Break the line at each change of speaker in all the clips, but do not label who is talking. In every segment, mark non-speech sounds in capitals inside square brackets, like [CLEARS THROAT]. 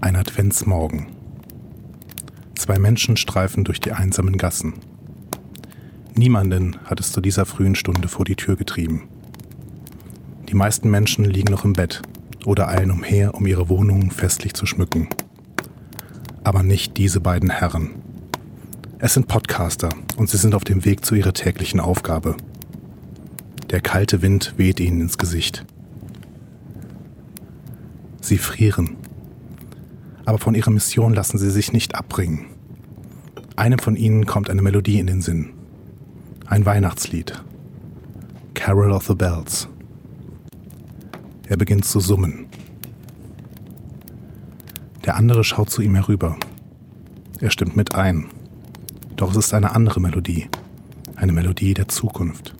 Ein Adventsmorgen. Zwei Menschen streifen durch die einsamen Gassen. Niemanden hat es zu dieser frühen Stunde vor die Tür getrieben. Die meisten Menschen liegen noch im Bett oder eilen umher, um ihre Wohnungen festlich zu schmücken. Aber nicht diese beiden Herren. Es sind Podcaster und sie sind auf dem Weg zu ihrer täglichen Aufgabe. Der kalte Wind weht ihnen ins Gesicht. Sie frieren. Aber von ihrer Mission lassen sie sich nicht abbringen. Einem von ihnen kommt eine Melodie in den Sinn. Ein Weihnachtslied. Carol of the Bells. Er beginnt zu summen. Der andere schaut zu ihm herüber. Er stimmt mit ein. Doch es ist eine andere Melodie. Eine Melodie der Zukunft.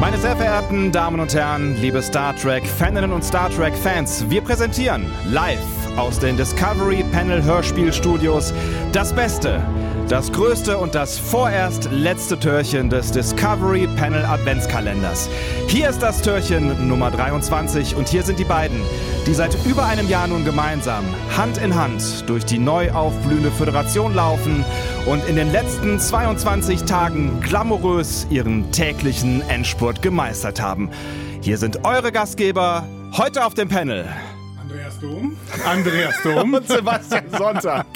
Meine sehr verehrten Damen und Herren, liebe Star Trek-Faninnen und Star Trek-Fans, wir präsentieren live aus den Discovery Panel Hörspielstudios das Beste, das Größte und das vorerst letzte Türchen des Discovery Panel Adventskalenders. Hier ist das Türchen Nummer 23 und hier sind die beiden, die seit über einem Jahr nun gemeinsam Hand in Hand durch die neu aufblühende Föderation laufen und in den letzten 22 Tagen glamourös ihren täglichen Endspurt gemeistert haben. Hier sind eure Gastgeber heute auf dem Panel.
Andreas Dom? Andreas Dom?
Und Sebastian Sonntag.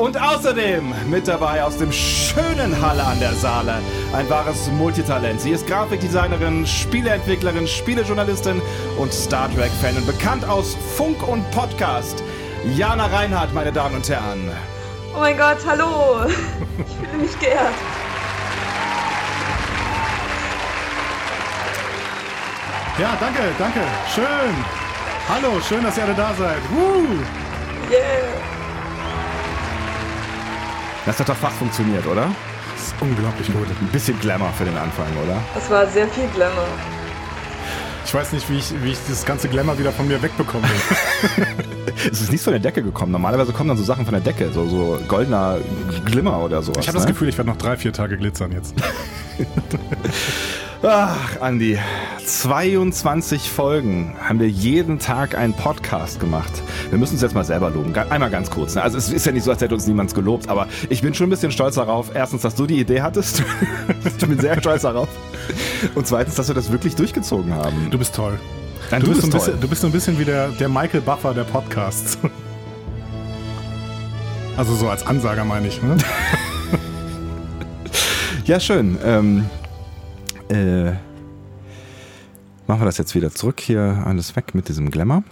Und außerdem mit dabei aus dem schönen Halle an der Saale ein wahres Multitalent. Sie ist Grafikdesignerin, Spieleentwicklerin, Spielejournalistin und Star Trek-Fan und bekannt aus Funk und Podcast. Jana Reinhardt, meine Damen und Herren.
Oh mein Gott, hallo! Ich fühle mich geehrt.
Ja, danke, danke. Schön. Hallo, schön, dass ihr alle da seid. Woo!
Yeah.
Das hat doch fast funktioniert, oder?
Das ist unglaublich gut.
Ein bisschen Glamour für den Anfang, oder?
Das war sehr viel Glamour.
Ich weiß nicht, wie ich, wie ich das ganze Glamour wieder von mir [LAUGHS] wegbekomme.
Es ist nicht von der Decke gekommen. Normalerweise kommen dann so Sachen von der Decke, so, so goldener Glimmer oder sowas.
Ich habe das
ne?
Gefühl, ich werde noch drei, vier Tage glitzern jetzt.
Ach, Andi, 22 Folgen haben wir jeden Tag einen Podcast gemacht. Wir müssen uns jetzt mal selber loben. Ga- Einmal ganz kurz. Ne? Also es ist ja nicht so, als hätte uns niemand gelobt, aber ich bin schon ein bisschen stolz darauf. Erstens, dass du die Idee hattest. [LAUGHS] ich bin sehr stolz darauf. Und zweitens, dass wir das wirklich durchgezogen haben.
Du bist toll.
Nein,
Du, bist, so ein
toll.
bisschen, du bist so ein bisschen wie der, der Michael Buffer der Podcasts. [LAUGHS] Also so als Ansager meine ich. Ne?
Ja, schön. Ähm, äh, machen wir das jetzt wieder zurück hier, alles weg mit diesem Glamour.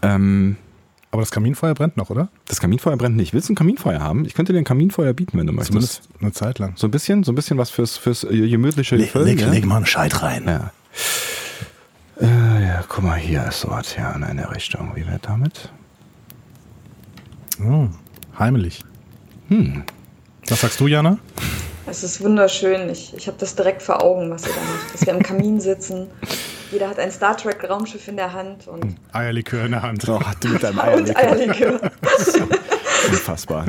Ähm,
[LAUGHS] Aber das Kaminfeuer brennt noch, oder?
das Kaminfeuer brennt nicht. Willst du ein Kaminfeuer haben? Ich könnte dir ein Kaminfeuer bieten, wenn du möchtest.
Zumindest eine Zeit lang.
So ein bisschen, so ein bisschen was fürs, fürs äh, gemütliche Gefühl, ja?
mal einen Scheit rein.
Ja. Äh, ja, guck mal, hier ist sowas, ja, in einer Richtung. Wie wäre damit?
Oh, heimelig. Hm. Was sagst du, Jana?
Es ist wunderschön. Ich, ich habe das direkt vor Augen, was ihr da macht. Dass wir im Kamin sitzen. Jeder hat ein Star Trek-Raumschiff in der Hand und,
Eierlikör in der Hand.
[LAUGHS] du
Hm.
mit deinem
[LAUGHS]
[LAUGHS]
und Eierlikör.
Unfassbar.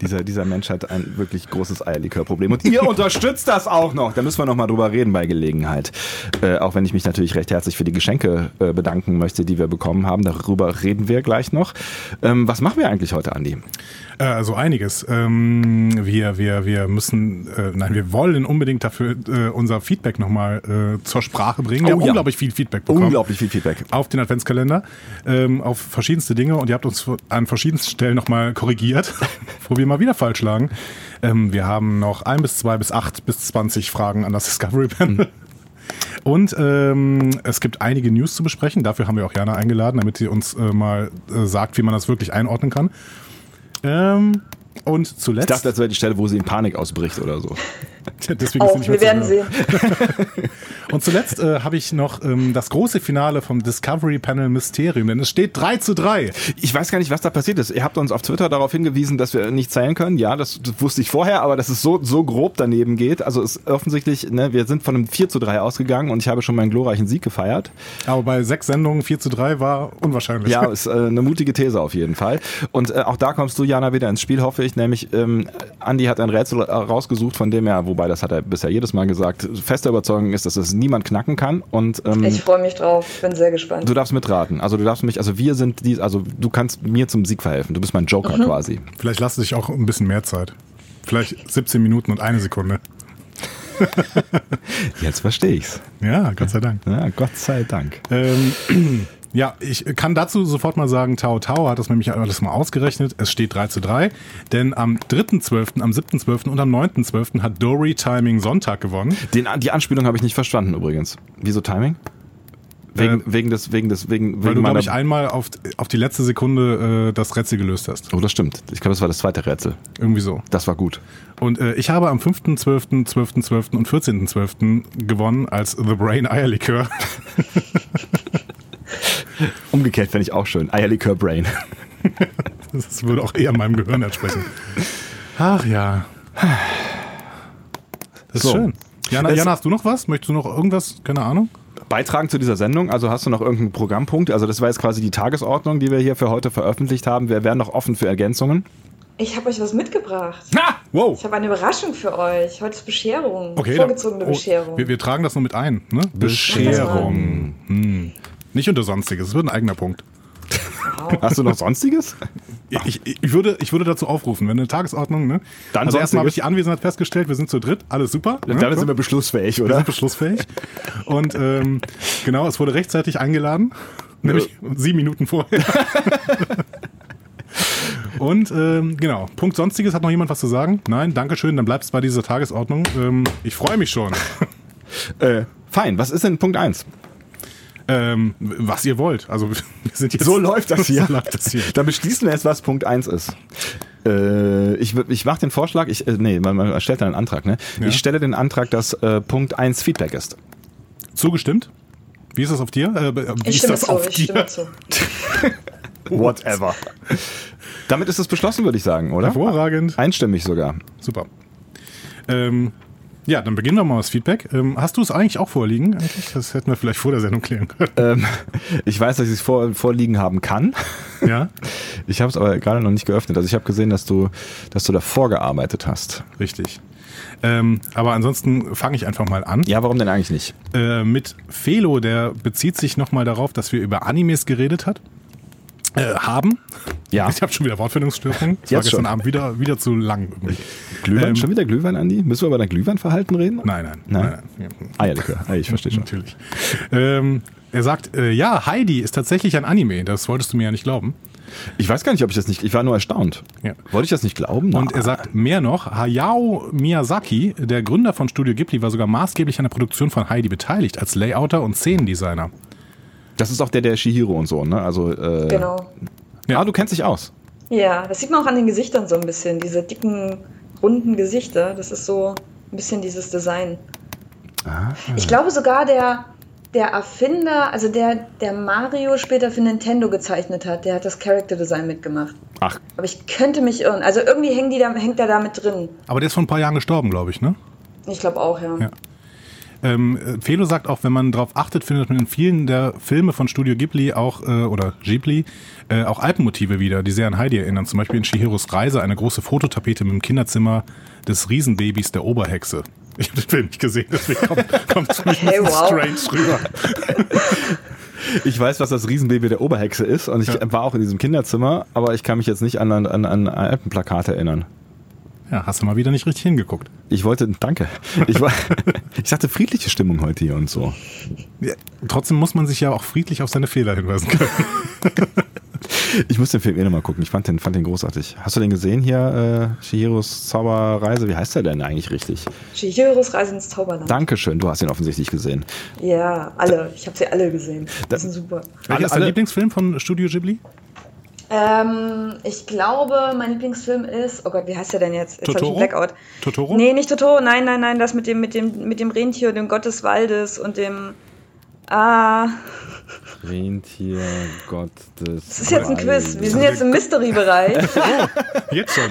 dieser, dieser Mensch hat ein wirklich großes Eierlikörproblem. Und [LAUGHS] ihr unterstützt das auch noch. Da müssen wir noch mal drüber reden bei Gelegenheit. Äh, auch wenn ich mich natürlich recht herzlich für die Geschenke äh, bedanken möchte, die wir bekommen haben. Darüber reden wir gleich noch. Ähm, was machen wir eigentlich heute, Andi?
Äh, also einiges. Ähm, wir, wir, wir müssen, äh, nein, wir wollen unbedingt dafür äh, unser Feedback nochmal äh, zur Sprache bringen. Wir
Oh
haben
ja.
unglaublich viel Feedback bekommen.
Unglaublich viel Feedback.
Auf den Adventskalender, ähm, auf verschiedenste Dinge und ihr habt uns an verschiedensten Stellen nochmal korrigiert, [LAUGHS] wo wir mal wieder falsch lagen. Ähm, wir haben noch ein bis zwei bis acht bis 20 Fragen an das Discovery Panel. Und ähm, es gibt einige News zu besprechen. Dafür haben wir auch Jana eingeladen, damit sie uns äh, mal äh, sagt, wie man das wirklich einordnen kann. Ähm, und
Ich
zuletzt.
dachte, das wäre die Stelle, wo sie in Panik ausbricht oder so.
[LAUGHS] Deswegen
Auch,
sind
Oh, wir werden sehen.
Und zuletzt äh, habe ich noch ähm, das große Finale vom Discovery Panel Mysterium, denn es steht 3 zu 3.
Ich weiß gar nicht, was da passiert ist. Ihr habt uns auf Twitter darauf hingewiesen, dass wir nicht zählen können. Ja, das, das wusste ich vorher, aber dass es so, so grob daneben geht. Also es ist offensichtlich, ne, wir sind von einem 4 zu 3 ausgegangen und ich habe schon meinen glorreichen Sieg gefeiert.
Aber bei sechs Sendungen 4 zu 3 war unwahrscheinlich.
Ja, ist äh, eine mutige These auf jeden Fall. Und äh, auch da kommst du, Jana, wieder ins Spiel, hoffe ich. Nämlich, ähm, Andi hat ein Rätsel äh, rausgesucht, von dem er, wobei das hat er bisher jedes Mal gesagt, feste Überzeugung ist, dass es niemand knacken kann. Und ähm,
Hm.
Ich freue mich drauf, bin sehr gespannt.
Du darfst mitraten. Also du darfst mich, also wir sind die, also du kannst mir zum Sieg verhelfen. Du bist mein Joker quasi.
[LAUGHS] Vielleicht lasse ich auch ein bisschen mehr Zeit. Vielleicht 17 Minuten und eine Sekunde.
Jetzt verstehe ich's.
Ja, Gott sei Dank.
Ja, Gott sei Dank.
Ähm, [CLEARS THROAT] ja, ich kann dazu sofort mal sagen, Tao Tao hat das nämlich alles mal ausgerechnet. Es steht 3 zu 3. Denn am 3.12., am 7.12. und am 9.12. hat Dory Timing Sonntag gewonnen.
Den, die Anspielung habe ich nicht verstanden übrigens. Wieso Timing? Wegen,
Äh,
wegen des, wegen des, wegen,
Weil
wegen
du, glaube ich, einmal auf, auf die letzte Sekunde äh, das Rätsel gelöst hast.
Oh, das stimmt. Ich glaube, das war das zweite Rätsel.
Irgendwie so.
Das war gut.
Und äh, ich habe am 5.12., 12.12. und 14.12. gewonnen als The Brain Eierlikör.
Umgekehrt fände ich auch schön. Eierlikör Brain. [LAUGHS]
Das würde auch eher meinem Gehirn entsprechen. Ach ja. Das ist
So.
schön. Jana,
Es-
Jana, hast du noch was? Möchtest du noch irgendwas? Keine Ahnung.
Beitragen zu dieser Sendung? Also hast du noch irgendeinen Programmpunkt? Also das war jetzt quasi die Tagesordnung, die wir hier für heute veröffentlicht haben. Wir wären noch offen für Ergänzungen.
Ich habe euch was mitgebracht.
Na, wow.
Ich habe eine Überraschung für euch. Heute ist Bescherung.
Okay, dann-
Vorgezogene
oh,
Bescherung.
Wir, wir tragen das nur mit ein. Ne? Bescherung. Hm. Nicht unter Sonstiges, es wird ein eigener Punkt.
Hast du noch sonstiges?
Ich, ich, ich, würde, ich würde dazu aufrufen, wenn eine Tagesordnung, ne?
Dann
also erstmal habe
Sonstiges.
ich die Anwesenheit festgestellt, wir sind zu dritt, alles super. ne?
Dann
So.
sind wir beschlussfähig,
Wir
oder?
sind beschlussfähig. Und ähm, genau, es wurde rechtzeitig eingeladen, nämlich sieben Minuten vorher. Und ähm, genau, Punkt Sonstiges, hat noch jemand was zu sagen? Nein, Dankeschön, dann bleibt es bei dieser Tagesordnung. Ähm, ich freue mich schon,
Äh, fein, was ist denn Punkt 1?
ähm, was ihr wollt. Also wir sind jetzt, So läuft das hier.
Dann beschließen wir jetzt, was Punkt 1 ist. Äh, ich wür- ich mache den Vorschlag, ich, äh, nee, man, man stellt dann einen Antrag, ne? Ich stelle den Antrag, dass äh, Punkt 1 Feedback ist.
Zugestimmt? Wie ist das auf dir? Äh, wie
ich
ist
stimme
das
zu,
auf
ich stimme
dir?
zu.
Whatever. Damit ist es beschlossen, würde ich sagen, oder?
Hervorragend.
Einstimmig sogar.
Super. Ähm, ja, dann beginnen wir mal das Feedback. Ähm, hast du es eigentlich auch vorliegen? Eigentlich? Das hätten wir vielleicht vor der Sendung klären können.
Ähm, ich weiß, dass ich es vor, vorliegen haben kann.
Ja,
Ich habe es aber gerade noch nicht geöffnet. Also ich habe gesehen, dass du, dass du davor gearbeitet hast.
richtig. Ähm, aber ansonsten fange ich einfach mal an.
Ja, warum denn eigentlich nicht?
Äh, mit Felo, der bezieht sich nochmal darauf, dass wir über Animes geredet hat. Äh, haben.
Ja.
Ich habe schon wieder Wortfindungsstörungen. Das war
Jetzt
gestern
schon.
Abend wieder, wieder zu lang. Irgendwie.
Glühwein?
Ähm,
schon wieder Glühwein, Andi? Müssen wir über dein Glühweinverhalten reden?
Nein, nein.
Nein?
nein, nein.
Eierlikör. Ah, ich verstehe schon.
Natürlich. Ähm, er sagt, äh, ja, Heidi ist tatsächlich ein Anime. Das wolltest du mir ja nicht glauben.
Ich weiß gar nicht, ob ich das nicht. Ich war nur erstaunt.
Ja.
Wollte ich das nicht glauben? Ah.
Und er sagt mehr noch, Hayao Miyazaki, der Gründer von Studio Ghibli, war sogar maßgeblich an der Produktion von Heidi beteiligt, als Layouter und Szenendesigner.
das ist auch der, der Shihiro und so, ne? Also, äh,
Genau.
Ja. Ah, du kennst dich aus.
Ja, das sieht man auch an den Gesichtern so ein bisschen. Diese dicken, runden Gesichter. Das ist so ein bisschen dieses Design. Ich glaube sogar der, der Erfinder, also der, der Mario später für Nintendo gezeichnet hat, der hat das Character Design mitgemacht.
Ach,
Aber ich könnte mich irren. Also irgendwie hängen die da, hängt er da mit drin.
Aber der ist vor ein paar Jahren gestorben, glaube ich, ne?
Ich glaube auch, ja.
Ja. Ähm, äh, Felo sagt auch, wenn man drauf achtet, findet man in vielen der Filme von Studio Ghibli auch, äh, oder Ghibli, äh, auch Alpenmotive wieder, die sehr an Heidi erinnern. Zum Beispiel in Shihiros Reise eine große Fototapete mit dem Kinderzimmer des Riesenbabys der Oberhexe. Ich habe den Film nicht gesehen, deswegen
[LAUGHS]
kommt, kommt es mich
Okay,
ein bisschen
wow.
strange rüber.
ich weiß, was das Riesenbaby der Oberhexe ist und ich
Ja.
war auch in diesem Kinderzimmer, aber ich kann mich jetzt nicht an, an, an, an Alpenplakate erinnern.
Ja, hast du mal wieder nicht richtig hingeguckt.
Ich wollte, danke. Ich, war, [LAUGHS] ich hatte friedliche Stimmung heute hier und so.
Ja, trotzdem muss man sich ja auch friedlich auf seine Fehler hinweisen
[LAUGHS]
können.
Ich muss den Film eh nochmal gucken. Ich fand den, fand den großartig. Hast du den gesehen hier? Äh, Shihiros Zauberreise? Wie heißt der denn eigentlich richtig?
Shihiros Reise ins Zauberland.
Dankeschön, du hast ihn offensichtlich gesehen.
Ja, alle. Ich habe sie alle gesehen.
Da-
Das sind super.
Welcher ist dein
alle-
Lieblingsfilm von Studio Ghibli?
Ähm, ich glaube, mein Lieblingsfilm ist, oh Gott, wie heißt der denn jetzt? Jetzt hab
Totoro?
ich einen Blackout.
Totoro?
Nee, nicht Totoro, nein, nein, nein, das mit dem, mit dem, mit dem Rentier, dem Gott des Waldes und dem, ah,
Rentier, Gott des.
das ist jetzt ein Quiz, wir sind
Also-
jetzt
[LAUGHS]
im Mystery-Bereich.
Jetzt schon.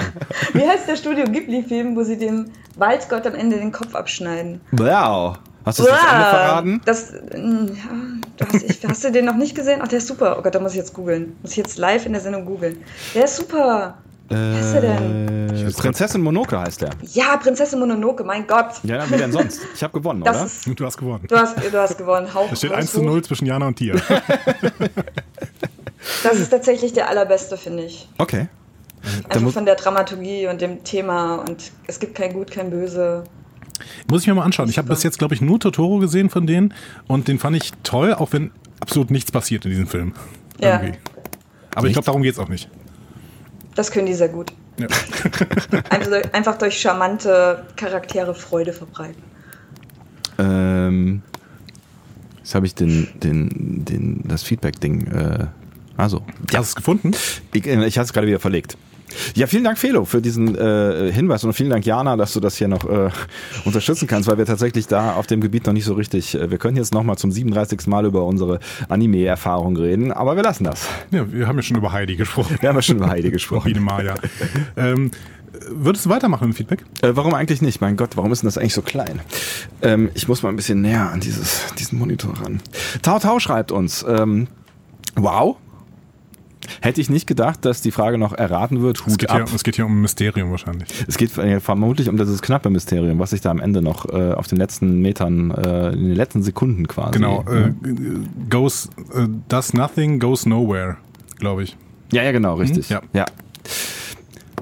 wie heißt der Studio Ghibli-Film, wo sie dem Waldgott am Ende den Kopf abschneiden?
Wow. Hast du das jetzt
Uah,
alle verraten?
Das, mm, ja, du hast, ich, hast du den noch nicht gesehen? Ach, der ist super. Oh Gott, da muss ich jetzt googeln. Muss ich jetzt live in der Sendung googeln. Der ist super. Was ist er denn?
Äh, Prinzessin Monoke heißt der.
Ja, Prinzessin Mononoke, mein Gott.
Ja, wie denn sonst? Ich habe gewonnen,
Das
oder?
ist,
Du hast gewonnen.
du, hast, du hast gewonnen. Hauch,
Es steht
Hauch,
1 zu
Hauch.
0 zwischen Jana und dir.
Das ist tatsächlich der allerbeste, finde ich.
Okay.
Einfach
muss-
Also von der Dramaturgie und dem Thema. Und es gibt kein Gut, kein Böse.
Muss ich mir mal anschauen. Ich habe bis jetzt, glaube ich, nur Totoro gesehen von denen und den fand ich toll, auch wenn absolut nichts passiert in diesem Film.
Ja.
Irgendwie. Aber ich glaube, darum geht es auch nicht.
Das können die sehr gut.
Ja.
Einfach durch, einfach durch charmante Charaktere Freude verbreiten.
Ähm, jetzt habe ich den, den, den, das Feedback-Ding. Äh, also,
Hast du es gefunden?
ich, äh, ich hatte es gerade wieder verlegt. Ja, vielen Dank, Felo, für diesen äh, Hinweis und vielen Dank, Jana, dass du das hier noch äh, unterstützen kannst, weil wir tatsächlich da auf dem Gebiet noch nicht so richtig. Äh, wir können jetzt nochmal zum 37. Mal über unsere Anime-Erfahrung reden, aber wir lassen das.
Ja, wir haben ja schon über Heidi gesprochen.
Wir haben ja schon über Heidi gesprochen.
Biene Maya. ähm, würdest du weitermachen im Feedback?
Äh, warum eigentlich nicht? Mein Gott, warum ist denn das eigentlich so klein? Ähm, ich muss mal ein bisschen näher an dieses, diesen Monitor ran. Tau Tau schreibt uns. Ähm, wow. Hätte ich nicht gedacht, dass die Frage noch erraten wird.
Es
Hut
geht,
ab.
hier, es geht hier um ein Mysterium wahrscheinlich.
Es geht äh, vermutlich um dieses knappe Mysterium, was sich da am Ende noch äh, auf den letzten Metern, äh, in den letzten Sekunden quasi.
Genau. Äh, goes, äh, does nothing, goes nowhere, glaube ich.
Ja, ja, genau, richtig.
ja.
ja.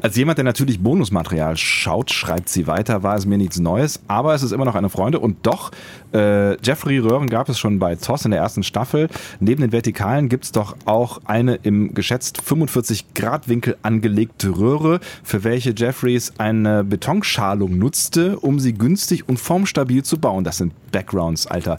Als jemand, der natürlich Bonusmaterial schaut, schreibt sie weiter, war es mir nichts Neues, aber es ist immer noch eine Freunde und doch, äh, Jeffrey Röhren gab es schon bei TOS in der ersten Staffel. Neben den Vertikalen gibt's doch auch eine im geschätzt 45 Grad Winkel angelegte Röhre, für welche Jeffreys eine Betonschalung nutzte, um sie günstig und formstabil zu bauen. Das sind Backgrounds, Alter.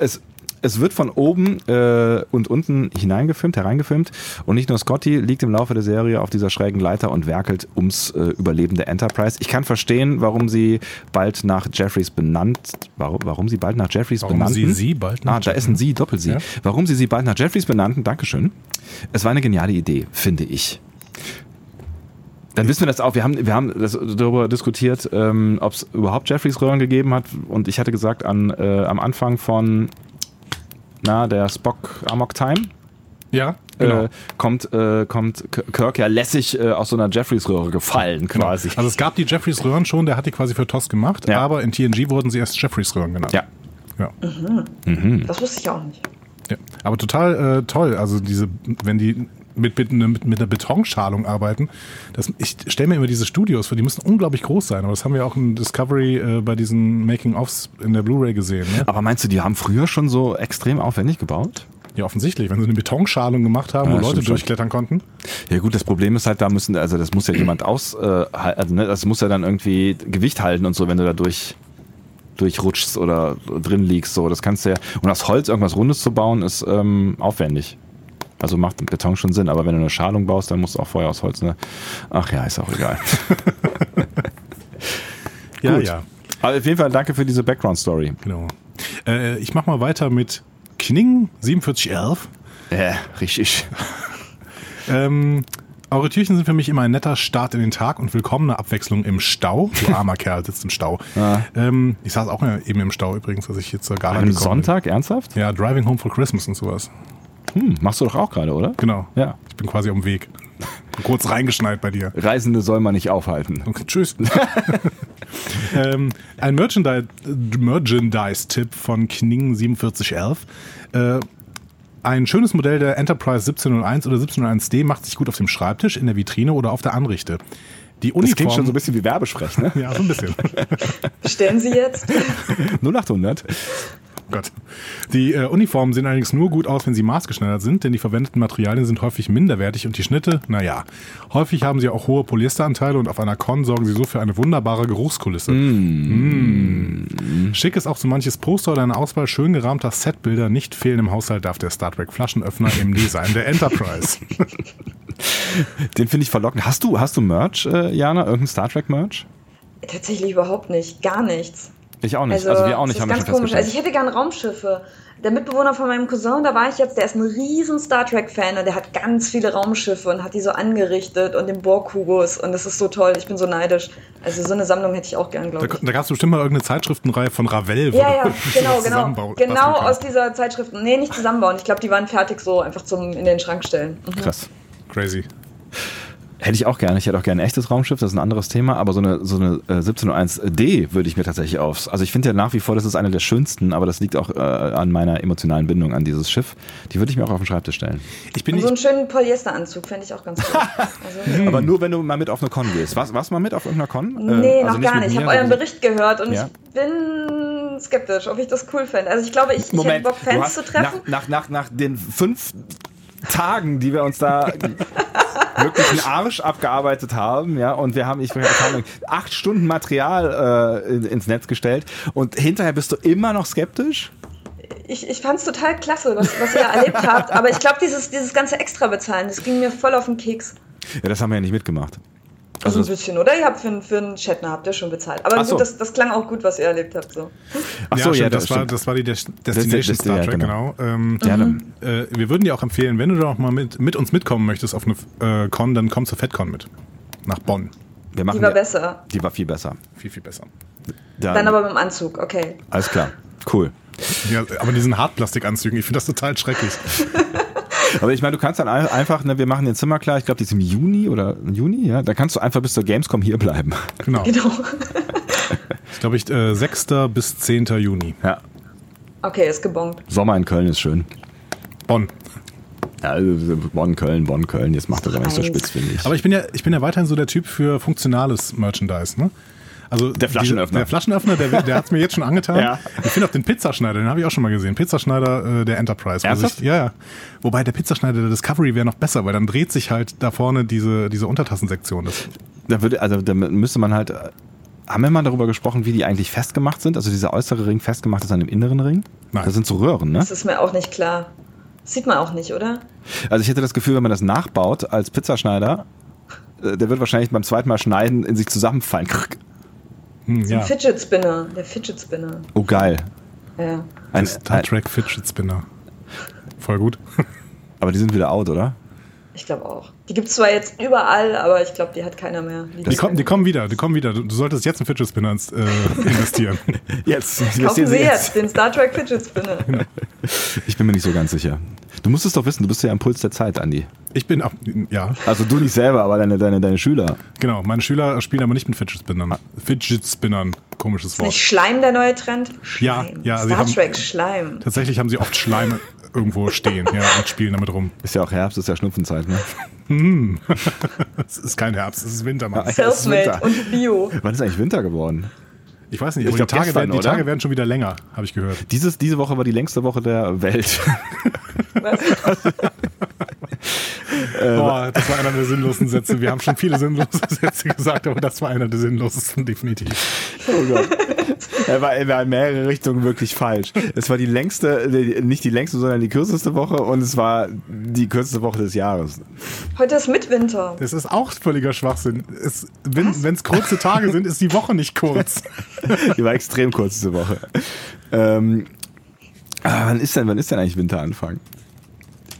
Es es wird von oben äh, und unten hineingefilmt, hereingefilmt. Und nicht nur Scotty liegt im Laufe der Serie auf dieser schrägen Leiter und werkelt ums äh, Überleben der Enterprise. Ich kann verstehen, warum sie bald nach Jeffreys benannt, warum, warum sie bald nach Jeffreys
Warum
benannten.
sie sie bald nach
Ah, da ist ein Sie, Doppel-Sie.
Ja.
Warum sie sie bald nach Jeffreys benannten, Dankeschön. Es war eine geniale Idee, finde ich. Dann wissen wir das auch. Wir haben, wir haben das darüber diskutiert, ähm, ob es überhaupt Jeffreys Röhren gegeben hat. Und ich hatte gesagt, an, äh, am Anfang von na, der Spock Amok Time
Ja, genau.
äh, kommt, äh, kommt K- Kirk ja lässig äh, aus so einer Jeffreys Röhre gefallen
Genau.
quasi.
Also es gab die Jeffreys Röhren schon, der hat die quasi für TOS gemacht,
Ja.
aber in TNG wurden sie erst Jeffreys Röhren genannt.
Ja.
Ja.
Hm.
Das wusste ich auch nicht.
ja. Aber total äh, toll, also diese, wenn die mit, mit, ne, mit, mit einer Betonschalung arbeiten, das, ich stelle mir immer diese Studios vor, die müssen unglaublich groß sein, aber das haben wir auch in Discovery äh, bei diesen Making-Offs in der Blu-ray gesehen. Ne?
Aber meinst du, die haben früher schon so extrem aufwendig gebaut?
Ja, offensichtlich, wenn sie eine Betonschalung gemacht haben,
Ja,
wo Leute
stimmt schon.
durchklettern konnten.
Ja gut, das Problem ist halt, da müssen, also das muss ja jemand aus, äh, hal- also, ne, das muss ja dann irgendwie Gewicht halten und so, wenn du da durch, durchrutschst oder drin liegst, so, das kannst du ja, und aus Holz irgendwas Rundes zu bauen, ist ähm, aufwendig. Also macht Beton schon Sinn, aber wenn du eine Schalung baust, dann musst du auch vorher aus Holz, ne? Ach ja, ist auch [LAUGHS] egal.
Ja,
Gut.
ja.
aber auf jeden Fall danke für diese Background-Story.
Genau. Äh, ich mach mal weiter mit Kning 4711.
Ja, richtig.
Ähm, eure Türchen sind für mich immer ein netter Start in den Tag und willkommene Abwechslung im Stau.
[LAUGHS]
Du armer Kerl sitzt im Stau. Ähm, ich saß auch eben im Stau übrigens, als ich hier zur Gala
Am
gekommen
Sonntag, ernsthaft?
Bin. Ja, Driving Home for Christmas und sowas.
Hm, machst du doch auch gerade, oder?
Genau.
Ja.
Ich bin quasi am Weg. Bin kurz reingeschneit bei dir.
Reisende soll man nicht aufhalten.
Okay, tschüss. [LAUGHS] ähm, ein Merchandise- Merchandise-Tipp von Kning4711. Äh, ein schönes Modell der Enterprise 1701 oder 1701D macht sich gut auf dem Schreibtisch, in der Vitrine oder auf der Anrichte. Die Uniform,
Das klingt schon so ein bisschen wie Werbesprech, [LAUGHS] ne?
Ja, so ein bisschen.
Bestellen Sie
[LAUGHS]
jetzt.
0800.
Gott. Die äh, Uniformen sehen allerdings nur gut aus, wenn sie maßgeschneidert sind, denn die verwendeten Materialien sind häufig minderwertig und die Schnitte, naja. Häufig haben sie auch hohe Polyesteranteile und auf einer Con sorgen sie so für eine wunderbare Geruchskulisse. Mm. Schick ist auch so manches Poster oder eine Auswahl schön gerahmter
[LAUGHS]
Setbilder nicht fehlen. Im Haushalt darf der Star Trek Flaschenöffner im D sein der Enterprise.
Den finde ich verlockend. Hast du, hast du Merch, äh, Jana? Irgendein Star Trek Merch?
Tatsächlich überhaupt nicht. Gar nichts.
Ich auch nicht. Also, also wir auch nicht,
das ist ganz komisch. Also ich hätte gern Raumschiffe. Der Mitbewohner von meinem Cousin, da war ich jetzt, der ist ein riesen Star Trek-Fan und der hat ganz viele Raumschiffe und hat die so angerichtet und den Borg-Kubus und das ist so toll. Ich bin so neidisch. Also so eine Sammlung hätte ich auch gern,
Da,
glaube ich.
da gab es bestimmt mal irgendeine Zeitschriftenreihe von Ravel. wo
Ja,
du [LAUGHS]
ja,
sowas
genau, genau.
zusammenbauen- basteln
Genau
kannst.
aus dieser Zeitschrift. Nee, nicht zusammenbauen. Ich glaube, die waren fertig so einfach zum in den Schrank stellen. Mhm.
Krass.
Crazy.
Hätte ich auch gerne. Ich hätte auch gerne ein echtes Raumschiff, das ist ein anderes Thema, aber so eine, so eine äh, 1701D würde ich mir tatsächlich aufs. Also ich finde ja nach wie vor, das ist eine der schönsten, aber das liegt auch äh, an meiner emotionalen Bindung an dieses Schiff. Die würde ich mir auch auf den Schreibtisch stellen.
Ich bin
Und so einen
nicht,
schönen Polyesteranzug fände ich auch ganz
[LAUGHS]
cool.
Ähm,
Also,
Aber nur, wenn du mal mit auf eine Con gehst. Warst, warst du mal mit auf irgendeiner Con?
Nee,
Äh, also
noch gar
mit
nicht. Ich
mir,
habe euren
sondern-
Bericht gehört und
Ja.
ich bin skeptisch, ob ich das cool fände. Also ich glaube, ich, ich hätte
Moment,
Bock,
du
Fans
hast
zu treffen.
Nach, nach, nach, nach den fünf Tagen, die wir uns
[LAUGHS]
da wirklich einen Arsch abgearbeitet haben, ja, und wir haben, ich keine Ahnung, acht Stunden Material äh, in- ins Netz gestellt und hinterher bist du immer noch skeptisch?
Ich, ich fand es total klasse, was, was ihr
[LAUGHS]
erlebt habt. Aber ich glaube, dieses, dieses ganze Extra bezahlen, das ging mir voll auf den Keks.
Ja, das haben wir ja nicht mitgemacht.
Also
Also
ein
das-
bisschen, oder? Ihr habt für, einen- für einen Chatner habt ihr schon bezahlt. Aber
Ach so.
gut, das, das klang auch gut, was ihr erlebt habt. So.
Ach
ja,
so,
stimmt, das, war,
stimmt.
das war die Des- Destination
das-
Star
ja,
Trek,
genau.
genau. Ähm,
Ja, dann-
äh, wir würden dir auch empfehlen, wenn du doch mal mit, mit uns mitkommen möchtest auf eine äh, Con, dann komm zur FedCon mit. Nach Bonn.
wir machen
Die war
ja-
besser.
Die war viel besser.
Viel, viel besser.
Dann,
Dann aber mit dem Anzug, okay. [LAUGHS]
Alles klar. Cool.
Ja, aber diesen Hartplastikanzügen, ich finde das total schrecklich.
Aber ich meine, du kannst dann ein- einfach, ne, wir machen den Zimmer klar, ich glaube, die ist im Juni oder Juni, ja, da kannst du einfach bis zur Gamescom hier bleiben.
Genau.
Genau.
Ich glaube, ich, äh, 6. bis 10. Juni.
Ja.
Okay, ist gebongt.
Sommer in Köln ist schön.
Bonn.
Ja, also Bonn, Köln, Bonn, Köln. Jetzt macht er aber nicht so
Eins.
spitz, finde ich.
Aber ich bin ja, ich bin ja weiterhin so der Typ für funktionales Merchandise, ne? Also der
Flaschenöffner.
der Flaschenöffner, der, der hat es mir jetzt schon angetan.
[LAUGHS] Ja.
Ich finde auch den Pizzaschneider, den habe ich auch schon mal gesehen. Pizzaschneider äh, der Enterprise. wo
Ernsthaft?
sich- ja, ja. Wobei der Pizzaschneider der Discovery wäre noch besser, weil dann dreht sich halt da vorne diese, diese Untertassensektion. Das,
da würde, also da müsste man halt. äh, Haben wir mal darüber gesprochen, wie die eigentlich festgemacht sind? Also dieser äußere Ring festgemacht ist an dem inneren Ring?
Nein.
Das sind so Röhren, ne?
Das ist mir auch nicht klar. Sieht man auch nicht, oder?
Also ich hätte das Gefühl, wenn man das nachbaut als Pizzaschneider, äh, der wird wahrscheinlich beim zweiten Mal schneiden in sich zusammenfallen. Krrk.
hm, ja.
Fidget Spinner, der Fidget Spinner.
Oh geil.
Ja.
Ein,
Star
ein,
Trek Fidget Spinner. Voll gut.
aber die sind wieder out, oder?
Ich glaube auch. Die gibt es zwar jetzt überall, aber ich glaube, die hat keiner mehr.
Die kommen, die kommen wieder, die kommen wieder. Du, du solltest jetzt einen Fidget Spinner ins,
[LAUGHS]
äh, investieren.
Jetzt.
Kaufen Sie jetzt den Star Trek Fidget
[LAUGHS]
Spinner.
Ich bin mir nicht so ganz sicher. Du musst es doch wissen, du bist ja am Puls der Zeit, Andi.
Ich bin ab, ja,
Also du nicht selber, aber deine, deine, deine Schüler.
genau. Meine Schüler spielen aber nicht mit Fidget Spinnern. Fidget Spinnern, komisches
Ist nicht
Wort.
Schleim der neue Trend? Schleim.
Ja, ja, sie
Star
haben-
Trek Schleim.
Tatsächlich haben sie oft
[LAUGHS]
Schleime irgendwo stehen ja, und spielen damit rum.
Ist ja auch Herbst, ist ja Schnupfenzeit, ne?
Es ist kein Herbst, es ist Winter, Mann.
Ja, es ist
Selfmade
Winter.
und Bio.
Wann ist eigentlich Winter geworden?
Ich weiß nicht,
Ich
aber
glaub,
die, Tage,
gestern,
werden, die
oder?
Tage werden schon wieder länger, habe ich gehört.
Dieses, diese Woche war die längste Woche der Welt.
Was?
Äh,
Boah, Oh, das war einer der sinnlosen Sätze. Wir haben schon viele sinnlose [LAUGHS] Sätze gesagt, aber das war einer der sinnlosesten, definitiv.
Oh Gott. [LAUGHS] Er war, er war in mehrere Richtungen wirklich falsch. Es war die längste, die- nicht die längste, sondern die kürzeste Woche und es war die kürzeste Woche des Jahres.
Heute ist Mitwinter.
Das ist auch völliger Schwachsinn. Es, wenn es kurze Tage sind, ist die Woche nicht
[LAUGHS]
kurz.
Die war extrem kurz diese Woche. Ähm, ah, wann ist denn, wann ist denn eigentlich Winteranfang?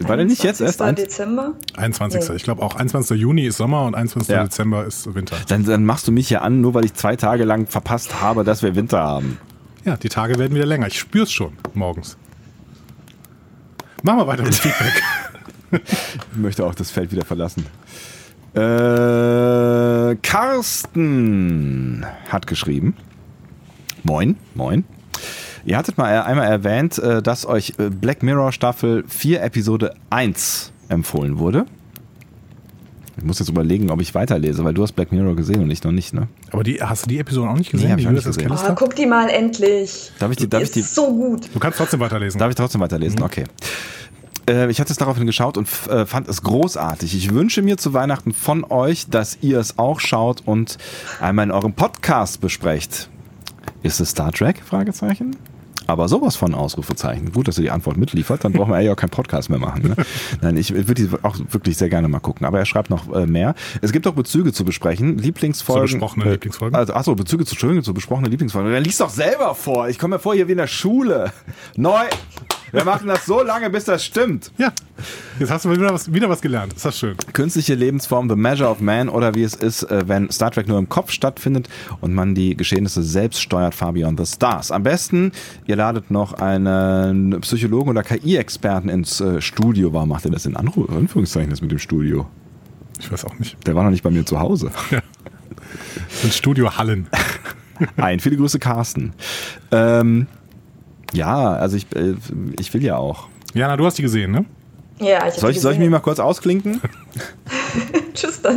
War der nicht jetzt erst?
21.
an-
Dezember?
21. Ich glaube auch 21. Juni ist Sommer und 21.
Ja.
Dezember ist Winter.
Dann, dann machst du mich ja an, nur weil ich zwei Tage lang verpasst habe, dass wir Winter haben.
Ja, die Tage werden wieder länger. Ich spür's schon morgens. Machen wir
[LAUGHS]
weiter mit Feedback.
Ich möchte auch das Feld wieder verlassen. Äh, Carsten hat geschrieben. Moin, moin. Ihr hattet mal einmal erwähnt, äh, dass euch äh, Black Mirror Staffel 4 Episode 1 empfohlen wurde. Ich muss jetzt überlegen, ob ich weiterlese, weil du hast Black Mirror gesehen und ich noch nicht, ne?
Aber die, hast du die Episode auch nicht
Nee,
gesehen?
hab
die
ich auch nicht
USS
gesehen.
Oh,
Callister?
guck die mal endlich.
Darf ich die- darf ich
ist
die-
so gut.
Du kannst trotzdem weiterlesen.
Darf ich trotzdem weiterlesen? Okay. Äh, Ich hatte es daraufhin geschaut und f- äh, fand es großartig. Ich wünsche mir zu Weihnachten von euch, dass ihr es auch schaut und einmal in eurem Podcast besprecht. Ist es Star Trek? Fragezeichen. aber sowas von Ausrufezeichen. Gut, dass du die Antwort mitliefert, dann brauchen wir ja auch keinen Podcast
[LAUGHS]
mehr machen. Ne? Nein, ich würde die auch wirklich sehr gerne mal gucken. Aber er schreibt noch äh, mehr. Es gibt auch Bezüge zu besprechen, Lieblingsfolgen.
Zu besprochene
äh,
Lieblingsfolgen?
Also, achso, Bezüge zu schönen, zu besprochenen Lieblingsfolgen. Dann liest doch selber vor. Ich komme mir vor hier wie in der Schule. Neu. Wir machen das so lange, bis das stimmt.
Ja, jetzt hast du wieder was, wieder was gelernt. Ist das schön?
Künstliche Lebensform, The Measure of Man oder wie es ist, äh, wenn Star Trek nur im Kopf stattfindet und man die Geschehnisse selbst steuert, Far Beyond the Stars. Am besten, ihr ladet noch einen Psychologen oder KI-Experten ins äh, Studio. Warum macht ihr das in Anru Anführungszeichen das mit dem Studio?
Ich weiß auch nicht.
Der war noch nicht bei mir zu Hause.
Das sind Studio Hallen.
Ein, viele Grüße, Carsten. Ähm, ja, also ich, äh, ich will ja auch.
Jana, du hast die gesehen, ne?
Ja, ich hab
Soll
die
ich, soll ich mich
gesehen.
mal kurz ausklinken? [LAUGHS]
Tschüss dann.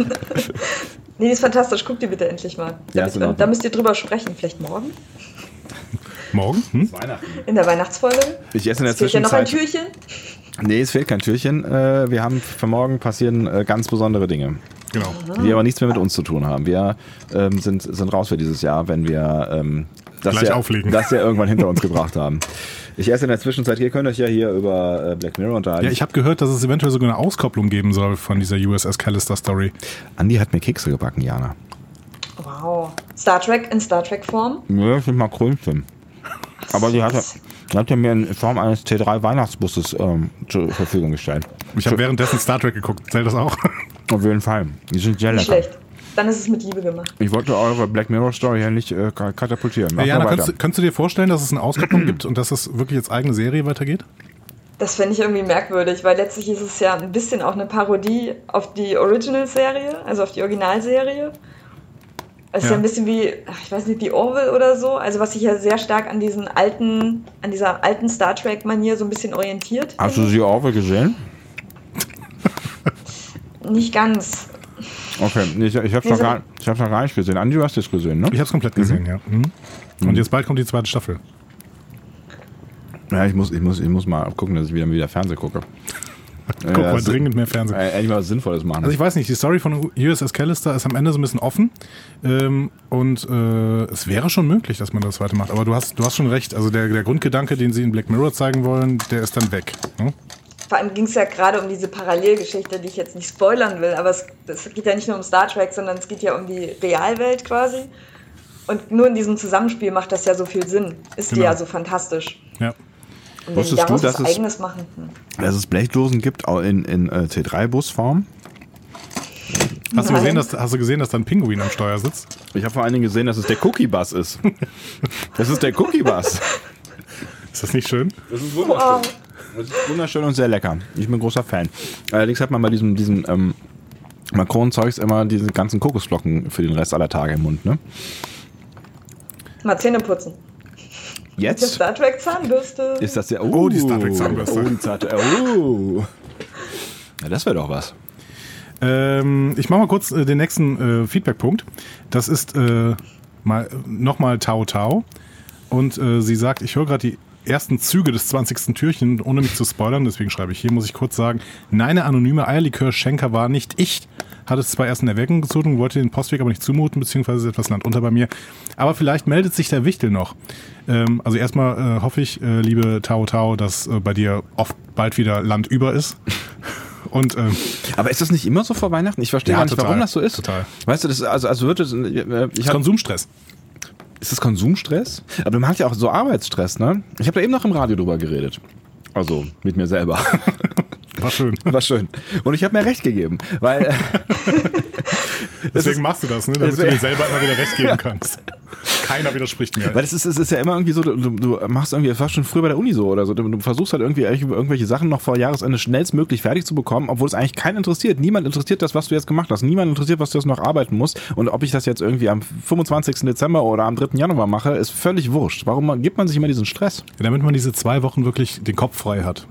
nee, die ist fantastisch. Guck die bitte endlich mal.
Ja,
Da-
ist in Ordnung.
da müsst ihr drüber sprechen. Vielleicht morgen?
Morgen? Hm?
In der Weihnachtsfolge?
Ich esse in der
Es fehlt ja noch ein
Zwischenzeit.
Türchen.
Nee, es fehlt kein Türchen. Äh, wir haben für morgen passieren äh, ganz besondere Dinge.
Genau.
die aber nichts mehr mit uns zu tun haben. Wir ähm, sind, sind raus für dieses Jahr, wenn wir ähm, das,
Gleich
ja,
auflegen.
das ja irgendwann hinter [LAUGHS] uns gebracht haben. Ich esse in der Zwischenzeit, ihr könnt euch ja hier über äh, Black Mirror unterhalten.
Ja, ich habe gehört, dass es eventuell sogar eine Auskopplung geben soll von dieser USS Callister Story.
Andi hat mir Kekse gebacken, Jana.
Wow. Star Trek in Star Trek Form?
Ja, das sind mal Krönchen. Aber sie hatte,
süß.
sie hatte mir in Form eines T3-Weihnachtsbusses ähm, zur Verfügung gestellt.
Ich habe währenddessen Star Trek geguckt. Zählt das auch?
Auf jeden Fall. Die sind sehr
Nicht
lecker.
schlecht. Dann ist es mit Liebe gemacht.
Ich wollte eure Black Mirror-Story ja nicht äh, ka- katapultieren. Mach
Jana,
mal
kannst,
weiter.
du- kannst du dir vorstellen, dass es eine Auskopplung gibt und dass es wirklich als eigene Serie weitergeht?
Das fände ich irgendwie merkwürdig, weil letztlich ist es ja ein bisschen auch eine Parodie auf die Original-Serie, also auf die Originalserie. Es ist ja.
Ja.
ein bisschen wie, ach, ich weiß nicht, die Orville oder so. Also was sich ja sehr stark an diesen alten, an dieser alten Star Trek-Manier so ein bisschen orientiert.
Hast du sie auch gesehen?
Nicht ganz.
Okay, nee, ich, ich hab's
Nee,
noch
so-
gar, ich hab's noch gar nicht gesehen. Andi, du hast es gesehen, ne?
Ich habe es komplett gesehen, ja. Mhm. Und jetzt bald kommt die zweite Staffel.
Ja, ich muss, ich muss, ich muss mal gucken, dass ich wieder, wieder Fernsehen gucke. Äh,
Guck mal,
also
dringend mehr Fernsehen.
Endlich mal was Sinnvolles machen.
Also ich weiß nicht, die Story von USS Callister ist am Ende so ein bisschen offen ähm, und äh, es wäre schon möglich, dass man das weitermacht. Aber du hast, du hast schon recht, also der, der Grundgedanke, den sie in Black Mirror zeigen wollen, der ist dann weg. Ne?
Vor allem ging es ja gerade um diese Parallelgeschichte, die ich jetzt nicht spoilern will, aber es, es geht ja nicht nur um Star Trek, sondern es geht ja um die Realwelt quasi. Und nur in diesem Zusammenspiel macht das ja so viel Sinn. Ist die
Genau.
ja so fantastisch.
Ja.
Und wenn
Wusstest
die
du,
daraus was
dass es-
eigenes machen. Hm.
dass es Blechdosen gibt, auch in, in äh, T3-Busform.
Hast, du
Nein.
gesehen, dass, hast du gesehen, dass da ein Pinguin am Steuer sitzt?
Ich habe vor allen Dingen gesehen, dass es der Cookie-Bus ist. Das ist der Cookie-Bus.
Ist das nicht schön?
Das ist wunderschön.
Wow.
Das ist wunderschön und sehr lecker. Ich bin großer Fan. Allerdings hat man bei diesem, diesem ähm, Macron-Zeugs immer diese ganzen Kokosflocken für den Rest aller Tage im Mund, ne?
Mal Zähne putzen. Mit der
Jetzt
Star Trek Zahnbürste.
ist das der...
Oh, die Star Trek Zahnbürste.
Oh, die Star Trek- oh. Ja, das wäre doch was.
Ähm, ich mache mal kurz äh, den nächsten äh, Feedback-Punkt. Das ist äh, mal, nochmal Tau Tau. Und äh, sie sagt, ich höre gerade die ersten Züge des 20. Türchen, ohne mich zu spoilern, deswegen schreibe ich hier, muss ich kurz sagen, nein, der anonyme Eierlikör-Schenker war nicht ich. Hat es zwar erst in Erwägung gezogen, wollte den Postweg aber nicht zumuten, beziehungsweise ist etwas Land unter bei mir. Aber vielleicht meldet sich der Wichtel noch. Ähm, also erstmal äh, hoffe ich, äh, liebe Tau Tau, dass äh, bei dir oft bald wieder Land über ist. [LAUGHS] Und ähm,
Aber ist das nicht immer so vor Weihnachten? Ich verstehe
Ja,
gar nicht,
total.
warum das so ist.
Total.
Weißt du, das ist also als würde es äh, ich hab,
Konsumstress.
ist das Konsumstress? Aber man hat ja auch so Arbeitsstress, ne? Ich habe da eben noch im Radio drüber geredet. Also mit mir selber. [LAUGHS]
War schön.
War schön. Und ich habe mir recht gegeben, weil äh, [LAUGHS] es ist,
Deswegen machst du das, ne? damit du
Deswegen-
dir selber immer wieder
[LAUGHS]
recht geben kannst. Keiner widerspricht mir.
weil es ist, es ist ja immer irgendwie so, du, du machst irgendwie, das war schon früher bei der Uni so oder so, du, du versuchst halt irgendwie irgendw- irgendwelche Sachen noch vor Jahresende schnellstmöglich fertig zu bekommen, obwohl es eigentlich keinen interessiert. Niemand interessiert das, was du jetzt gemacht hast. Niemand interessiert, was du jetzt noch arbeiten musst. Und ob ich das jetzt irgendwie am 25. Dezember oder am 3. Januar mache, ist völlig wurscht. Warum man- gibt man sich immer diesen Stress?
Ja, damit man diese zwei Wochen wirklich den Kopf frei hat.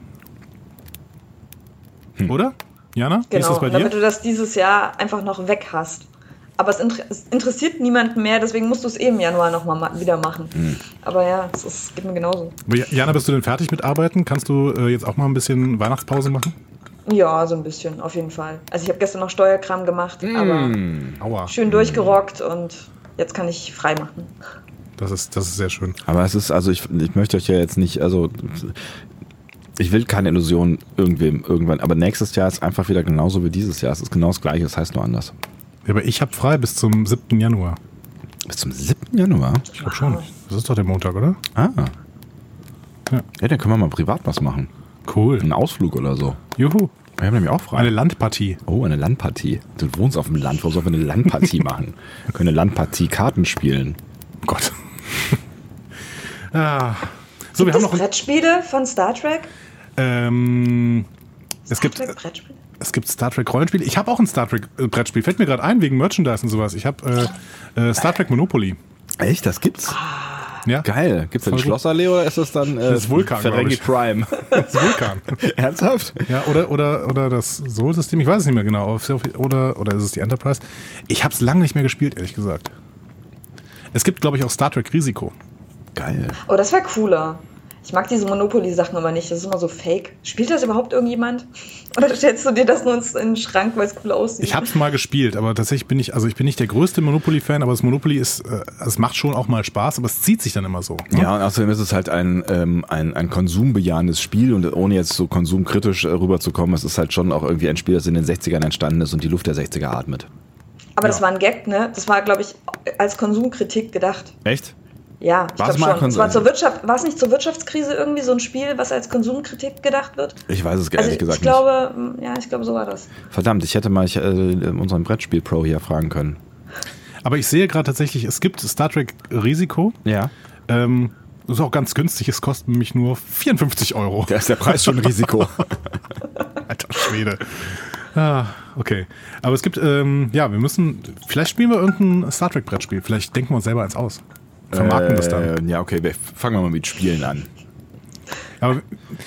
Hm.
Oder? Jana, wie ist
genau.
das bei
Und damit du
dir?
das dieses Jahr einfach noch weg hast. Aber es, inter es interessiert niemanden mehr, deswegen musst du es eh im Januar nochmal ma wieder machen.
Hm.
Aber ja, es ist, geht mir genauso.
Aber Ja- Jana, bist du denn fertig mit Arbeiten? Kannst du äh, jetzt auch mal ein bisschen Weihnachtspause machen?
Ja, so ein bisschen, auf jeden Fall. Also ich habe gestern noch Steuerkram gemacht, aber
Aua.
schön durchgerockt und jetzt kann ich frei machen.
Das ist, das ist sehr schön.
Aber es ist, also ich, ich möchte euch ja jetzt nicht, also ich will keine Illusion irgendwem irgendwann, aber nächstes Jahr ist einfach wieder genauso wie dieses Jahr. Es ist genau das gleiche, es heißt nur anders.
Ja, aber ich habe frei bis zum 7. Januar.
Bis zum 7. Januar?
Ich glaube schon.
Ah.
Das ist doch der Montag, oder?
Ah. Ja. ja, dann können wir mal privat was machen.
Cool.
Einen Ausflug oder so.
Juhu.
Wir haben nämlich auch frei.
Eine Landpartie.
Oh, eine Landpartie. Du wohnst auf dem Land, warum sollen wir eine
[LAUGHS]
Landpartie machen? Wir können eine Landpartie Karten spielen.
Oh Gott. [LAUGHS] ah. So, wir
Gibt
haben
es
noch.
Brettspiele von Star Trek?
Ähm, es
Star
gibt.
Trek Brettspiele?
Es gibt Star Trek Rollenspiele. Ich habe auch ein Star Trek äh, Brettspiel. Fällt mir gerade ein wegen Merchandise und sowas. Ich habe äh, äh, Star Trek Monopoly.
Echt, das gibt's?
Ja.
Geil. Gibt's da
Ah. Voll
die
gut.
Schlossallee oder ist das dann äh,
Das ist Vulkan, glaub
Ferengi
ich. [LAUGHS]
Prime?
Das ist Vulkan.
Ernsthaft?
Ja, oder, oder, oder das Soul-System, ich weiß es nicht mehr genau. Auf- auf- Oder, oder ist es die Enterprise? Ich habe es lange nicht mehr gespielt, ehrlich gesagt. Es gibt, glaube ich, auch Star Trek Risiko.
Geil.
Oh, das wäre cooler. Ich mag diese Monopoly-Sachen immer nicht. Das ist immer so fake. Spielt das überhaupt irgendjemand? [LAUGHS] Oder stellst du dir das nur ins- in den Schrank, weil es cool aussieht?
Ich habe es mal gespielt, aber tatsächlich bin ich, also ich bin nicht der größte Monopoly-Fan, aber das Monopoly ist, äh, es macht schon auch mal Spaß, aber es zieht sich dann immer so. ne?
Ja, und außerdem ist es halt ein, ähm, ein, ein konsumbejahendes Spiel und ohne jetzt so konsumkritisch äh, rüberzukommen, es ist halt schon auch irgendwie ein Spiel, das in den 60ern entstanden ist und die Luft der 60er atmet.
Aber das war ein Gag, ne? Das war, glaube ich, als Konsumkritik gedacht.
Echt?
Ja, ich
War's
glaube
mal
schon. Es
Konsum-
war zur Wirtschaft, war es nicht zur Wirtschaftskrise irgendwie so ein Spiel, was als Konsumkritik gedacht wird?
Ich weiß es ehrlich
Also ich,
gesagt
ich glaube, mm, ja, ich glaube, so war das.
nicht. Verdammt, ich hätte mal ich, äh, unseren Brettspiel-Pro hier fragen können.
Aber ich sehe gerade tatsächlich, es gibt Star Trek Risiko.
Ja.
Ähm, das ist auch ganz günstig, es kostet nämlich nur 54 Euro.
Da ist der Preis schon ein Risiko.
[LAUGHS] Alter Schwede. Ah, okay. Aber es gibt, ähm, ja, wir müssen, vielleicht spielen wir irgendein Star Trek Brettspiel. Vielleicht denken wir uns selber eins aus. [LAUGHS] Vermarkten das dann.
Äh, ja, okay, wir fangen wir mal mit Spielen an.
Aber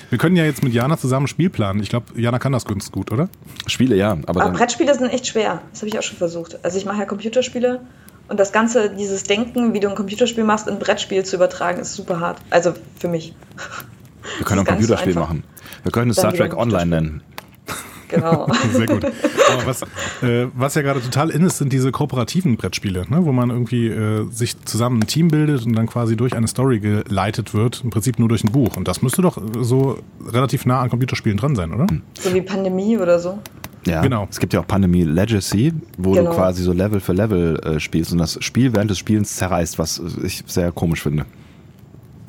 wir können ja jetzt mit Jana zusammen ein Spiel planen. Ich glaube, Jana kann das ganz gut, oder?
Spiele, ja, aber
Aber
dann,
Brettspiele sind echt schwer. Das habe ich auch schon versucht. Also ich mache ja Computerspiele und das ganze, dieses Denken, wie du ein Computerspiel machst, in ein Brettspiel zu übertragen, ist super hart. Also für mich. [LAUGHS]
wir können auch ein
das ist gar nicht so
Computerspiel
einfach.
machen. Wir können es
Dann
Star
wieder
Trek
ein
Online nennen.
Genau.
[LAUGHS] Sehr gut. Aber was, äh, was ja gerade total in ist, sind diese kooperativen Brettspiele, ne? wo man irgendwie äh, sich zusammen ein Team bildet und dann quasi durch eine Story geleitet wird. Im Prinzip nur durch ein Buch. Und das müsste doch äh, so relativ nah an Computerspielen dran sein,
Hm,
oder?
so wie Pandemie oder so.
Ja,
Genau.
Es gibt ja auch Pandemie Legacy, wo
Genau.
du quasi so Level für Level äh, spielst und das Spiel während des Spielens zerreißt, was ich sehr komisch finde.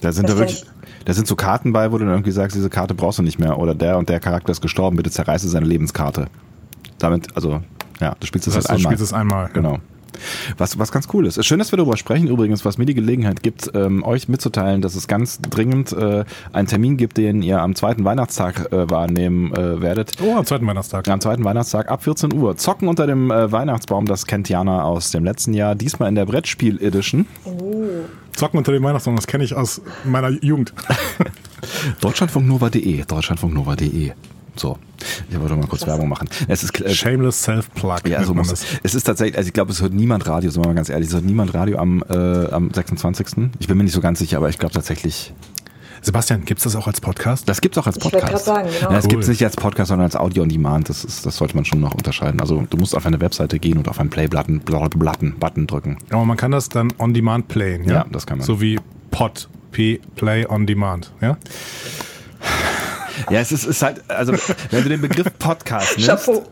Da sind
Das
da wirklich, da sind so Karten bei, wo du dann irgendwie sagst, diese Karte brauchst du nicht mehr oder der und der Charakter ist gestorben, bitte zerreiße seine Lebenskarte. Damit, also, ja, du spielst das,
heißt, du
halt einmal.
spielst es einmal.
Genau. Was, was ganz cool ist. Ist Schön, dass wir darüber sprechen übrigens, was mir die Gelegenheit gibt, ähm, euch mitzuteilen, dass es ganz dringend äh, einen Termin gibt, den ihr am zweiten Weihnachtstag äh, wahrnehmen äh, werdet.
Oh, am zweiten Weihnachtstag.
Am zweiten Weihnachtstag ab 14 Uhr. Zocken unter dem äh, Weihnachtsbaum, das kennt Jana aus dem letzten Jahr. Diesmal in der Brettspiel-Edition.
Zocken unter dem Weihnachtsbaum, das kenne ich aus meiner Jugend.
[LAUGHS] Deutschlandfunknova.de. Deutschlandfunknova.de. So, ich wollte mal kurz Werbung machen. Es ist äh,
Shameless Self-Plug.
Ja,
nennt
so
man
muss es. Es ist tatsächlich, also ich glaube, es hört niemand Radio, sind wir mal ganz ehrlich, es hört niemand Radio am, äh, am 26. Ich bin mir nicht so ganz sicher, aber ich glaube tatsächlich,
Sebastian, gibt's das auch als Podcast?
das gibt's auch als
Ich wollte
Podcast.
gerade sagen, genau.
ja, es
Cool.
gibt's nicht als Podcast, sondern als Audio on Demand. Das, ist, das sollte man schon noch unterscheiden. Also du musst auf eine Webseite gehen und auf einen Play-Button Button, Button drücken.
Aber man kann das dann on demand playen, ja?
Ja, das kann man.
So wie Pod, P, Play on demand, ja?
Ja, es ist, ist halt, also wenn du den Begriff Podcast nimmst,
Chapeau.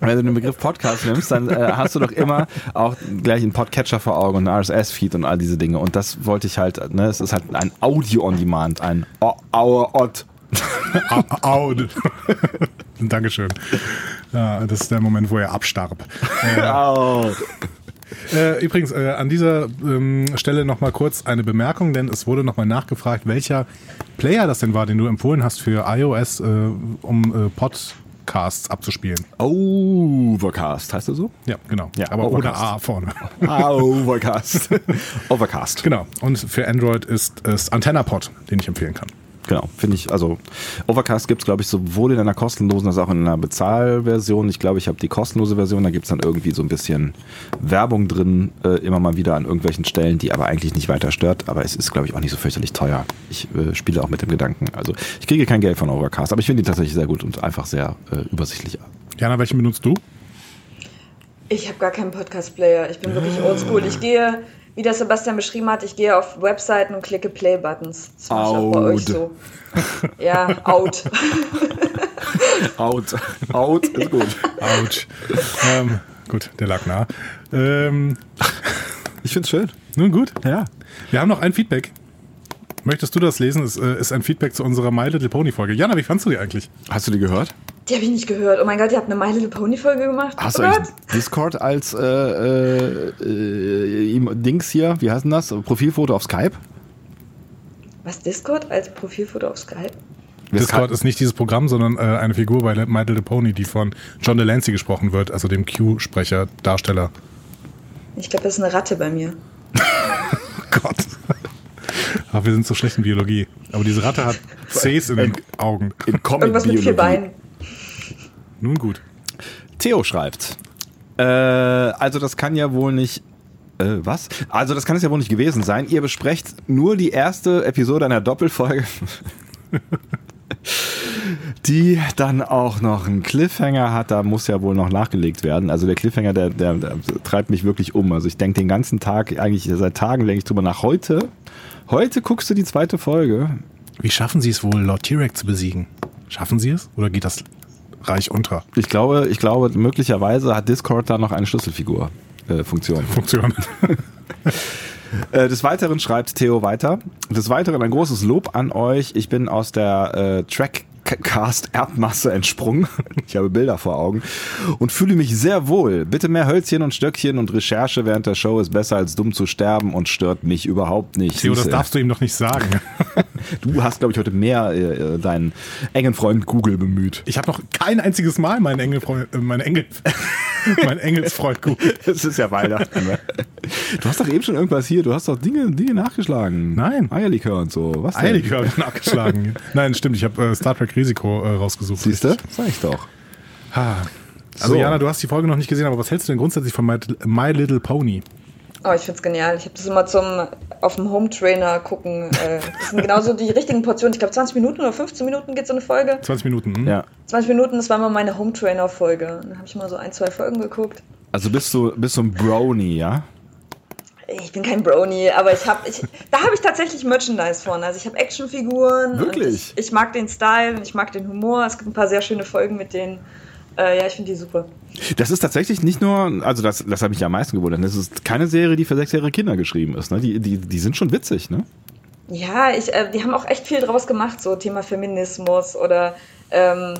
wenn du den Begriff Podcast nimmst, dann äh, hast du doch immer auch gleich einen Podcatcher vor Augen und einen RSS-Feed und all diese Dinge. Und das wollte ich halt, ne, es ist halt ein Audio on Demand, ein O- Our Odd.
Au- Au. [LAUGHS] Dankeschön. Ja, das ist der Moment, wo er abstarb.
Oh.
Äh, übrigens, äh, an dieser ähm, Stelle nochmal kurz eine Bemerkung, denn es wurde nochmal nachgefragt, welcher Player das denn war, den du empfohlen hast für iOS, äh, um äh, Podcasts abzuspielen.
Overcast, heißt er so?
Ja, genau.
Ja,
Aber ohne
Overcast.
A vorne. [LAUGHS]
Overcast. Overcast.
Genau. Und für Android ist es AntennaPod, den ich empfehlen kann.
Genau, finde ich, also Overcast gibt es, glaube ich, sowohl in einer kostenlosen als auch in einer Bezahlversion. Ich glaube, ich habe die kostenlose Version, da gibt es dann irgendwie so ein bisschen Werbung drin, äh, immer mal wieder an irgendwelchen Stellen, die aber eigentlich nicht weiter stört. Aber es ist, glaube ich, auch nicht so fürchterlich teuer. Ich äh, spiele auch mit dem Gedanken. Also ich kriege kein Geld von Overcast, aber ich finde die tatsächlich sehr gut und einfach sehr äh, übersichtlich.
Jana, welchen benutzt du?
Ich habe gar keinen Podcast-Player. Ich bin wirklich oldschool. Ich gehe wie das Sebastian beschrieben hat, ich gehe auf Webseiten und klicke Play-Buttons. Das mache ich auch bei euch so. Ja, out.
Out. Out ist gut.
Autsch. ähm, gut, der lag nah. Ähm,
Ich find's schön.
nun gut.
Ja.
Wir haben noch ein Feedback. Möchtest du das lesen? Es äh, ist ein Feedback zu unserer My Little Pony Folge. Jana, wie fandst du die eigentlich?
Hast du die gehört?
Die habe ich nicht gehört. Oh mein Gott, ihr habt eine My Little Pony Folge gemacht.
Hast du
Oh
eigentlich
Gott.
Discord als äh, äh, äh, im- Dings hier, wie heißt denn das? Profilfoto auf Skype?
Was, Discord als Profilfoto auf Skype?
Wer
Discord
Skype-
ist nicht dieses Programm, sondern äh, eine Figur bei My Little Pony, die von John Delancey gesprochen wird, also dem Q-Sprecher, Darsteller.
Ich glaube, das ist eine Ratte bei mir.
[LAUGHS] Gott. Aber wir sind so schlecht in Biologie. Aber diese Ratte hat Cs in den Augen.
in
Irgendwas mit
Comic-Biologie.
vier Beinen.
Nun gut.
Theo schreibt. Äh, also das kann ja wohl nicht. Äh, was? Also das kann es ja wohl nicht gewesen sein. Ihr besprecht nur die erste Episode einer Doppelfolge. [LAUGHS] Die dann auch noch einen Cliffhanger hat, da muss ja wohl noch nachgelegt werden. Also der Cliffhanger, der, der, der treibt mich wirklich um. Also ich denke den ganzen Tag, eigentlich seit Tagen denke ich drüber nach. Heute, heute guckst du die zweite Folge.
Wie schaffen sie es wohl, Lord T-Rex zu besiegen? Schaffen sie es? Oder geht das Reich unter?
Ich glaube, ich glaube, möglicherweise hat Discord da noch eine Schlüsselfigur. Äh, Funktion.
Funktion.
Äh, Des Weiteren schreibt Theo weiter. Des Weiteren ein großes Lob an euch. Ich bin aus der äh, Trackcast Erdmasse entsprungen. [LAUGHS] Ich habe Bilder vor Augen und fühle mich sehr wohl. Bitte mehr Hölzchen und Stöckchen und Recherche während der Show ist besser als dumm zu sterben und stört mich überhaupt nicht.
Theo, das
Siehste.
darfst du ihm doch nicht sagen.
du hast, glaube ich, heute mehr äh, äh, deinen engen Freund Google bemüht. [LAUGHS]
Ich habe noch kein einziges Mal meinen Engelfreund, äh, meinen Engel, [LAUGHS] meinen Engelsfreund gut.
Es ist ja Weihnachten. Ne? Du hast doch eben schon irgendwas hier. Du hast doch Dinge, Dinge nachgeschlagen.
Nein.
Eierlikör und so. Was denn?
Eilig habe ich nachgeschlagen. Nein, stimmt, ich habe äh, Star Trek Risiko äh, rausgesucht.
Siehst du? Sag ich doch.
Ha. Also
So.
Jana, du hast die Folge noch nicht gesehen, aber was hältst du denn grundsätzlich von My, My Little Pony?
Oh, ich find's genial. Ich habe das immer zum auf dem Home Trainer gucken. Äh, das sind genauso die richtigen Portionen. Ich glaube, 20 Minuten oder 15 Minuten geht so eine Folge.
20 Minuten. Hm?
Ja.
20 Minuten, das war mal meine Home Trainer Folge. Dann habe ich mal so ein, zwei Folgen geguckt.
Also bist du, bist du ein Brownie, ja?
Ich bin kein Brony, aber ich habe, ich, da habe ich tatsächlich Merchandise von. Also ich habe Actionfiguren.
Wirklich?
Und ich, ich mag den Style und ich mag den Humor. Es gibt ein paar sehr schöne Folgen mit denen. Äh, ja, ich finde die super.
Das ist tatsächlich nicht nur, also das, das hat mich am meisten gewundert. ne? Das ist keine Serie, die für sechsjährige Kinder geschrieben ist. Ne? Die, die, die sind schon witzig, ne?
Ja, ich, äh, die haben auch echt viel draus gemacht, so Thema Feminismus oder ähm,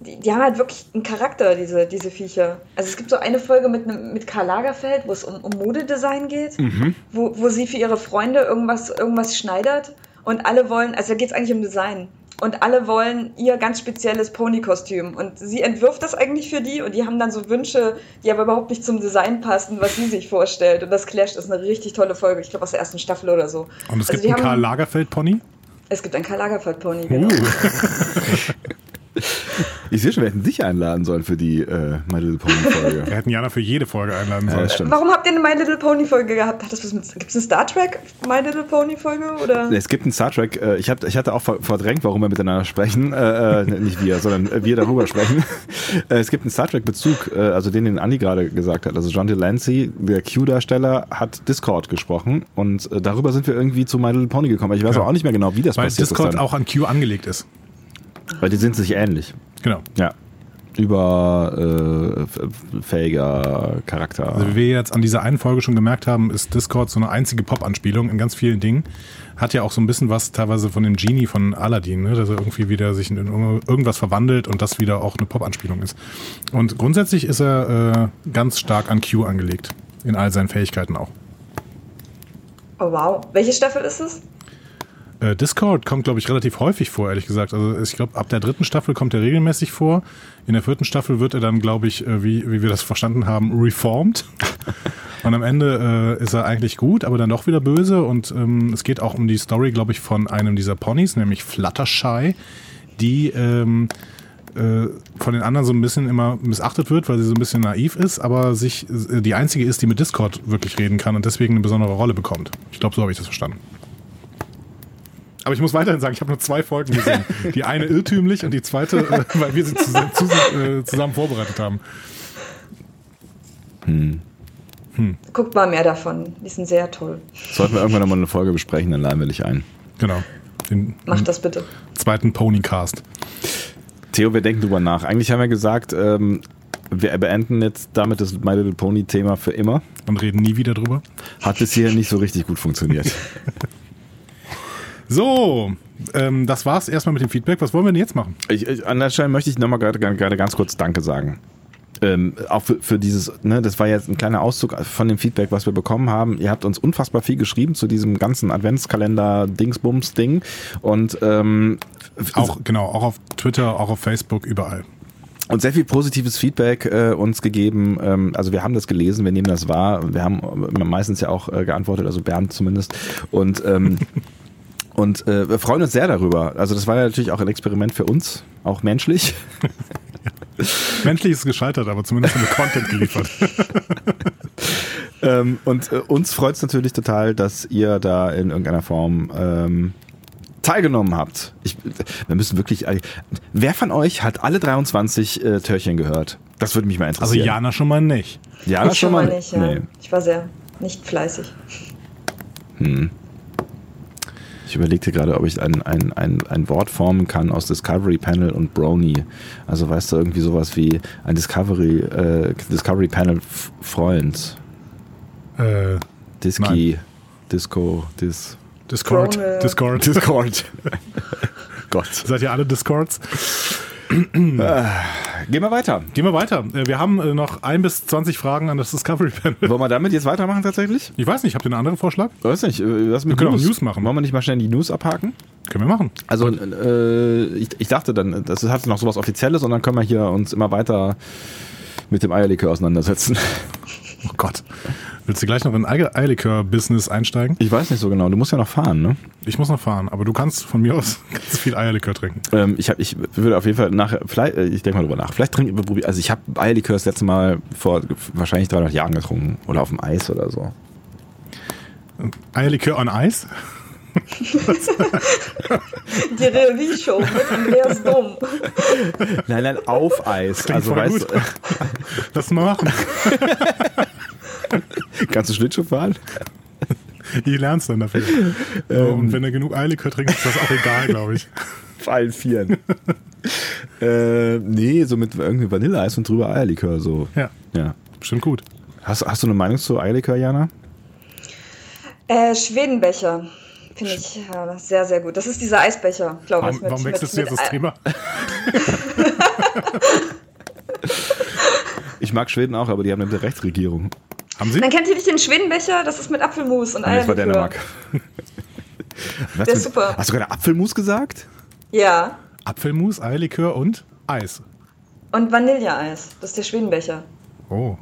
die, die haben halt wirklich einen Charakter, diese, diese Viecher. Also es gibt so eine Folge mit, einem- mit Karl Lagerfeld, wo es um, um Modedesign geht,
Mhm.
wo, wo sie für ihre Freunde irgendwas, irgendwas schneidert und alle wollen, also da geht's eigentlich um Design. Und alle wollen ihr ganz spezielles Pony-Kostüm. Und sie entwirft das eigentlich für die und die haben dann so Wünsche, die aber überhaupt nicht zum Design passen, was sie sich vorstellt. Und das Clash ist eine richtig tolle Folge, ich glaube aus der ersten Staffel oder so.
Und es
Also
gibt
die
einen Karl
haben-
Lagerfeld-Pony?
es gibt einen Karl Lagerfeld-Pony, genau.
Ich sehe schon, wir hätten dich einladen sollen für die äh, My Little Pony
[LAUGHS]
Folge.
Wir hätten Jana für jede Folge einladen
ja,
sollen.
das stimmt.
Warum habt ihr eine My Little Pony-Folge gehabt? Hat das was mit. Gibt es eine Star Trek My Little Pony-Folge? Oder?
Es gibt einen Star Trek, äh, ich, hab, ich hatte auch ver- verdrängt, warum wir miteinander sprechen. Äh, äh, nicht wir, sondern äh, wir darüber sprechen. [LAUGHS] Äh, es gibt einen Star Trek-Bezug, äh, also den, den Andi gerade gesagt hat. Also John Delancey, der Q-Darsteller, hat Discord gesprochen und äh, darüber sind wir irgendwie zu My Little Pony gekommen. Ich weiß
Ja.
aber auch nicht mehr genau, wie das
Weil
passiert ist.
Discord
dann.
auch an Q angelegt ist.
Weil die sind sich ähnlich.
Genau.
Ja. Über äh, f- fähiger Charakter.
Also wie wir jetzt an dieser einen Folge schon gemerkt haben, ist Discord so eine einzige Pop-Anspielung in ganz vielen Dingen. Hat ja auch so ein bisschen was teilweise von dem Genie von Aladdin, ne? dass er irgendwie wieder sich in irg- irgendwas verwandelt und das wieder auch eine Pop-Anspielung ist. Und grundsätzlich ist er äh, ganz stark an Q angelegt. In all seinen Fähigkeiten auch.
Oh wow. Welche Staffel ist es?
Äh, Discord kommt, glaube ich, relativ häufig vor, ehrlich gesagt. Also ich glaube, ab der dritten Staffel kommt er regelmäßig vor. In der vierten Staffel wird er dann, glaube ich, äh, wie, wie wir das verstanden haben, reformed. Und am Ende äh, ist er eigentlich gut, aber dann doch wieder böse. Und ähm, es geht auch um die Story, glaube ich, von einem dieser Ponys, nämlich Fluttershy, die ähm, äh, von den anderen so ein bisschen immer missachtet wird, weil sie so ein bisschen naiv ist, aber sich äh, die einzige ist, die mit Discord wirklich reden kann und deswegen eine besondere Rolle bekommt. Ich glaube, so habe ich das verstanden. Aber ich muss weiterhin sagen, ich habe nur zwei Folgen [LAUGHS] gesehen. Die eine irrtümlich und die zweite, äh, weil wir sie zusammen, zu, äh, zusammen vorbereitet haben.
Hm. Guckt mal mehr davon. Die sind sehr toll.
Sollten wir irgendwann nochmal eine Folge besprechen, dann laden wir dich ein.
Genau. Den,
Macht das bitte.
Zweiten Ponycast.
Theo, wir denken drüber nach. Eigentlich haben wir gesagt, ähm, wir beenden jetzt damit das My Little Pony Thema für immer.
Und reden nie wieder drüber.
Hat bisher nicht so richtig
[LAUGHS]
gut funktioniert.
So, ähm, das war's erstmal mit dem Feedback. Was wollen wir denn jetzt machen?
Ich, ich, an der Stelle möchte ich nochmal gerade, gerade ganz kurz Danke sagen. Ähm, auch für, für dieses, ne, das war jetzt ein kleiner Auszug von dem Feedback, was wir bekommen haben. Ihr habt uns unfassbar viel geschrieben zu diesem ganzen Adventskalender-Dingsbums-Ding. Und ähm,
auch, genau, auch auf Twitter, auch auf Facebook, überall
und sehr viel positives Feedback äh, uns gegeben. Ähm, also wir haben das gelesen, wir nehmen das wahr. Wir haben meistens ja auch äh, geantwortet, also Bernd zumindest. Und ähm, und äh, wir freuen uns sehr darüber. Also das war ja natürlich auch ein Experiment für uns, auch menschlich.
menschlich ist gescheitert, aber zumindest haben wir Content geliefert.
ähm, und uns freut es natürlich total, dass ihr da in irgendeiner Form ähm, teilgenommen habt. Ich, wir müssen wirklich. äh, Wer von euch hat alle 23 äh, Törchen gehört? Das würde mich mal interessieren.
[LAUGHS] Also Jana schon mal nicht.
Jana
ich schon mal nicht. Ja. Nee. Ich war sehr nicht fleißig.
Hm. Ich überlegte gerade, ob ich ein, ein, ein, ein Wort formen kann aus Discovery Panel und Brony. Also weißt du, irgendwie sowas wie ein Discovery, äh, Discovery Panel Freund.
Äh,
Diski, nein. Disco, Dis.
Discord. Krone. Discord.
Discord. Gott.
[LAUGHS] Seid ihr alle Discords?
Gehen wir weiter.
Gehen wir weiter. Äh, Wir haben noch ein bis 20 Fragen an das Discovery Panel.
Wollen wir damit jetzt weitermachen tatsächlich?
Ich weiß nicht, habt ihr einen anderen Vorschlag?
Ich weiß nicht. äh,
wir können News. auch News machen.
Wollen wir nicht mal schnell die News abhaken?
Können wir machen.
Also äh, ich, ich, dachte dann, das hat noch sowas Offizielles und dann können wir hier uns immer weiter mit dem Eierlikör auseinandersetzen.
Oh Gott. Willst du gleich noch in Eierlikör-Business einsteigen?
Ich weiß nicht so genau. Du musst ja noch fahren, ne?
Ich muss noch fahren, aber du kannst von mir aus [LAUGHS] ganz viel Eierlikör trinken.
Ähm, ich, hab, ich würde auf jeden Fall nachher, vielleicht, äh, ich denke mal drüber nach. Vielleicht trinken wir, also ich habe Eierlikör das letzte Mal vor wahrscheinlich 300 Jahren getrunken oder auf dem Eis oder so.
Eierlikör on Eis?
Die Revue-Show mit Andreas Dumm.
[LAUGHS] Nein, nein, auf Eis.
Klingt also, weißt du. Lass mal machen.
Kannst du Schlittschuh fahren?
Ich lern's dann dafür. Ähm, und wenn er genug Eilikör trinkt, ist das auch egal, glaube ich.
Vor allen [LAUGHS] Vieren. äh, nee, so mit irgendwie Vanilleeis und drüber Eierlikör. So.
Ja.
ja.
Bestimmt gut.
Hast, hast du eine Meinung zu Eierlikör, Jana?
Äh, Schwedenbecher. Finde ich ja, sehr, sehr gut. Das ist dieser Eisbecher, glaube ich.
Warum, warum wechselst du jetzt das Thema?
ich mag Schweden auch, aber die haben eine Rechtsregierung.
Haben sie?
Dann kennt ihr nicht den Schwedenbecher, das ist mit Apfelmus und allem.
Das war Dänemark.
Der ist super.
Hast du gerade Apfelmus gesagt?
Ja.
Apfelmus, Eierlikör und Eis.
Und Vanilleeis. Das ist der Schwedenbecher.
Oh.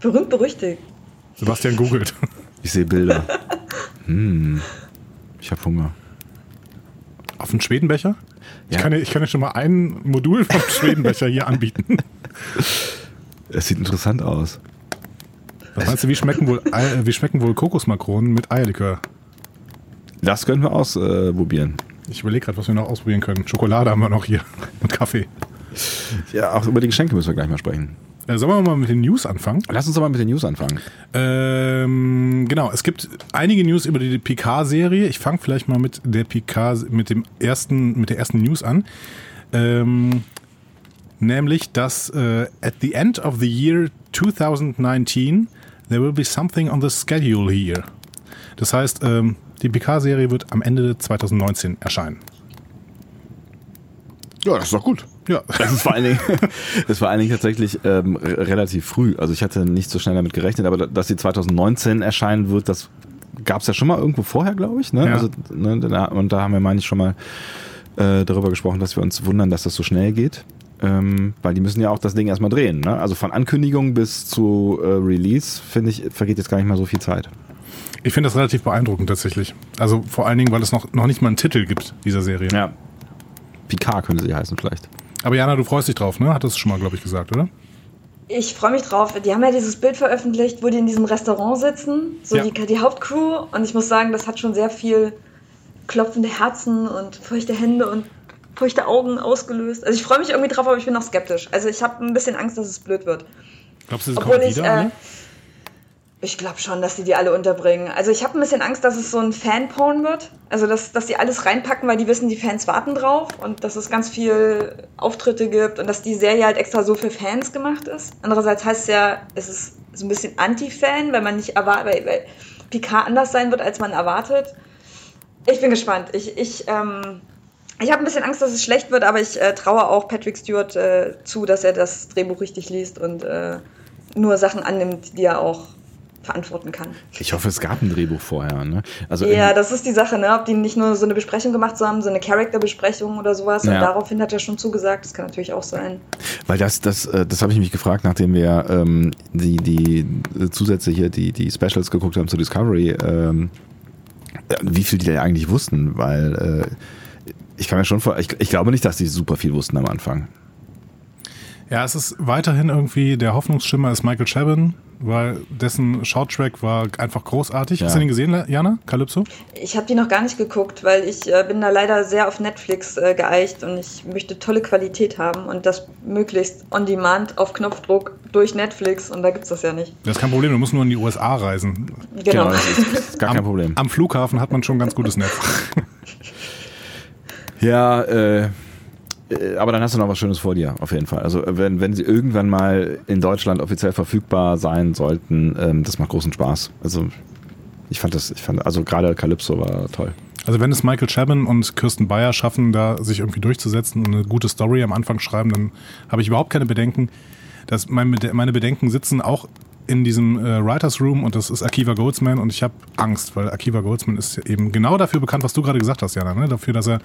Berühmt berüchtigt.
Sebastian googelt.
Ich sehe Bilder. hm. Ich habe Hunger.
Auf den Schwedenbecher? Ja. Ich, kann dir, ich kann dir schon mal ein Modul vom Schwedenbecher hier anbieten.
Es sieht interessant aus.
Was meinst du, wie schmecken wohl, Ei- äh, wie schmecken wohl Kokosmakronen mit Eierlikör?
Das können wir ausprobieren.
Ich überlege gerade, was wir noch ausprobieren können. Schokolade haben wir noch hier [LAUGHS] und Kaffee.
Ja, auch über die Geschenke müssen wir gleich mal sprechen.
Äh, sollen wir mal mit den News anfangen?
Lass uns doch mal mit den News anfangen.
Ähm, genau, es gibt einige News über die PK-Serie. Ich fange vielleicht mal mit der PK, mit dem ersten, mit der ersten News an. Ähm, nämlich, dass äh, at the end of the year 2019 there will be something on the schedule here. Das heißt, ähm, die PK-Serie wird am Ende 2019 erscheinen.
Ja, das ist doch gut.
Ja.
Das ist vor allen Dingen, [LAUGHS] das war eigentlich tatsächlich ähm, r- relativ früh. Also ich hatte nicht so schnell damit gerechnet, aber dass sie 2019 erscheinen wird, das gab es ja schon mal irgendwo vorher, glaube ich. Ne?
Ja.
Also, ne, da, und da haben wir, meine ich, schon mal äh, darüber gesprochen, dass wir uns wundern, dass das so schnell geht. Ähm, weil die müssen ja auch das Ding erstmal drehen. Ne? Also von Ankündigung bis zu äh, Release, finde ich, vergeht jetzt gar nicht mal so viel Zeit.
Ich finde das relativ beeindruckend tatsächlich. Also vor allen Dingen, weil es noch, noch nicht mal einen Titel gibt dieser Serie.
Ja. Picard könnte sie heißen vielleicht.
Aber Jana, du freust dich drauf, ne? Hattest du schon mal, glaube ich, gesagt, oder?
Ich freue mich drauf. Die haben ja dieses Bild veröffentlicht, wo die in diesem Restaurant sitzen, so
Ja.
die, die Hauptcrew. Und ich muss sagen, das hat schon sehr viel klopfende Herzen und feuchte Hände und feuchte Augen ausgelöst. Also ich freue mich irgendwie drauf, aber ich bin noch skeptisch. Also ich habe ein bisschen Angst, dass es blöd wird.
Glaubst du, sie
Obwohl
kommt ne?
ich,
wieder?
äh,
ne?
Ich glaube schon, dass die die alle unterbringen. Also ich habe ein bisschen Angst, dass es so ein Fan-Porn wird. Also dass, dass die alles reinpacken, weil die wissen, die Fans warten drauf und dass es ganz viel Auftritte gibt und dass die Serie halt extra so für Fans gemacht ist. Andererseits heißt es ja, es ist so ein bisschen Anti-Fan, weil man nicht erwartet, weil, Picard anders sein wird, als man erwartet. Ich bin gespannt. Ich, ich, ähm, ich habe ein bisschen Angst, dass es schlecht wird, aber ich äh, traue auch Patrick Stewart äh, zu, dass er das Drehbuch richtig liest und äh, nur Sachen annimmt, die er auch verantworten kann.
Ich hoffe, es gab ein Drehbuch vorher. Ne?
Also ja, das ist die Sache, ne? ob die nicht nur so eine Besprechung gemacht haben, so eine Charakterbesprechung oder sowas. Ja. Und daraufhin hat er schon zugesagt, das kann natürlich auch sein.
Weil das, das, äh, das habe ich mich gefragt, nachdem wir ähm, die, die zusätzliche, die, die Specials geguckt haben zu Discovery, ähm, wie viel die da eigentlich wussten, weil äh, ich kann mir schon vor, ich, ich glaube nicht, dass die super viel wussten am Anfang.
Ja, es ist weiterhin irgendwie, der Hoffnungsschimmer ist Michael Chabon, weil dessen Shorttrack war einfach großartig. Ja. Hast du den gesehen, Jana? Calypso?
Ich habe die noch gar nicht geguckt, weil ich äh, bin da leider sehr auf Netflix äh, geeicht und ich möchte tolle Qualität haben und das möglichst on demand auf Knopfdruck durch Netflix und da gibt's das ja nicht.
Das ist kein Problem, du musst nur in die USA reisen.
Genau. genau
gar kein Problem. Am, am Flughafen hat man schon ein ganz gutes Netz.
ja, äh aber dann hast du noch was Schönes vor dir, auf jeden Fall. Also wenn, wenn sie irgendwann mal in Deutschland offiziell verfügbar sein sollten, ähm, das macht großen Spaß. Also ich fand das, ich fand, also gerade Calypso war toll.
Also wenn es Michael Chabon und Kirsten Bayer schaffen, da sich irgendwie durchzusetzen und eine gute Story am Anfang schreiben, dann habe ich überhaupt keine Bedenken. Dass mein, meine Bedenken sitzen auch in diesem äh, Writers Room und das ist Akiva Goldsman und ich habe Angst, weil Akiva Goldsman ist eben genau dafür bekannt, was du gerade gesagt hast, Jana, ne? dafür, dass er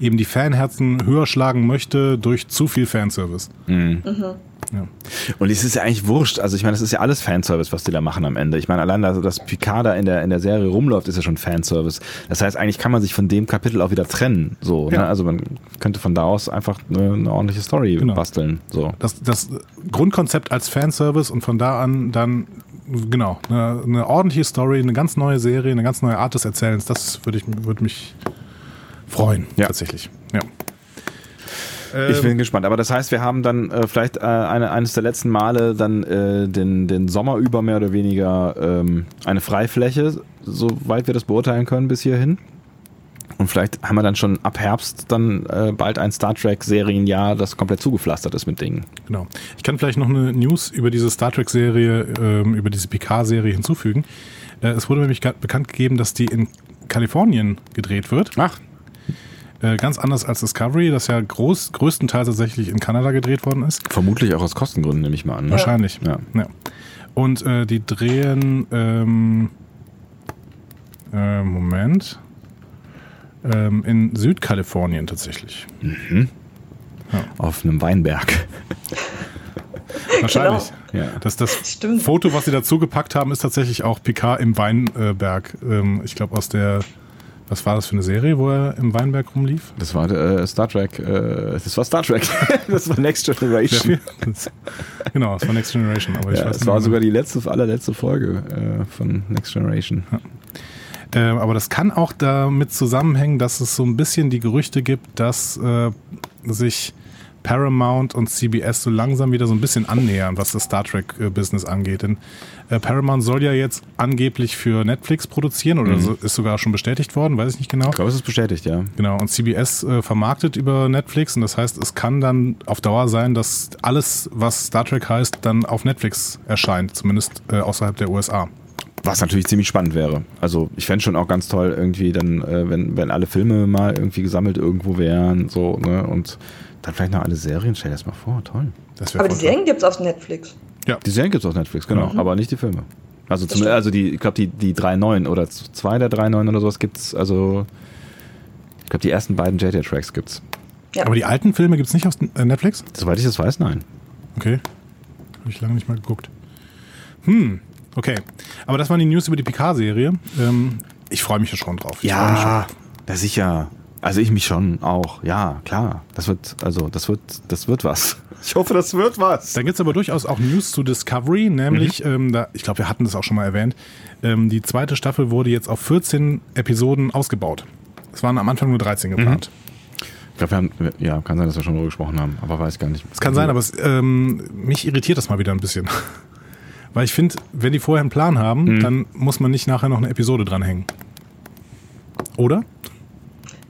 eben die Fanherzen höher schlagen möchte durch zu viel Fanservice. Mhm. Mhm.
Ja. Und es ist ja eigentlich wurscht. Also ich meine, das ist ja alles Fanservice, was die da machen am Ende. Ich meine, allein, also, dass Picard da in der, in der Serie rumläuft, ist ja schon Fanservice. Das heißt, eigentlich kann man sich von dem Kapitel auch wieder trennen. So, ja. ne? Also man könnte von da aus einfach eine, eine ordentliche Story genau. basteln. So.
Das, das Grundkonzept als Fanservice und von da an dann, genau, eine, eine, ordentliche Story, eine ganz neue Serie, eine ganz neue Art des Erzählens, das würde ich würde mich freuen, ja. tatsächlich. Ja. Ähm,
Ich bin gespannt. Aber das heißt, wir haben dann äh, vielleicht äh, eine, eines der letzten Male dann äh, den, den Sommer über mehr oder weniger ähm, eine Freifläche, soweit wir das beurteilen können bis hierhin. Und vielleicht haben wir dann schon ab Herbst dann äh, bald ein Star Trek-Serienjahr, das komplett zugepflastert ist mit Dingen.
Genau. Ich kann vielleicht noch eine News über diese Star Trek-Serie, ähm, über diese PK-Serie hinzufügen. Äh, es wurde nämlich bekannt gegeben, dass die in Kalifornien gedreht wird. Äh,
Ach
ganz anders als Discovery, das ja groß, größtenteils tatsächlich in Kanada gedreht worden ist.
Vermutlich auch aus Kostengründen, nehme ich mal an. Ne?
Wahrscheinlich. Ja. ja. Und äh, die drehen, ähm, äh, Moment, ähm, in Südkalifornien [LAUGHS] tatsächlich.
Mhm. Ja. Auf einem Weinberg.
Wahrscheinlich. Genau. Ja. Das, das Stimmt. Foto, was sie dazu gepackt haben, ist tatsächlich auch Picard im Weinberg. Ähm, ich glaube, aus der was war das für eine Serie, wo er im Weinberg rumlief?
Das war äh, Star Trek. Äh, das war Star Trek. [LAUGHS] das war Next Generation.
[LAUGHS] genau, das war Next Generation.
Aber ich ja, weiß das war sogar die letzte, allerletzte Folge äh, von Next Generation.
Ja. Ähm, aber das kann auch damit zusammenhängen, dass es so ein bisschen die Gerüchte gibt, dass äh, sich Paramount und CBS so langsam wieder so ein bisschen annähern, was das Star Trek-Business angeht. Denn äh, Paramount soll ja jetzt angeblich für Netflix produzieren oder mhm. so, ist sogar schon bestätigt worden, weiß ich nicht genau.
Ich glaube, es ist bestätigt, ja.
Genau, und CBS äh, vermarktet über Netflix und das heißt, es kann dann auf Dauer sein, dass alles, was Star Trek heißt, dann auf Netflix erscheint, zumindest äh, außerhalb der USA.
Was natürlich ziemlich spannend wäre. Also ich fände schon auch ganz toll, irgendwie dann, äh, wenn, wenn alle Filme mal irgendwie gesammelt irgendwo wären, so, ne? Und dann vielleicht noch alle Serien, stell dir das mal vor, toll.
aber die Serien gibt es auf Netflix.
Ja, die Serien gibt es auf Netflix, genau, mhm. aber nicht die Filme. Also, zum, also die, ich glaube, die, die drei neuen oder zwei der drei neuen oder sowas gibt es, also ich glaube, die ersten beiden JJ-Tracks gibt's.
Ja. Aber die alten Filme gibt es nicht auf äh, Netflix?
Soweit ich das weiß, nein.
Okay. Habe ich lange nicht mal geguckt. Hm, okay. Aber das waren die News über die PK-Serie. Ähm, ich freue mich ja schon drauf. Ich
ja, da sicher. Also ich mich schon auch, ja, klar. Das wird, also das wird, das wird was. Ich hoffe, das wird was.
Dann gibt es aber durchaus auch News zu Discovery, nämlich, mhm. ähm, da, ich glaube, wir hatten das auch schon mal erwähnt, ähm, die zweite Staffel wurde jetzt auf 14 Episoden ausgebaut. Es waren am Anfang nur 13 geplant. Mhm.
Ich glaube, wir haben, ja, kann sein, dass wir schon
Mhm.
darüber gesprochen haben, aber weiß gar nicht.
Es kann sein, aber es, ähm, mich irritiert das mal wieder ein bisschen [LAUGHS] Weil ich finde, wenn die vorher einen Plan haben,
Mhm.
dann muss man nicht nachher noch eine Episode dranhängen. Oder?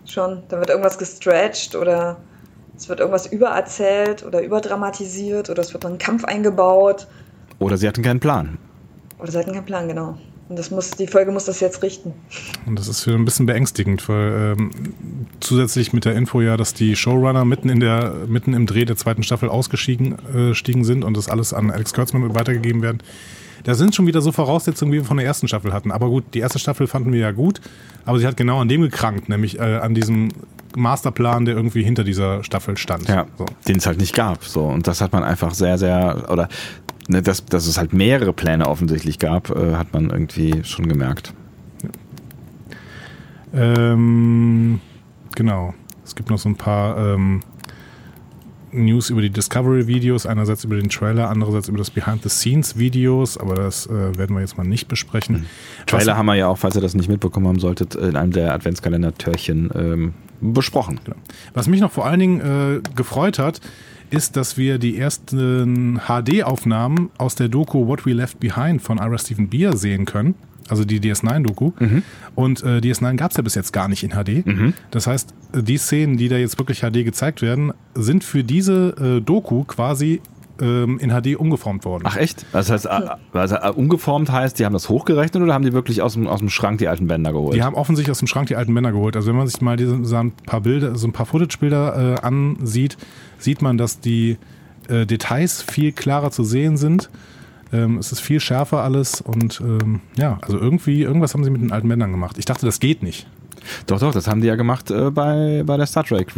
Schon. Da wird irgendwas gestretched oder es wird irgendwas übererzählt oder überdramatisiert oder es wird noch ein Kampf eingebaut
Oder sie hatten keinen Plan.
oder sie hatten keinen Plan, genau. Und das muss, die Folge muss das jetzt richten.
Und das ist für ein bisschen beängstigend, weil ähm, zusätzlich mit der Info ja, dass die Showrunner mitten in der mitten im Dreh der zweiten Staffel ausgestiegen äh, stiegen sind und das alles an Alex Kurtzman weitergegeben werden. Da sind schon wieder so Voraussetzungen, wie wir von der ersten Staffel hatten. Aber gut, die erste Staffel fanden wir ja gut, aber sie hat genau an dem gekrankt, nämlich äh, an diesem Masterplan, der irgendwie hinter dieser Staffel stand.
Ja,
So.
den es halt nicht gab. So. Und das hat man einfach sehr, sehr, oder ne, dass, dass es halt mehrere Pläne offensichtlich gab, äh, hat man irgendwie schon gemerkt.
Ähm, genau. Es gibt noch so ein paar ähm, News über die Discovery-Videos, einerseits über den Trailer, andererseits über das Behind-the-Scenes-Videos, aber das äh, werden wir jetzt mal nicht besprechen.
Trailer haben wir ja auch, falls ihr das nicht mitbekommen haben solltet, in einem der Adventskalender-Törchen ähm, besprochen.
Was mich noch vor allen Dingen äh, gefreut hat, ist, dass wir die ersten HD-Aufnahmen aus der Doku What We Left Behind von Ira Stephen Beer sehen können. Also die DS9-Doku. Und äh, DS9 gab es ja bis jetzt gar nicht in HD. Das heißt, äh, die Szenen, die da jetzt wirklich HD gezeigt werden, sind für diese äh, Doku quasi ähm, in HD umgeformt worden.
Ach echt? Das heißt, äh, also, äh, umgeformt heißt, die haben das hochgerechnet oder haben die wirklich aus dem, aus dem Schrank die alten Bänder geholt?
Die haben offensichtlich aus dem Schrank die alten Männer geholt. Also wenn man sich mal diese, so ein paar Bilder, so ein paar Footage-Bilder äh, ansieht, sieht man, dass die äh, Details viel klarer zu sehen sind. Ähm, es ist viel schärfer alles und ähm, ja, also irgendwie, irgendwas haben sie mit den alten Männern gemacht. Ich dachte, das geht nicht.
Doch, doch, das haben die ja gemacht äh, bei, bei der Star Trek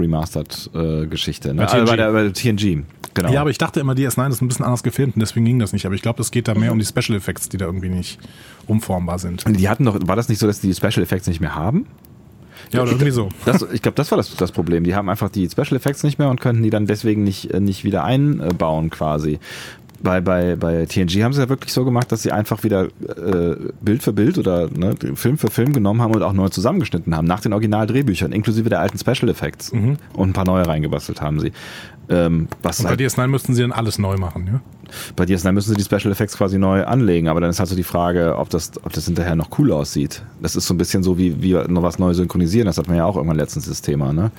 Remastered-Geschichte. ne?
Bei TNG.
Also bei, der, bei der TNG. Genau.
Ja, aber ich dachte immer, DS9 ist ein bisschen anders gefilmt und deswegen ging das nicht. Aber ich glaube, es geht da mehr um die Special Effects, die da irgendwie nicht umformbar sind.
die hatten doch, war das nicht so, dass die Special Effects nicht mehr haben?
Ja, oder irgendwie so.
Das, ich glaube, das war das, das Problem. Die haben einfach die Special Effects nicht mehr und könnten die dann deswegen nicht, äh, nicht wieder einbauen quasi. Bei, bei, bei TNG haben sie ja wirklich so gemacht, dass sie einfach wieder äh, Bild für Bild oder ne, Film für Film genommen haben und auch neu zusammengeschnitten haben, nach den Originaldrehbüchern, inklusive der alten Special Effects. Und ein paar neue reingebastelt haben sie. Ähm, was
Mhm. Und bei
halt-
DS9 müssten sie dann alles neu machen, ja?
bei dir ist, dann müssen sie die Special Effects quasi neu anlegen, aber dann ist halt so die Frage, ob das, ob das hinterher noch cool aussieht. Das ist so ein bisschen so, wie wir noch was neu synchronisieren. Das hatten wir ja auch irgendwann letztens das Thema, ne?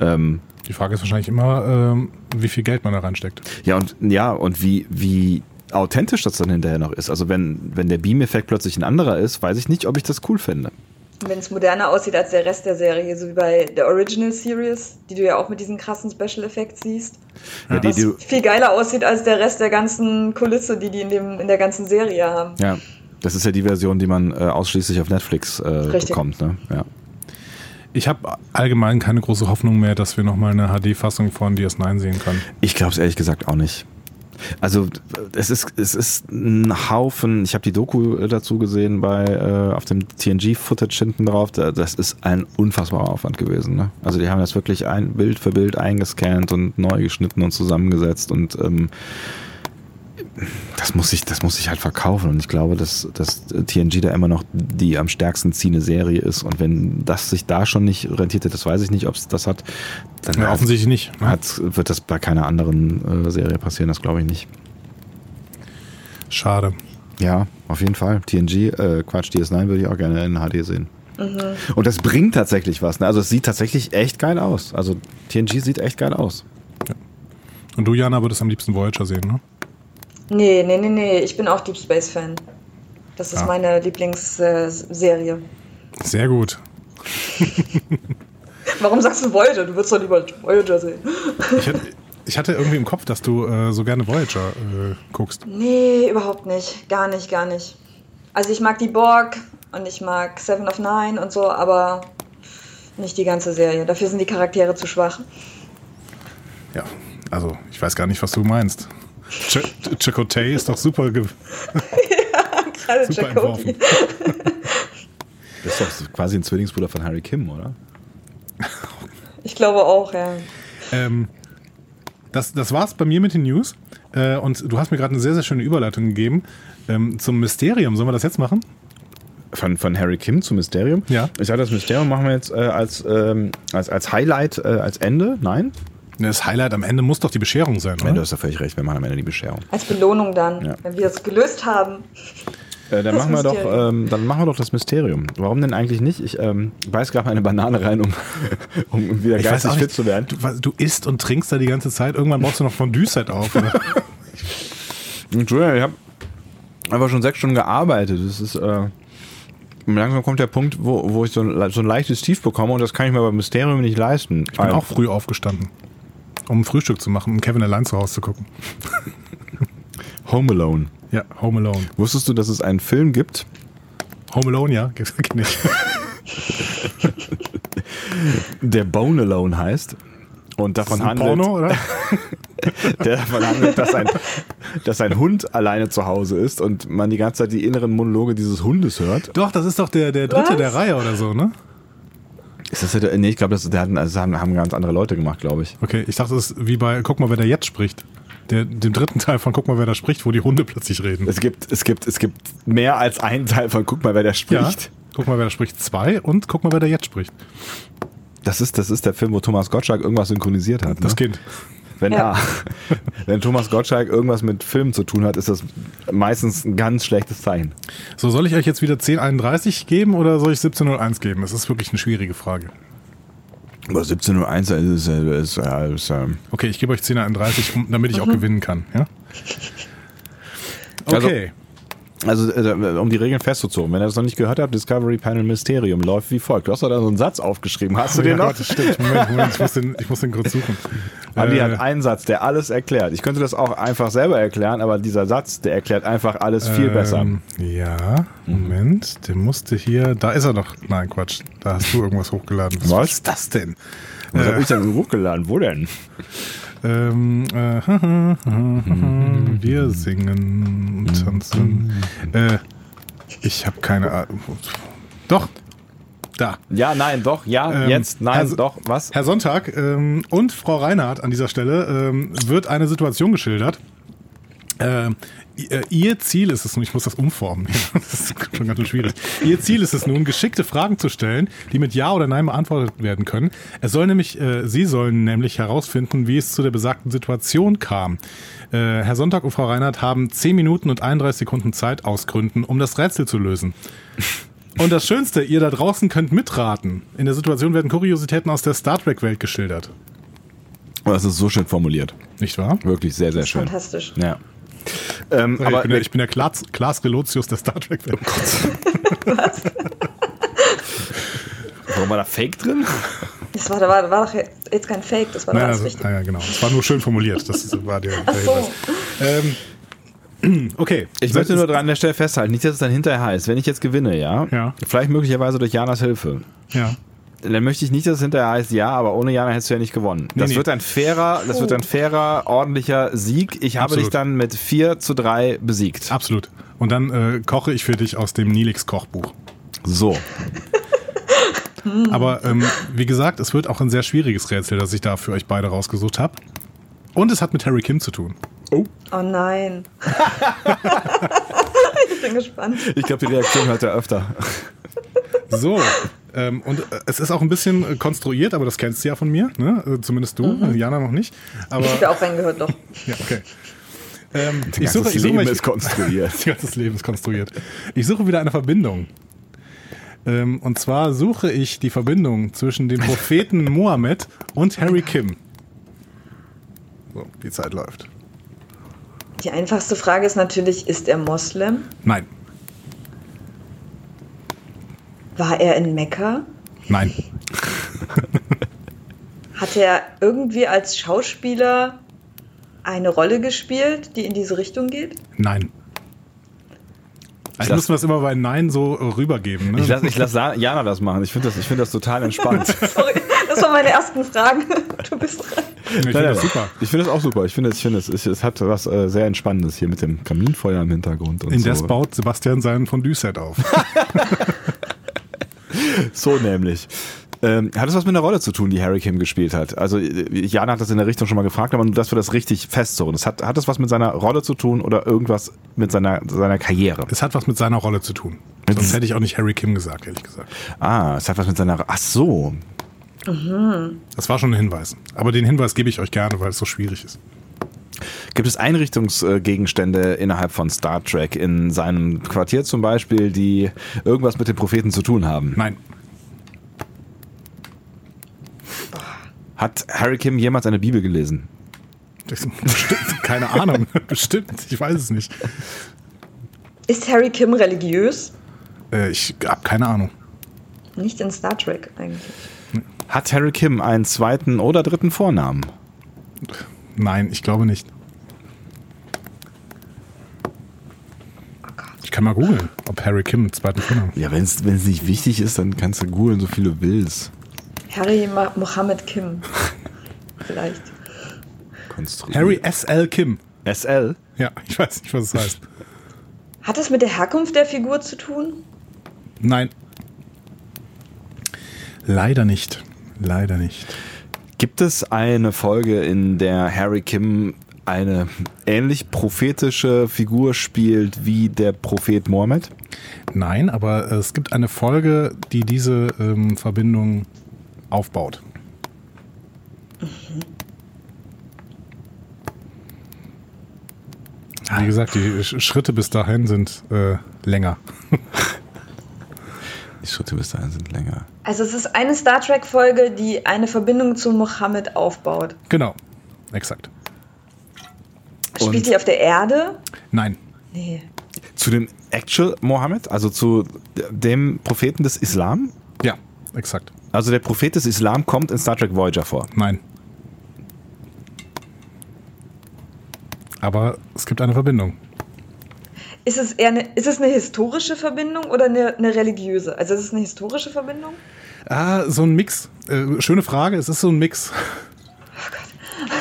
Ähm,
Die Frage ist wahrscheinlich immer, ähm, wie viel Geld man da reinsteckt.
ja, und ja, und wie, wie authentisch das dann hinterher noch ist. Also wenn, wenn der Beam-Effekt plötzlich ein anderer ist, weiß ich nicht, ob ich das cool finde.
Wenn es moderner aussieht als der Rest der Serie, so wie bei der Original Series, die du ja auch mit diesen krassen Special Effects siehst,
Ja, die,
was
die,
viel geiler aussieht als der Rest der ganzen Kulisse, die die in, dem, in der ganzen Serie haben.
ja. Das ist ja die Version, die man äh, ausschließlich auf Netflix äh,
Richtig.
bekommt, ne? Ja.
Ich habe allgemein keine große Hoffnung mehr, dass wir nochmal eine HD-Fassung von DS9 sehen können.
Ich glaube es ehrlich gesagt auch nicht. Also es ist, es ist ein Haufen, ich habe die Doku äh, dazu gesehen bei äh, auf dem TNG-Footage hinten drauf, Da- das ist ein unfassbarer Aufwand gewesen. Ne? Also die haben das wirklich ein Bild für Bild eingescannt und neu geschnitten und zusammengesetzt und ähm, das muss ich, das muss ich halt verkaufen. Und ich glaube, dass, dass TNG da immer noch die am stärksten ziehende Serie ist. Und wenn das sich da schon nicht rentiert, hat, das weiß ich nicht, ob es das hat, dann halt-
Ja, offensichtlich nicht. ne?
hat, wird das bei keiner anderen äh, Serie passieren, das glaube ich nicht.
Schade.
Ja, auf jeden Fall. TNG, äh, Quatsch, DS9 würde ich auch gerne in HD sehen. Und das bringt tatsächlich was. Ne? Also es sieht tatsächlich echt geil aus. Also TNG sieht echt geil aus.
Und du, Jana, würdest am liebsten Voyager sehen, ne?
Nee, nee, nee, nee, ich bin auch Deep Space Fan. Das ist
Ah.
meine Lieblingsserie.
Sehr gut.
Warum sagst du Voyager? Du würdest doch lieber Voyager sehen.
Ich, hätt- ich hatte irgendwie im Kopf, dass du äh, so gerne Voyager äh, guckst.
Nee, überhaupt nicht. Gar nicht, gar nicht. Also ich mag die Borg und ich mag Seven of Nine und so, aber nicht die ganze Serie. Dafür sind die Charaktere zu schwach.
Ja, also ich weiß gar nicht, was du meinst. Ch Chakotay ist doch super, ge
Gerade
super entworfen.
Jacobi.
Das ist doch quasi ein Zwillingsbruder von Harry Kim, oder?
Ich glaube auch, ja.
Ähm, das, das war's bei mir mit den News. Äh, und du hast mir gerade eine sehr, sehr schöne Überleitung gegeben ähm, zum Mysterium. Sollen wir das jetzt machen?
Von, von Harry Kim zu Mysterium?
Ja.
Ich sage, das Mysterium machen wir jetzt äh, als, ähm, als, als Highlight, äh, als Ende. Nein?
Das Highlight am Ende muss doch die Bescherung sein,
Ja, du
oder?
hast ja völlig recht, wir machen am Ende die Bescherung.
Als Belohnung dann,
Ja.
wenn wir es gelöst haben.
Äh, dann,
Das
machen wir doch,
Mysterium.
ähm, dann machen wir doch das Mysterium. Warum denn eigentlich nicht? Ich ähm, beiß gerade meine Banane rein, um, [LAUGHS] um wieder geistig
auch
fit zu werden.
Du, was- du isst und trinkst da die ganze Zeit. Irgendwann brauchst du noch Fondue-Set auf. Oder?
Entschuldigung, ich habe einfach schon sechs Stunden gearbeitet. Das ist, äh, langsam kommt der Punkt, wo, wo ich so ein, so ein leichtes Tief bekomme und das kann ich mir beim Mysterium nicht leisten.
Ich bin auch früh aufgestanden, um ein Frühstück zu machen, um Kevin allein zu Hause zu gucken.
Home Alone.
Ja, Home Alone.
Wusstest du, dass es einen Film gibt?
Home Alone, ja, [LAUGHS] gibt's kenn ich.
der Bone Alone heißt. Und davon
Ein
handelt,
Porno, oder?
[LAUGHS] der davon handelt dass, ein, dass ein Hund alleine zu Hause ist und man die ganze Zeit die inneren Monologe dieses Hundes hört.
Doch, das ist doch der, der dritte
Was?
der Reihe oder so, ne?
Ist das der, nee, ich glaube, das, der hat- das haben, haben ganz andere Leute gemacht, glaube ich.
Okay, ich dachte, es ist wie bei Guck mal, wer da jetzt spricht. Der, dem dritten Teil von Guck mal, wer da spricht, wo die Hunde plötzlich reden.
Es gibt, es gibt, es gibt mehr als einen Teil von Guck mal, wer der
ja.
spricht.
Guck mal, wer da spricht zwei und Guck mal, wer da jetzt spricht.
Das ist, das ist der Film, wo Thomas Gottschalk irgendwas synchronisiert hat.
Das
ne?
Kind.
Wenn,
Ja.
ah, [LAUGHS] wenn Thomas Gottschalk irgendwas mit Filmen zu tun hat, ist das meistens ein ganz schlechtes Zeichen.
So, soll ich euch jetzt wieder 1031 geben oder soll ich 1701 geben? Das ist wirklich eine schwierige Frage.
Aber 17.01 äh, ist, ist, ist, ist, ähm,
Okay, ich gebe euch 1031, um, damit ich auch gewinnen kann. Ja?
Also-
Okay.
Also, äh, um die Regeln festzuzogen, wenn ihr das noch nicht gehört habt, Discovery Panel Mysterium läuft wie folgt. Du hast doch da so einen Satz aufgeschrieben. Hast du
Oh ja,
den noch? [LAUGHS]
Gott, das stimmt. Moment, Moment, ich muss den, ich muss den kurz suchen.
Andi
Äh,
hat einen Satz, der alles erklärt. Ich könnte das auch einfach selber erklären, aber dieser Satz, der erklärt einfach alles viel besser.
Ähm, ja, Moment, der musste hier. Da ist er doch. Nein, Quatsch. Da hast du irgendwas hochgeladen.
Was?
ist das denn?
Was
Äh.
habe ich denn hochgeladen? Wo denn?
Ähm, äh, [LAUGHS] wir singen und tanzen. Äh, ich habe keine Ahnung. Doch. Da.
Ja, nein, doch, ja,
Ähm,
jetzt, nein,
also-
doch, was?
Herr Sonntag ähm, und Frau Reinhardt an dieser Stelle ähm, wird eine Situation geschildert. Ähm, i- äh, ihr Ziel ist es nun, ich muss das umformen, [LAUGHS] das ist schon ganz schön schwierig. Ihr Ziel ist es nun, geschickte Fragen zu stellen, die mit Ja oder Nein beantwortet werden können. Es soll nämlich, äh, Sie sollen nämlich herausfinden, wie es zu der besagten Situation kam. Äh, Herr Sonntag und Frau Reinhardt haben 10 Minuten und 31 Sekunden Zeit aus Gründen, um das Rätsel zu lösen. Und das Schönste, ihr da draußen könnt mitraten. In der Situation werden Kuriositäten aus der Star Trek-Welt geschildert.
Das ist so schön formuliert.
Nicht wahr?
Wirklich sehr, sehr schön.
Fantastisch.
Ja. Ähm,
ich,
aber Oh
bin der, ich bin der Klaas, Klaas Relotius der Star Trek-Welt. [LAUGHS]
warum war da Fake drin?
Das war, da war, war doch jetzt kein Fake, das war doch
Naja,
alles
also,
richtig.
naja, genau. Es war nur schön formuliert. Das ist- war der, der
Ach so.
Hinweis. Ähm, [CLEARS THROAT] okay.
Ich möchte nur an der Stelle festhalten, nicht, dass es dann hinterher heißt, wenn ich jetzt gewinne, ja,
Ja.
vielleicht möglicherweise durch Janas Hilfe,
Ja.
dann möchte ich nicht, dass es hinterher heißt, ja, aber ohne Jana hättest du ja nicht gewonnen. das
nee.
wird ein fairer, das wird ein fairer, ordentlicher Sieg. Ich habe
Absolut.
dich dann mit 4 zu 3 besiegt.
Absolut. Und dann äh, koche ich für dich aus dem Nilix-Kochbuch.
So.
Aber ähm, wie gesagt, es wird auch ein sehr schwieriges Rätsel, das ich da für euch beide rausgesucht habe. Und es hat mit Harry Kim zu tun.
Oh nein. [LAUGHS] ich bin gespannt.
Ich glaube, die Reaktion hört er öfter.
So. Ähm, und äh, es ist auch ein bisschen äh, konstruiert, aber das kennst du ja von mir, ne? Äh, Zumindest du, Jana noch nicht. Aber
Mhm. Ich habe ja auch reingehört, doch.
ja, okay. Ähm, ich suche, ich suche, ich,
Leben
[LAUGHS]
Also ist konstruiert.
das ganze Leben ist konstruiert. Ich suche wieder eine Verbindung. Ähm, und zwar suche ich die Verbindung zwischen dem
[LAUGHS]
Propheten Mohammed und Harry Kim. So, die Zeit läuft.
Die einfachste Frage ist natürlich, ist er Moslem?
Nein,
War er in Mekka?
nein,
Hat er irgendwie als Schauspieler eine Rolle gespielt, die in diese Richtung geht? [LAUGHS]
nein.
Ich
Also
lass-
müssen wir es immer bei Nein so äh, rübergeben. Ne?
Ich lasse ich lass Sa- Jana das machen. Ich finde das, ich find das total entspannt.
Sorry, das waren meine ersten Fragen. [LAUGHS] Du bist dran.
[LAUGHS] ich finde das super.
Ich finde das auch super. Ich finde, das- ich finde, es ist- es hat was äh, sehr Entspannendes hier mit dem Kaminfeuer im Hintergrund. Und
In
so.
Death baut Sebastian seinen Fondue-Set auf.
So nämlich. Ähm, hat es was mit einer Rolle zu tun, die Harry Kim gespielt hat? Also äh, Jana hat das in der Richtung schon mal gefragt, aber nur, dass wir das richtig festzogen. Das hat, hat das was mit seiner Rolle zu tun oder irgendwas mit seiner, seiner Karriere?
Es hat was mit seiner Rolle zu tun. Sonst hätte ich auch nicht Harry Kim gesagt, ehrlich gesagt.
Ah, es hat was mit seiner... Ach so.
Das war schon ein Hinweis. Aber den Hinweis gebe ich euch gerne, weil es so schwierig ist.
Gibt es Einrichtungsgegenstände innerhalb von Star Trek in seinem Quartier zum Beispiel, die irgendwas mit den Propheten zu tun haben?
Nein,
Hat Harry Kim jemals eine Bibel gelesen?
das, [LAUGHS] bestimmt, keine Ahnung. [LAUGHS] bestimmt, ich weiß es nicht.
Ist Harry Kim religiös?
Äh, ich habe keine Ahnung.
Nicht in Star Trek eigentlich.
Hat Harry Kim einen zweiten oder dritten Vornamen?
Nein, ich glaube nicht.
Oh Gott.
Ich kann mal googeln, ob Harry Kim einen zweiten Vornamen hat.
Ja, wenn es nicht wichtig ist, dann kannst du googeln, so viel du willst.
Harry Ma- Mohammed Kim. Vielleicht.
Konstruieren.
Harry S.L. Kim.
SL?
Ja, ich weiß nicht, was es heißt.
Hat es mit der Herkunft der Figur zu tun?
Nein. Leider nicht. Leider nicht.
Gibt es eine Folge, in der Harry Kim eine ähnlich prophetische Figur spielt wie der Prophet Mohammed?
Nein, aber äh, es gibt eine Folge, die diese ähm, Verbindung aufbaut. Wie gesagt, die Sch- Schritte bis dahin sind äh, länger.
Die Schritte bis dahin sind länger.
Also es ist eine Star Trek-Folge, die eine Verbindung zu Mohammed aufbaut.
Genau, exakt.
Spielt
Und-
die auf der Erde?
Nein,
Nee.
Zu dem Actual Mohammed, also zu dem Propheten des Islam?
ja, exakt.
Also der Prophet des Islam kommt in Star Trek Voyager vor.
Nein. Aber es gibt eine Verbindung.
Ist es, eher eine, ist es eine historische Verbindung oder eine, eine religiöse? Also ist es eine historische Verbindung?
Ah, so ein Mix. Äh, schöne Frage. Es ist so ein Mix.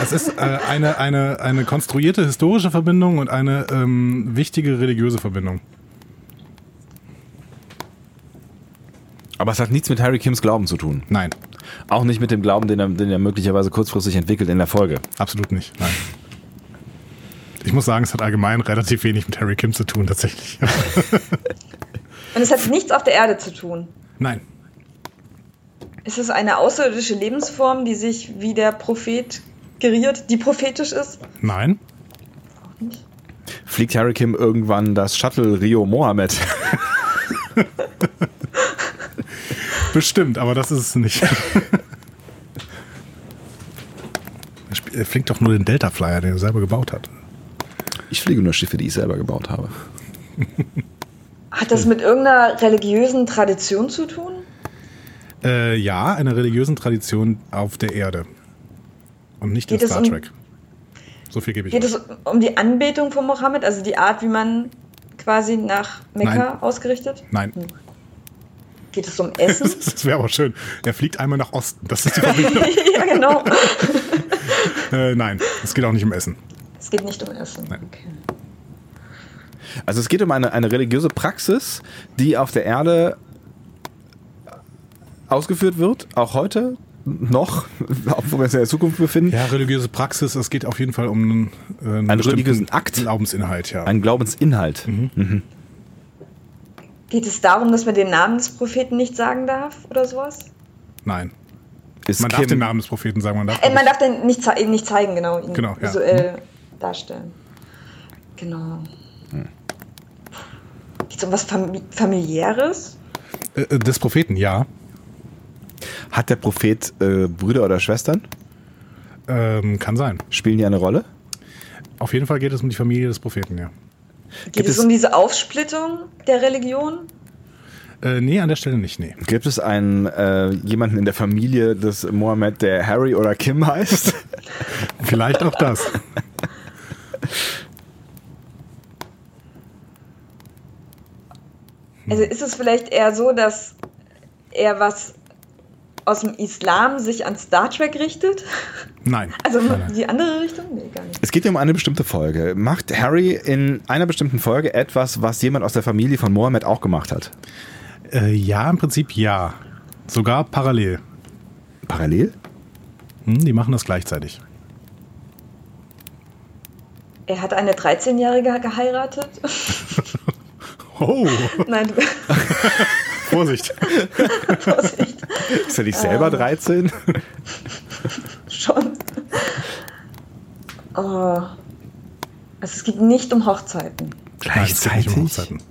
Es ist äh, eine, eine, eine konstruierte historische Verbindung und eine ähm, wichtige religiöse Verbindung.
Aber es hat nichts mit Harry Kims Glauben zu tun.
Nein,
Auch nicht mit dem Glauben, den er, den er möglicherweise kurzfristig entwickelt in der Folge.
absolut nicht. Nein. Ich muss sagen, es hat allgemein relativ wenig mit Harry Kim zu tun, tatsächlich.
Und es hat nichts auf der Erde zu tun.
Nein,
Ist es eine außerirdische Lebensform, die sich wie der Prophet geriert, die prophetisch ist?
nein,
Auch nicht.
Fliegt Harry Kim irgendwann das Shuttle Rio Mohammed?
bestimmt, aber das ist es nicht. [LAUGHS] Er sp- Er fliegt doch nur den Delta Flyer, den er selber gebaut hat.
Ich fliege nur Schiffe, die ich selber gebaut habe.
Hat das mit irgendeiner religiösen Tradition zu tun?
Äh, ja, einer religiösen Tradition auf der Erde. Und nicht in
Geht es
Star
um-
Trek. So viel gebe ich.
Geht
euch.
es um die Anbetung von Mohammed, also die Art, wie man quasi nach Mekka
Nein.
ausgerichtet? Hm.
Nein.
Geht es um
[LAUGHS]
Essen? [LAUGHS]
Das wäre aber schön. Er fliegt einmal nach Osten. Das ist die Verbindung.
ja, genau.
äh, nein, es geht auch nicht um Essen.
Es geht nicht um Essen. Okay.
Also es geht um eine, eine religiöse Praxis, die auf der Erde ausgeführt wird, auch heute noch, [LAUGHS] obwohl wir uns in der Zukunft befinden.
Ja, religiöse Praxis, es geht auf jeden Fall um äh, einen,
Einen
bestimmten
religiösen Akt.
Glaubensinhalt, ja.
Ein Glaubensinhalt.
Geht es darum, dass man den Namen des Propheten nicht sagen darf oder sowas?
nein.
Ist
Man darf
Kim-
den Namen des Propheten sagen, man darf.
Äh, man darf den nicht, zei- nicht zeigen, genau, ihn
Genau, ja.
visuell darstellen. Genau. Geht es um was Fam familiäres?
äh, des Propheten, ja.
Hat der Prophet äh, Brüder oder Schwestern?
Ähm, kann sein.
Spielen die eine Rolle?
Auf jeden Fall geht es um die Familie des Propheten, ja.
Geht
Gibt
es
es-
um diese Aufsplittung der Religion?
Äh, nee, an der Stelle nicht, nee.
Gibt es einen äh, jemanden in der Familie des Mohammed, der Harry oder Kim heißt?
Vielleicht auch
[LAUGHS]
das.
Also ist es vielleicht eher so, dass er was aus dem Islam sich an Star Trek richtet? [LAUGHS]
Nein.
Also
nein, nein.
die andere Richtung? Nee, gar nicht.
[LAUGHS] Es geht ja um eine bestimmte Folge. Macht Harry in einer bestimmten Folge etwas, was jemand aus der Familie von Mohammed auch gemacht hat?
Äh, ja, im Prinzip ja. Sogar parallel.
Parallel?
Hm, die machen das gleichzeitig.
Er hat eine 13-Jährige geheiratet. [LAUGHS]
Oh,
Nein,
Vorsicht.
Vorsicht.
Ist er nicht selber 13?
Schon. Oh. Also es geht nicht um Hochzeiten.
Nein, es geht nicht um
Gleichzeitig?
Hochzeiten.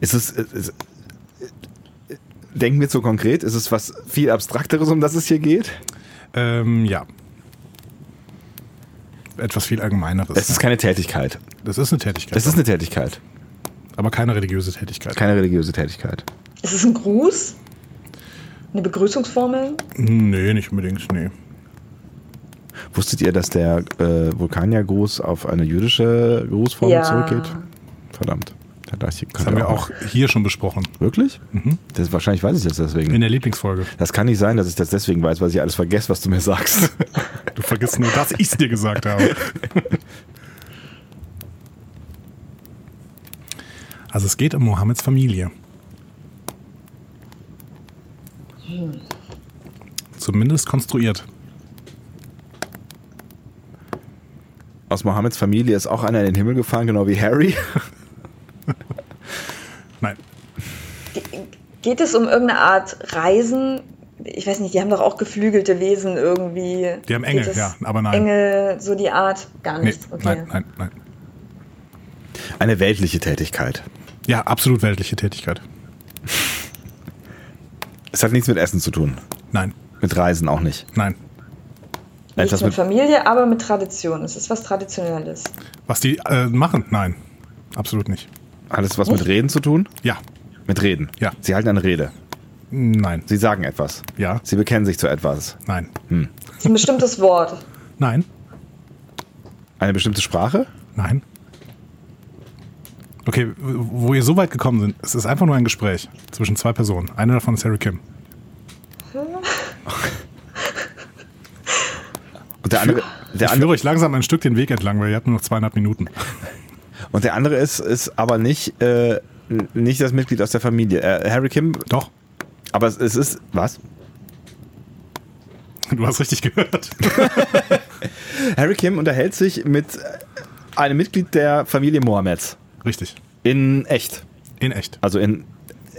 Ist es. Ist, ist, denken wir zu konkret? Ist es was viel Abstrakteres, um das es hier geht?
Ähm, ja. Etwas viel Allgemeineres.
Es ist keine Tätigkeit.
das ist eine Tätigkeit,
Es ist eine Tätigkeit.
aber keine religiöse Tätigkeit.
Keine religiöse Tätigkeit.
Ist es ein Gruß? Eine Begrüßungsformel?
Hm, nee, nicht unbedingt, nee.
Wusstet ihr, dass der äh, Vulkanier-Gruß auf eine jüdische Grußform
Ja.
zurückgeht? Verdammt. Da dachte ich,
Das haben wir auch hier schon besprochen.
Wirklich? Das, wahrscheinlich weiß ich das
In
deswegen.
der Lieblingsfolge.
Das kann nicht sein, dass ich das deswegen weiß, weil ich alles vergesse, was du mir sagst.
Du vergisst nur, dass ich es dir gesagt habe. Also es geht um Mohammeds Familie. Zumindest konstruiert.
[LAUGHS] Aus Mohammeds Familie ist auch einer in den Himmel gefahren, genau wie Harry.
Nein.
Geht es um irgendeine Art Reisen? Ich weiß nicht, die haben doch auch geflügelte Wesen irgendwie.
Die haben Engel,
Geht es-
ja, aber nein.
Engel, so die Art, gar
Nee,
nichts. okay.
nein, nein, nein.
Eine weltliche Tätigkeit.
Ja, absolut weltliche Tätigkeit.
Es hat nichts mit Essen zu tun.
Nein,
Mit Reisen auch nicht.
nein.
Nichts
Etwas
mit
mit,
Familie, aber mit Tradition. Es ist was Traditionelles.
Was die äh, machen? Nein. Absolut nicht.
hat es was mit Reden zu tun?
Ja.
Mit Reden.
Ja.
Sie halten eine Rede.
Nein.
Sie sagen etwas.
Ja.
Sie bekennen sich zu etwas.
Nein.
Es ist ein bestimmtes [LAUGHS] Wort.
Nein.
Eine bestimmte Sprache?
Nein. Okay, wo ihr so weit gekommen sind, es ist einfach nur ein Gespräch zwischen zwei Personen. Eine davon ist Harry Kim.
Und der andere, der
Ich
andere,
führe euch langsam ein Stück den Weg entlang, weil ihr habt nur noch zweieinhalb Minuten.
und der andere ist, ist aber nicht, äh, nicht das Mitglied aus der Familie. Äh, Harry Kim,
Doch, [LAUGHS]
aber es, es ist. Was?
du hast richtig gehört.
Harry Kim unterhält sich mit einem Mitglied der Familie Mohammeds.
Richtig.
In echt.
In echt.
Also in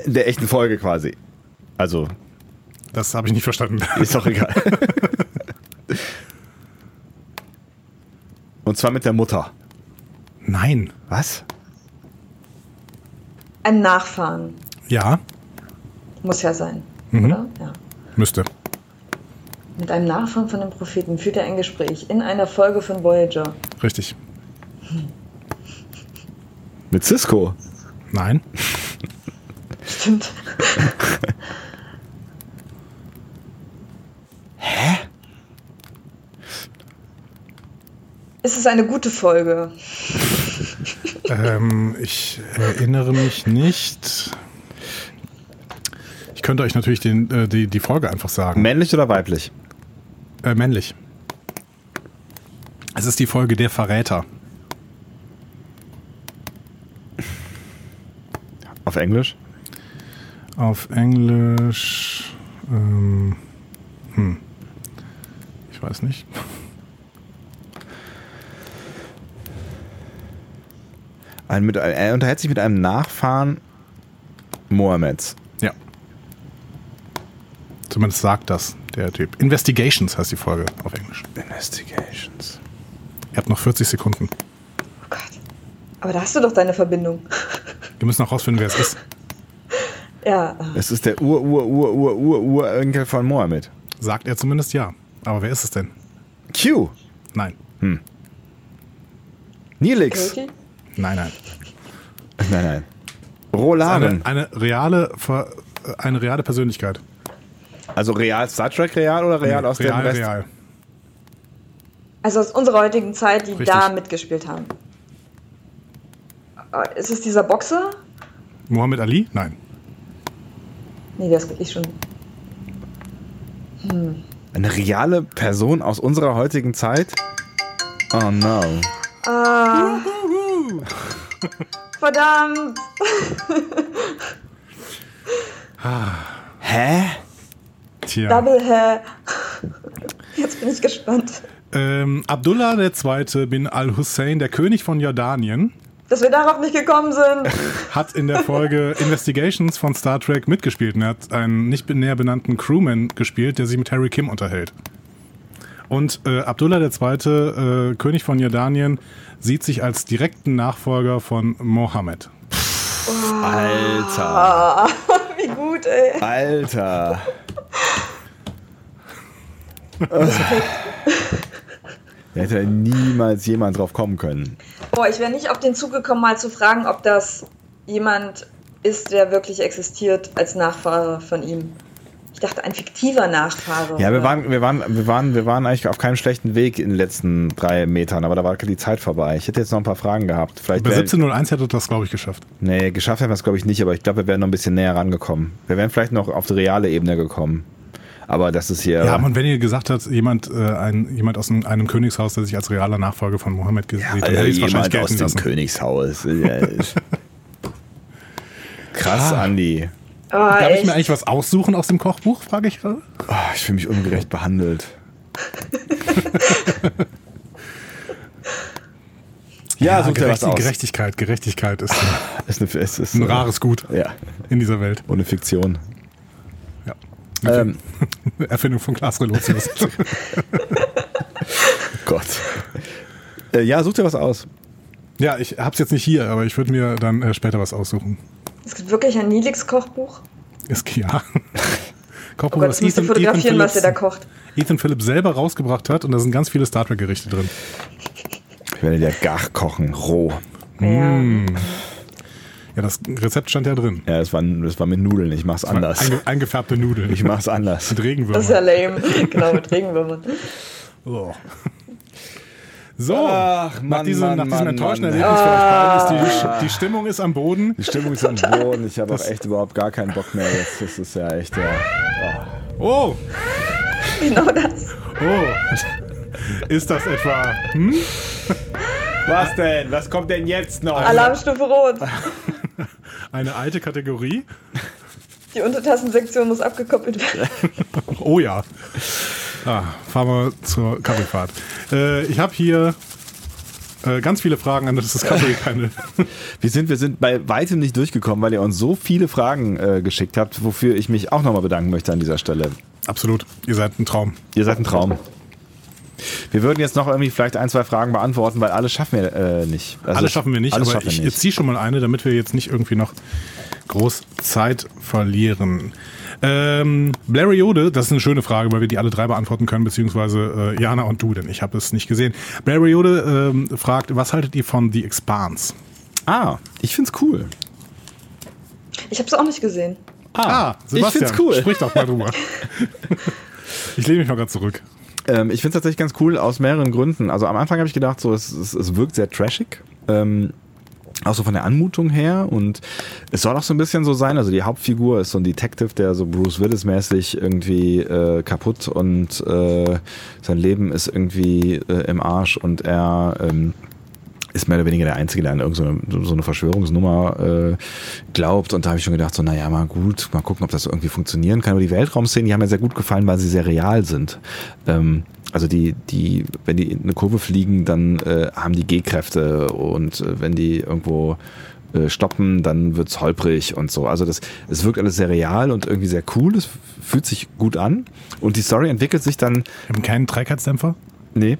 der echten Folge quasi. Also,
Das habe ich nicht verstanden.
ist doch
[LAUGHS]
egal. Und zwar mit der Mutter.
Nein.
Was?
Ein Nachfahren.
Ja,
Muss ja sein.
Mhm.
Oder? Ja.
müsste.
Mit einem Nachfahren von dem Propheten führt er ein Gespräch in einer Folge von Voyager.
Richtig.
Mit Cisco.
Nein.
Stimmt. Es ist eine gute Folge.
Ähm, ich erinnere mich nicht. Ich könnte euch natürlich den, äh, die, die Folge einfach sagen.
Männlich oder weiblich?
Äh, männlich. Es ist die Folge Der Verräter.
Auf Englisch?
Auf Englisch. Ähm, hm. Ich weiß nicht.
Ein, mit, er unterhält sich mit einem Nachfahren Mohammeds.
Ja. Zumindest sagt das der Typ. Investigations heißt die Folge auf Englisch.
Investigations.
Ihr habt noch 40 Sekunden.
Oh Gott. Aber da hast du doch deine Verbindung.
Wir müssen noch rausfinden, wer es ist.
Ja.
Es ist der Ur, Ur, Ur, Ur, Ur, Urenkel von Mohammed.
Sagt er zumindest ja. Aber wer ist es denn?
Q.
Nein.
Nilix.
Katie?
Nein, nein.
Nein, nein.
Eine,
Rolaren.
eine, reale, Ver- äh, eine reale Persönlichkeit.
Also real Star Trek real oder real aus
real,
dem Rest?
real.
Also aus unserer heutigen Zeit, die
Richtig.
da mitgespielt haben. Äh, Ist es dieser Boxer?
Mohammed Ali? Nein.
Nee, der ist ich schon.
Eine reale Person aus unserer heutigen Zeit? Oh no.
Ah. Verdammt!
Hä?
Tja.
Double Hair. [LAUGHS] Jetzt bin ich gespannt.
Ähm, Abdullah II. bin al-Hussein, der König von Jordanien,
dass wir darauf nicht gekommen sind. [LAUGHS]
Hat in der Folge Investigations von Star Trek mitgespielt und er hat einen nicht näher benannten Crewman gespielt, der sich mit Harry Kim unterhält. Und äh, Abdullah II., äh, König von Jordanien, sieht sich als direkten Nachfolger von Mohammed.
Alter.
Wie gut, ey.
Alter. da hätte niemals jemand drauf kommen können.
Boah, ich wäre nicht auf den Zug gekommen, mal zu fragen, ob das jemand ist, der wirklich existiert als Nachfahre von ihm. Ich dachte, ein fiktiver Nachfahre.
Ja, wir waren, wir waren, wir waren, wir waren eigentlich auf keinem schlechten Weg in den letzten drei Metern, aber da war die Zeit vorbei. Ich hätte jetzt noch ein paar Fragen gehabt. Vielleicht
Bei
wär-
1701 hätte er das, glaube ich, geschafft.
Nee, geschafft hätten wir es, glaube ich, nicht, aber ich glaube, wir wären noch ein bisschen näher rangekommen. Wir wären vielleicht noch auf die reale Ebene gekommen. Aber das ist hier.
Ja, und wenn ihr gesagt habt, jemand, äh, ein, jemand aus einem, einem Königshaus, der sich als realer Nachfolger von Mohammed gesehen hat,
also
hätte ich es wahrscheinlich
jemand aus
gelten
dem
lassen.
Königshaus. Ja,
[LAUGHS]
ist- Krass, Andi.
Oh,
Darf ich
echt.
mir eigentlich was aussuchen aus dem Kochbuch, frage ich gerade?
Oh, ich fühle mich ungerecht
[LAUGHS]
behandelt. ja, such dir was
Gerechti-
aus.
Gerechtigkeit, Gerechtigkeit ist
Ist eine, ist, ist,
ein
äh,
rares Gut
Ja,
in dieser Welt.
ohne Fiktion.
Ja. [LAUGHS]
Ähm,
Erfindung von Klaas
[LAUGHS]
Relotius.
Gott. Äh, ja, such dir was aus.
ja, ich hab's jetzt nicht hier, aber ich würde mir dann äh, später was aussuchen.
Es gibt wirklich ein Nilix-Kochbuch.
Ist
[LAUGHS]
ja.
Oh
Kochbuch,
Gott, ich müsste fotografieren, was ihr da kocht.
Ethan Phillips selber rausgebracht hat und da sind ganz viele Star Trek Gerichte drin.
Ich werde dir gar kochen, roh.
Mm,
Ja.
Ja, das Rezept stand ja drin.
Ja, das waren, das waren mit Nudeln. Ich mach's anders.
Einge eingefärbte Nudeln.
[LAUGHS] Ich mach's anders.
mit Regenwürmern.
Das ist ja lame. genau, mit Regenwürmern.
[LAUGHS] Oh. So,
Ach,
nach
Äh, Mann,
diesem,
Mann,
nach diesem
Mann,
enttäuschenden
Mann. Ah.
Erlebnis für euch beiden ist die, die Stimmung ist am Boden.
Die Stimmung ist am Boden. Ich habe auch echt überhaupt gar keinen Bock mehr jetzt. Das ist ja echt. Ja.
Oh,
Genau das.
oh.
[LAUGHS]
Ist das etwa? Hm?
Was denn? Was kommt denn jetzt noch?
Alarmstufe Rot.
Eine alte Kategorie?
Die Untertassensektion muss abgekoppelt werden.
Oh ja. Ah, fahren wir zur Kaffeefahrt. Äh, ich habe hier äh, ganz viele Fragen an das
[LAUGHS]
Discovery-Panel.
Wir sind, wir sind bei weitem nicht durchgekommen, weil ihr uns so viele Fragen äh, geschickt habt, wofür ich mich auch nochmal bedanken möchte an dieser Stelle.
Absolut, ihr seid ein Traum.
Ihr seid ein Traum. Wir würden jetzt noch irgendwie vielleicht ein, zwei Fragen beantworten, weil alle schaffen wir äh, nicht. Also,
Alle schaffen wir nicht,
alles
aber
schaffen
ich,
wir
ich
nicht.
ziehe schon mal eine, damit wir jetzt nicht irgendwie noch groß Zeit verlieren. Ähm, Blariode, das ist eine schöne Frage, weil wir die alle drei beantworten können, beziehungsweise äh, Jana und du, denn ich habe es nicht gesehen. Blariode ähm, fragt, was haltet ihr von The Expanse?
Ah, ich find's cool.
Ich habe es auch nicht gesehen.
Ah, Sebastian,
ich find's cool.
sprich doch mal drüber. [LAUGHS] ich lehne mich mal gerade zurück.
Ähm, ich finde es tatsächlich ganz cool aus mehreren Gründen. Also am Anfang habe ich gedacht, so es, es, es wirkt sehr trashig. Ähm, auch so von der Anmutung her und es soll auch so ein bisschen so sein, also die Hauptfigur ist so ein Detective, der so Bruce Willis mäßig irgendwie äh, kaputt und äh, sein Leben ist irgendwie äh, im Arsch und er ähm, ist mehr oder weniger der Einzige, der an irgendeine so eine Verschwörungsnummer äh, glaubt. Und da habe ich schon gedacht, so, naja, mal gut, mal gucken, ob das irgendwie funktionieren kann. Aber die Weltraumszenen, die haben mir sehr gut gefallen, weil sie sehr real sind. Ähm, also die, die, wenn die in eine Kurve fliegen, dann äh, haben die G-Kräfte und äh, wenn die irgendwo äh, stoppen, dann wird's holprig und so. Also das, es wirkt alles sehr real und irgendwie sehr cool. Es fühlt sich gut an. Und die Story entwickelt sich dann,
Wir haben keinen Trägheitsdämpfer?
nee,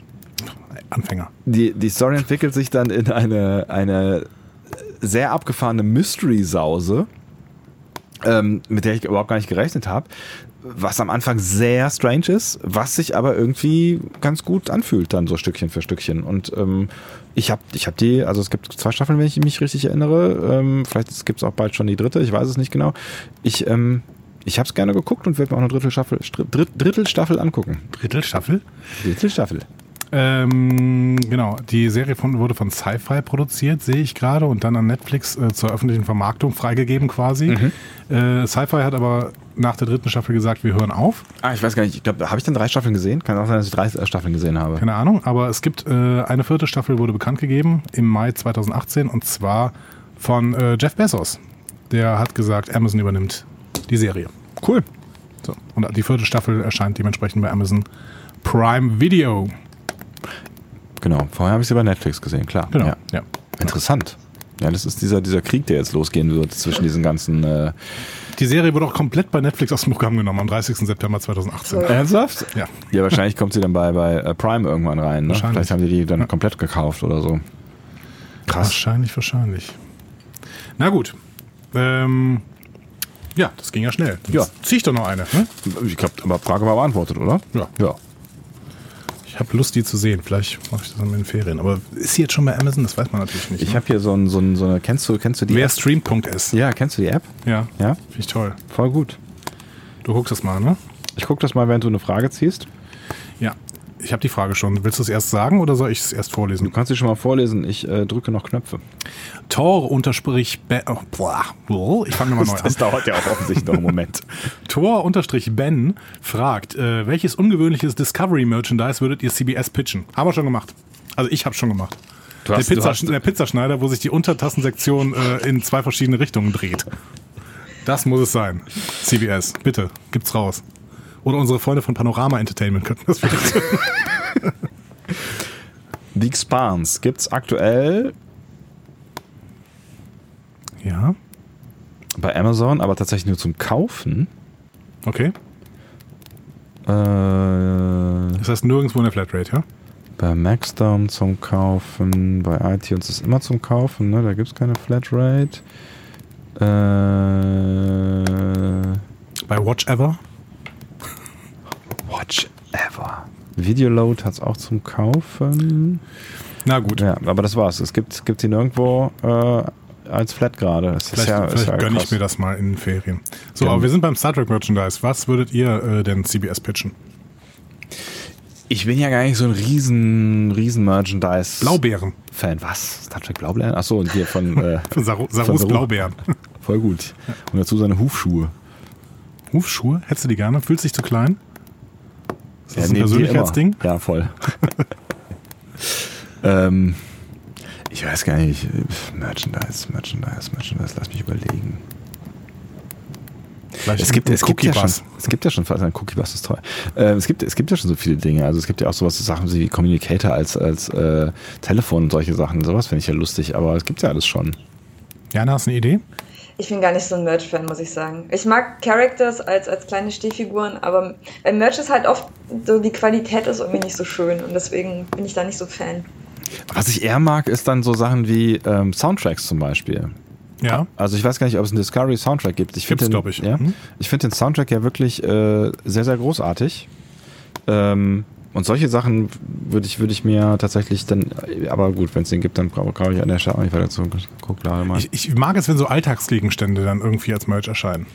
Anfänger.
die, die Story entwickelt sich dann in eine, eine sehr abgefahrene Mystery-Sause, ähm, mit der ich überhaupt gar nicht gerechnet habe, was am Anfang sehr strange ist, was sich aber irgendwie ganz gut anfühlt, dann so Stückchen für Stückchen. Und ähm, ich habe ich hab die, also es gibt zwei Staffeln, wenn ich mich richtig erinnere, ähm, vielleicht gibt es auch bald schon die dritte, ich weiß es nicht genau. Ich, ähm, ich habe es gerne geguckt und werde mir auch eine Drittelstaffel, Dritt, Drittelstaffel angucken.
Drittelstaffel?
Drittelstaffel.
Ähm, genau, die Serie von, wurde von Sci-Fi produziert, sehe ich gerade, und dann an Netflix äh, zur öffentlichen Vermarktung freigegeben quasi.
Mhm.
Äh, Sci-Fi hat aber nach der dritten Staffel gesagt, wir hören auf,
Ah, ich weiß gar nicht. Ich glaube, habe ich dann drei Staffeln gesehen? Kann auch sein, dass ich drei äh, Staffeln gesehen habe.
keine Ahnung, aber es gibt äh, eine vierte Staffel, wurde bekannt gegeben im Mai 2018 und zwar von äh, Jeff Bezos. Der hat gesagt, Amazon übernimmt die Serie.
Cool.
So. Und die vierte Staffel erscheint dementsprechend bei Amazon Prime Video.
Genau. Vorher habe ich sie bei Netflix gesehen, klar.
Genau.
Ja.
Ja.
Interessant. Ja, das ist dieser, dieser Krieg, der jetzt losgehen wird zwischen diesen ganzen. Äh
Die Serie wurde auch komplett bei Netflix aus dem Programm genommen am 30. September 2018.
Toll.
Ernsthaft?
Ja.
Ja, wahrscheinlich kommt sie dann bei, bei äh, Prime irgendwann rein. Ne?
Wahrscheinlich.
Vielleicht haben die die dann komplett gekauft oder so.
Wahrscheinlich, wahrscheinlich. Na gut. Ähm, ja, das ging ja schnell. Jetzt
Ja.
Zieh ich doch noch eine. Ne?
Ich glaube, aber Frage war beantwortet, oder?
Ja.
Ja.
Ich habe Lust, die zu sehen. Vielleicht mache ich das in den Ferien. Aber ist sie jetzt schon bei Amazon? Das weiß man natürlich nicht.
Ich
ne?
habe hier so, ein, so, ein, so eine. Kennst du, kennst du die
Wer
App?
stream.s.
Ja, kennst du die App?
Ja.
Ja.
Finde ich toll.
Voll gut.
Du guckst das mal, ne?
Ich gucke das mal, während du eine Frage ziehst.
Ja. Ich habe die Frage schon. Willst du es erst sagen oder soll ich es erst vorlesen?
Du kannst sie schon mal vorlesen. Ich äh, drücke noch Knöpfe.
Tor unterstrich Ben. Oh, boah. Oh, ich fange
[LAUGHS]
nochmal neu an.
dauert ja auch offensichtlich noch einen [LAUGHS] Moment.
Tor unterstrich Ben fragt, äh, welches ungewöhnliches Discovery-Merchandise würdet ihr CBS pitchen? Haben wir schon gemacht. Also ich habe schon gemacht.
Du hast-
der,
du
Pizza,
hast-
der Pizzaschneider, wo sich die Untertassensektion äh, in zwei verschiedene Richtungen dreht. Das muss es sein. CBS, bitte, gibt's raus. Oder unsere Freunde von Panorama Entertainment könnten das vielleicht.
[LAUGHS] The Expanse gibt's aktuell
ja,
bei Amazon, aber tatsächlich nur zum Kaufen.
okay.
Äh, bei
Das heißt nirgendwo in der Flatrate, ja?
Maxdom zum Kaufen, bei iTunes ist immer zum Kaufen, ne? Da gibt's keine Flatrate. Äh,
Bei Watch Ever?
Watch Ever. Videoload hat's auch zum Kaufen.
Na gut.
Ja, aber das war's. Es gibt, gibt ihn irgendwo äh, als Flat gerade. Das ist
Vielleicht,
ja, ist
vielleicht
ja
gönne
krass. Genau.
ich mir das mal in den Ferien. So,
Ja.
aber wir sind beim Star Trek Merchandise. Was würdet ihr äh, denn CBS pitchen?
Ich bin ja gar nicht so ein riesen, riesen Merchandise.
Blaubeeren.
Fan. Was? Star Trek Blaubeeren? Achso, und hier von. Äh,
Saru-
von
Sarus
Saru. [LAUGHS]
Blaubeeren.
Voll gut. Und dazu seine Hufschuhe.
Hufschuhe? Hättest du die gerne? Fühlst du dich zu klein? Ist das ein
neben dir
Persönlichkeitsding?
immer.
[LAUGHS]
Ja, voll. ähm, ich weiß gar nicht. Pff, Merchandise, Merchandise, Merchandise. Lass mich überlegen.
Vielleicht
Es gibt,
ein
es, gibt ja schon,
Cookie-Bus.
es gibt ja schon, also ein Cookie Bus ist toll. Ähm, es, gibt, es gibt ja schon so viele Dinge. Also es gibt ja auch sowas, so Sachen wie Communicator als, als äh, Telefon und solche Sachen. Sowas finde ich ja lustig, aber es gibt ja alles schon.
Jana, hast du eine Idee?
Ich bin gar nicht so ein Merch-Fan, muss ich sagen. Ich mag Characters als, als kleine Stehfiguren, aber beim Merch ist halt oft so, die Qualität ist irgendwie nicht so schön und deswegen bin ich da nicht so Fan.
Was ich eher mag, ist dann so Sachen wie ähm, Soundtracks zum Beispiel.
Ja.
Also ich weiß gar nicht, ob es einen Discovery Soundtrack gibt. Ich finde
Gibt's,
den,
glaub ich.
Ja,
Mhm.
ich finde den Soundtrack ja wirklich äh, sehr, sehr großartig. Ähm, und solche Sachen würde ich, würde ich mir tatsächlich dann, aber gut, wenn es den gibt, dann brauche brauche ich an der Stelle auch nicht weiter zu gucken. gerade mal.
Ich, ich mag es, wenn so Alltagsgegenstände dann irgendwie als Merch erscheinen.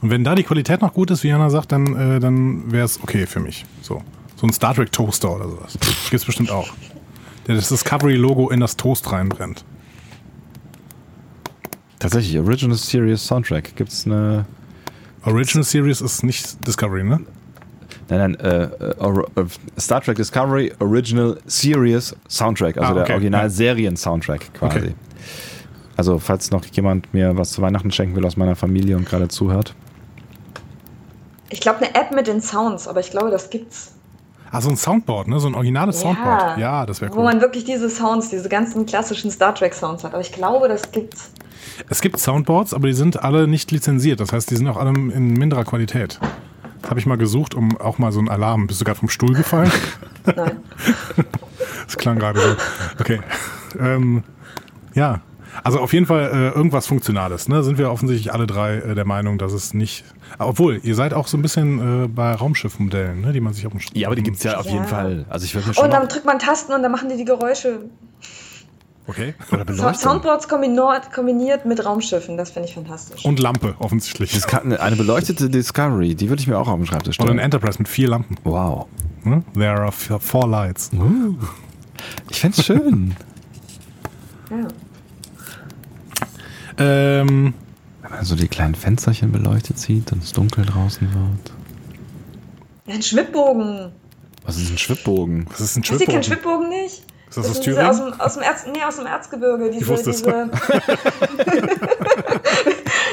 Und wenn da die Qualität noch gut ist, wie Jana sagt, dann, äh, dann wäre es okay für mich. So. so ein Star Trek Toaster oder sowas. Gibt es bestimmt auch. Der das Discovery-Logo in das Toast reinbrennt.
Tatsächlich, Original Series Soundtrack. ne, Gibt es eine.
Original Series ist nicht Discovery, ne?
Nein, nein, äh, äh, Or- äh, Star Trek Discovery Original Series Soundtrack. Also
Ah, okay,
der
ja.
Original-Serien-Soundtrack quasi.
Okay.
Also, falls noch jemand mir was zu Weihnachten schenken will aus meiner Familie und gerade zuhört.
Ich glaube, eine App mit den Sounds, aber ich glaube, das gibt's.
Ah, so ein Soundboard, ne? So ein originales Soundboard. Ja, das wäre
Wo
cool.
man wirklich diese Sounds, diese ganzen klassischen Star Trek-Sounds hat. Aber ich glaube, das gibt's.
Es gibt Soundboards, aber die sind alle nicht lizenziert. Das heißt, die sind auch alle in minderer Qualität. Das habe ich mal gesucht, um auch mal so einen Alarm. Bist du gerade vom Stuhl gefallen?
Nein.
[LAUGHS] Das klang gerade so. Okay. Ähm, ja. Also auf jeden Fall äh, irgendwas Funktionales. Ne? Sind wir offensichtlich alle drei äh, der Meinung, dass es nicht. Obwohl, ihr seid auch so ein bisschen äh, bei Raumschiffmodellen, ne? die man sich auf dem Sch-
auf
jeden Ja. Fall.
Also, ich würde mir
Und dann drückt man Tasten und dann machen die die Geräusche.
Okay.
Sound- Soundboards kombiniert, kombiniert mit Raumschiffen, das finde ich fantastisch.
Und Lampe, offensichtlich.
ne, Eine beleuchtete Discovery, die würde ich mir auch auf dem Schreibtisch
Oder ein
stellen.
Enterprise mit vier Lampen.
Wow.
Ne? There are f- four lights.
Mhm. Ich fände es schön. [LAUGHS]
ja.
Ähm,
Wenn man so die kleinen Fensterchen beleuchtet sieht und es dunkel draußen wird.
ja, ein Schwibbogen.
Was ist ein Schwibbogen?
was ist ein
Hast du keinen
Schwibbogen?
Schwibbogen nicht?
Ist das aus
sind
Thüringen?
Diese aus, dem, aus, dem Erz,
[LAUGHS]
nee, aus dem Erzgebirge. Diese,
wusste es.
diese,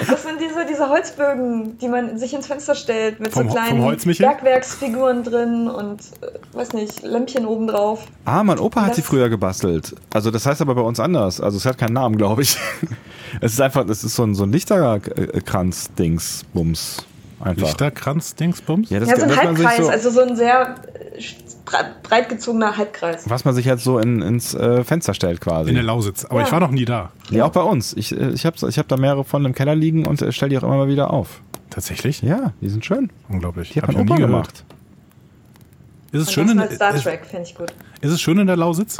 das sind diese, diese diese Holzbögen, die man sich ins Fenster stellt, mit
Vom-
so
vom
kleinen
Holz, Michel?
Bergwerksfiguren drin und, äh, weiß nicht, Lämpchen obendrauf.
Ah, mein Opa hat
Das-
sie früher gebastelt. Also das heißt aber bei uns anders. Also es hat keinen Namen, glaube ich. [LAUGHS] es ist einfach, es ist so ein, so ein Lichterkranz-Dings, Bums. Einfach.
Lichterkranz, Dingsbums?
das
Ja, so ein
dass man sich
Halbkreis,
so-
also so ein sehr äh, stra- breit gezogener Halbkreis.
was man sich jetzt so in, ins äh, Fenster stellt quasi.
In der Lausitz. Aber
Ja.
ich war noch nie da.
ja, auch bei uns. Ich, äh, ich habe ich hab da mehrere von im Keller liegen und äh, stell die auch immer mal wieder auf.
Tatsächlich?
Ja, die sind schön.
Unglaublich.
Die hat
Hab
mein
ich noch
Opa
nie gehört.
gemacht.
Ist es,
Und
schön
das
in,
mal Star
ist,
Trek, fände ich gut.
ist es schön in der Lausitz?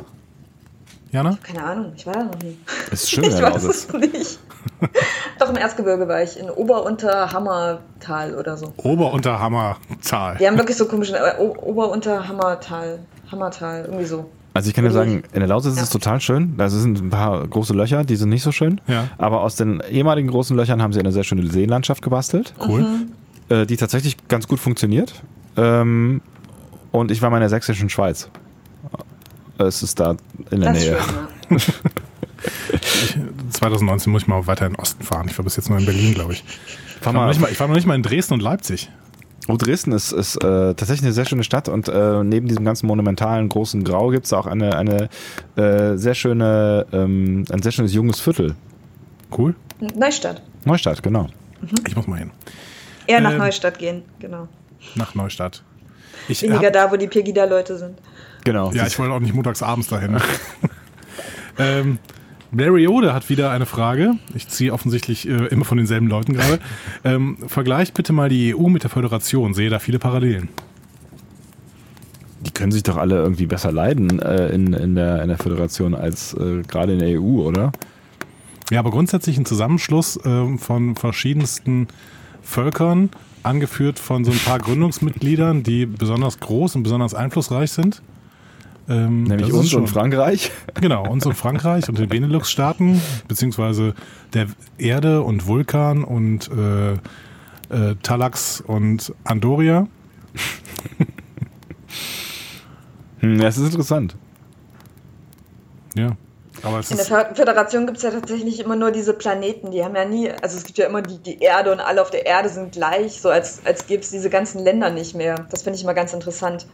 Jana?
Keine Ahnung, ich war da noch nie.
Ist schön,
[LAUGHS] ich
Herr
weiß
Lausitz.
es
[LAUGHS]
nicht. Doch im Erzgebirge war ich, in Ober-Unterhammertal oder so.
Oberunterhammertal.
Die haben wirklich so komische äh, O- Ober-Unterhammertal, Hammertal, irgendwie so.
Also ich kann ja sagen, in der Lausitz
Ja.
ist es total schön. Da sind ein paar große Löcher, die sind nicht so schön.
Ja.
Aber aus den ehemaligen großen Löchern haben sie eine sehr schöne Seenlandschaft gebastelt.
Cool.
äh, die tatsächlich ganz gut funktioniert. Ähm, und ich war mal in der sächsischen Schweiz. Äh, Es ist da in der
Das ist schön,
Nähe.
ja.
2019 muss ich mal weiter in den Osten fahren. Ich war bis jetzt nur in Berlin, glaube ich.
Fahr
Ich war, noch
mal.
nicht mal, ich war noch nicht mal in Dresden und Leipzig.
Oh, Dresden ist, ist äh, tatsächlich eine sehr schöne Stadt und äh, neben diesem ganzen monumentalen großen Grau gibt es auch eine, eine äh, sehr schöne, ähm, ein sehr schönes junges Viertel.
Cool.
Neustadt.
Neustadt, genau.
Ich muss mal hin.
Eher nach
Ähm,
Neustadt gehen, genau.
Nach Neustadt. Ich
Weniger
hab-
da, wo die Pegida-Leute sind.
Genau.
Ja, ich wollte auch nicht montags abends dahin. [LAUGHS] ähm, Blariode hat wieder eine Frage. Ich ziehe offensichtlich äh, immer von denselben Leuten
[LAUGHS]
gerade. Ähm, vergleicht bitte mal die EU mit der Föderation. Sehe da viele Parallelen.
die können sich doch alle irgendwie besser leiden äh, in, in, der, in der Föderation als äh, gerade in der EU, oder?
Ja, aber grundsätzlich ein Zusammenschluss ähm, von verschiedensten Völkern, angeführt von so ein
[LAUGHS]
paar Gründungsmitgliedern, die besonders groß und besonders einflussreich sind. Ähm,
Nämlich
das ist
uns
schon-
und Frankreich. [LAUGHS]
Genau, uns und Frankreich und den Benelux-Staaten, beziehungsweise der Erde und Vulkan und äh, äh, Talax und Andoria.
Hm, das ist interessant.
Ja. Aber es
In der
ist,
Föder- Föderation gibt es ja tatsächlich immer nur diese Planeten, die haben ja nie, also es gibt ja immer die, die Erde und alle auf der Erde sind gleich, so als, als gäbe es diese ganzen Länder nicht mehr. Das finde ich immer ganz interessant.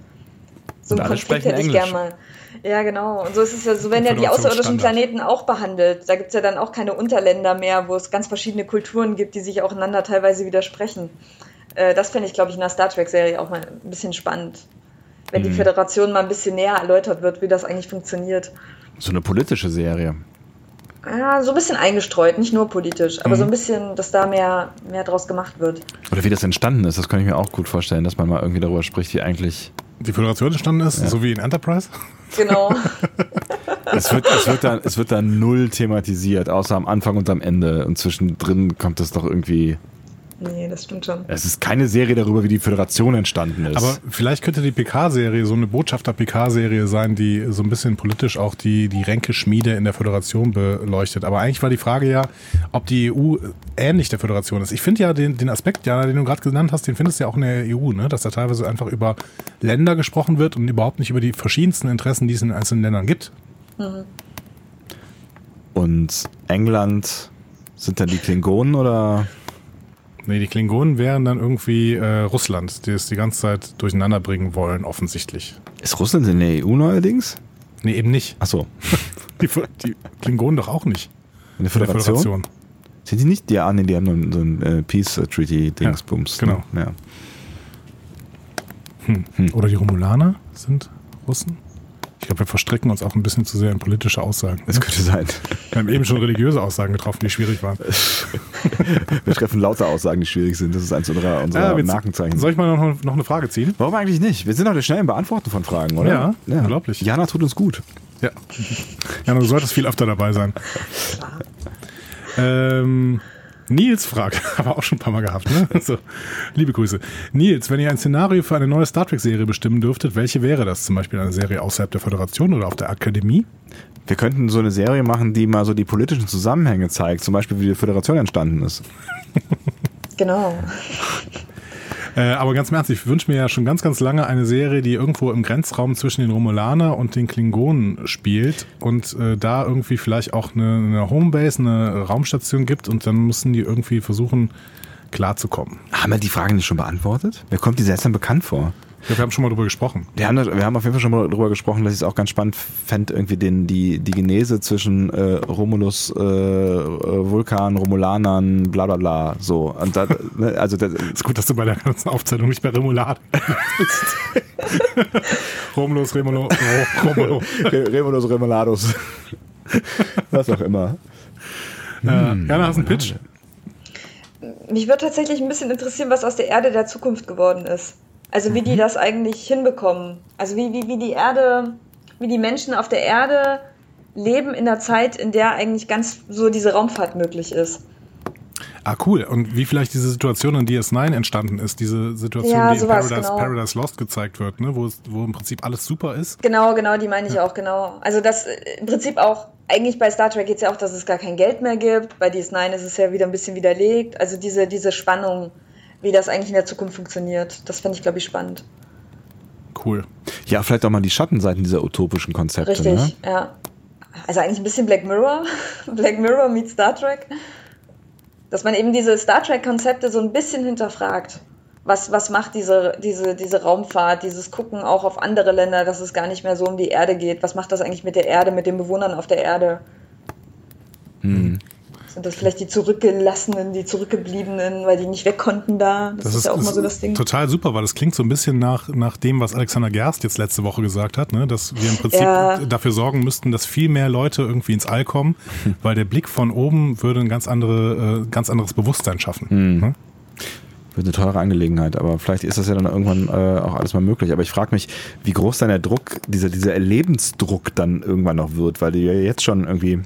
So
Und
einen
alle
Konflikt
sprechen
hätte ich
Englisch.
gerne mal. Ja, genau. Und so ist es ja, so werden ja die außerirdischen
Föderationsstandard.
Planeten auch behandelt. Da gibt es ja dann auch keine Unterländer mehr, wo es ganz verschiedene Kulturen gibt, die sich auch einander teilweise widersprechen. Äh, das fände ich, glaube ich, in der Star Trek-Serie auch mal ein bisschen spannend. Wenn
Mhm.
die Föderation mal ein bisschen näher erläutert wird, wie das eigentlich funktioniert.
So eine politische Serie.
Ja, so ein bisschen eingestreut, nicht nur politisch, aber so ein bisschen, dass da mehr, mehr draus gemacht wird.
Oder wie das entstanden ist, das kann ich mir auch gut vorstellen, dass man mal irgendwie darüber spricht, wie eigentlich.
die Föderation entstanden ist, so wie in Enterprise.
Genau.
Es wird, es, wird da, es wird da null thematisiert, außer am Anfang und am Ende. Und zwischendrin kommt es doch irgendwie.
nee, das stimmt schon.
Es ist keine Serie darüber, wie die Föderation entstanden ist.
Aber vielleicht könnte die PK-Serie so eine Botschafter-PK-Serie sein, die so ein bisschen politisch auch die, die Ränkeschmiede in der Föderation beleuchtet. Aber eigentlich war die Frage ja, ob die EU ähnlich der Föderation ist. Ich finde ja den, den Aspekt, Jana, den du gerade genannt hast, den findest du ja auch in der EU, ne? dass da teilweise einfach über Länder gesprochen wird und überhaupt nicht über die verschiedensten Interessen, die es in den einzelnen Ländern gibt.
und England sind dann die Klingonen oder.
Nee, die Klingonen wären dann irgendwie äh, Russland, die es die ganze Zeit durcheinander bringen wollen, offensichtlich.
Ist Russland in der EU neuerdings?
Nee, eben nicht.
Achso,
Die, die Klingonen doch auch nicht.
in der
Von der
Föderation?
Föderation.
Sind die nicht? Ja, nee, die haben so ein, so ein äh, Peace-Treaty-Dingsbums.
Ja, genau.
ne? Ja.
Oder die Romulaner sind Russen? Ich glaube, wir verstricken uns auch ein bisschen zu sehr in politische Aussagen. ne?
Das könnte sein.
Wir haben eben schon religiöse Aussagen getroffen, die schwierig waren.
Wir treffen lauter Aussagen, die schwierig sind. Das ist eins unserer, unserer
Ah, jetzt-
Markenzeichen.
Soll ich mal noch, noch eine Frage ziehen?
Warum eigentlich nicht? Wir sind doch der schnellen Beantworten von Fragen, oder?
Ja, unglaublich.
Jana tut uns gut.
Ja. Jana, du solltest viel öfter dabei sein. Ähm, Nils fragt, [LAUGHS] haben wir auch schon ein paar Mal gehabt, ne? So, liebe Grüße. Nils, wenn ihr ein Szenario für eine neue Star Trek-Serie bestimmen dürftet, welche wäre das? Zum Beispiel eine Serie außerhalb der Föderation oder auf der Akademie?
Wir könnten so eine Serie machen, die mal so die politischen Zusammenhänge zeigt, zum Beispiel wie die Föderation entstanden ist.
Genau.
Äh, aber ganz im Ernst, ich wünsche mir ja schon ganz, ganz lange eine Serie, die irgendwo im Grenzraum zwischen den Romulaner und den Klingonen spielt und äh, da irgendwie vielleicht auch eine, eine Homebase, eine Raumstation gibt und dann müssen die irgendwie versuchen, klarzukommen.
Haben wir die Frage nicht schon beantwortet? Mir kommt die seltsam bekannt vor.
Ja, wir haben schon mal drüber gesprochen.
Wir haben, wir haben auf jeden Fall schon mal drüber gesprochen, dass ich es auch ganz spannend fände, irgendwie den, die, die Genese zwischen äh, Romulus, äh, Vulkan, Romulanern, bla bla bla. So. Und da, ne, also das,
Ist gut, dass du bei der ganzen Aufzählung nicht bei Remoulade bist. [LAUGHS] Romulus, Remulo, oh, Romulo.
Re- Remulus, Remulados. Was auch immer.
Äh, ja, da hast du einen Pitch.
Mich würde tatsächlich ein bisschen interessieren, was aus der Erde der Zukunft geworden ist. Also wie die das eigentlich hinbekommen. Also wie, wie, wie die Erde, wie die Menschen auf der Erde leben in der Zeit, in der eigentlich ganz so diese Raumfahrt möglich ist.
Ah, cool. Und wie vielleicht diese Situation in DS9 entstanden ist, diese Situation,
Ja,
die in
sowas,
Paradise,
genau.
Paradise Lost gezeigt wird, ne? wo, es, wo im Prinzip alles super ist.
Genau, genau, die meine ich auch, genau. Also das äh, im Prinzip auch, eigentlich bei Star Trek geht es ja auch, dass es gar kein Geld mehr gibt. Bei DS9 ist es ja wieder ein bisschen widerlegt. Also diese, diese Spannung, wie das eigentlich in der Zukunft funktioniert, das fände ich, glaube ich, spannend.
Cool.
Ja, vielleicht auch mal die Schattenseiten dieser utopischen Konzepte.
Richtig,
Ne?
ja. Also eigentlich ein bisschen Black Mirror. [LAUGHS] Black Mirror meets Star Trek. Dass man eben diese Star Trek-Konzepte so ein bisschen hinterfragt. Was, was macht diese, diese, diese Raumfahrt, dieses Gucken auch auf andere Länder, dass es gar nicht mehr so um die Erde geht? Was macht das eigentlich mit der Erde, mit den Bewohnern auf der Erde? Sind das vielleicht die Zurückgelassenen, die Zurückgebliebenen, weil die nicht weg konnten da? Das, ist, ja auch immer so das Ding.
total super, weil das klingt so ein bisschen nach, nach dem, was Alexander Gerst jetzt letzte Woche gesagt hat, ne? dass wir im Prinzip
Ja.
dafür sorgen müssten, dass viel mehr Leute irgendwie ins All kommen, weil der Blick von oben würde ein ganz, andere, äh, ganz anderes Bewusstsein schaffen. Ne?
Wird eine teure Angelegenheit, aber vielleicht ist das ja dann irgendwann äh, auch alles mal möglich. Aber ich frage mich, wie groß dann der Druck, dieser, dieser Lebensdruck dann irgendwann noch wird, weil die ja jetzt schon irgendwie,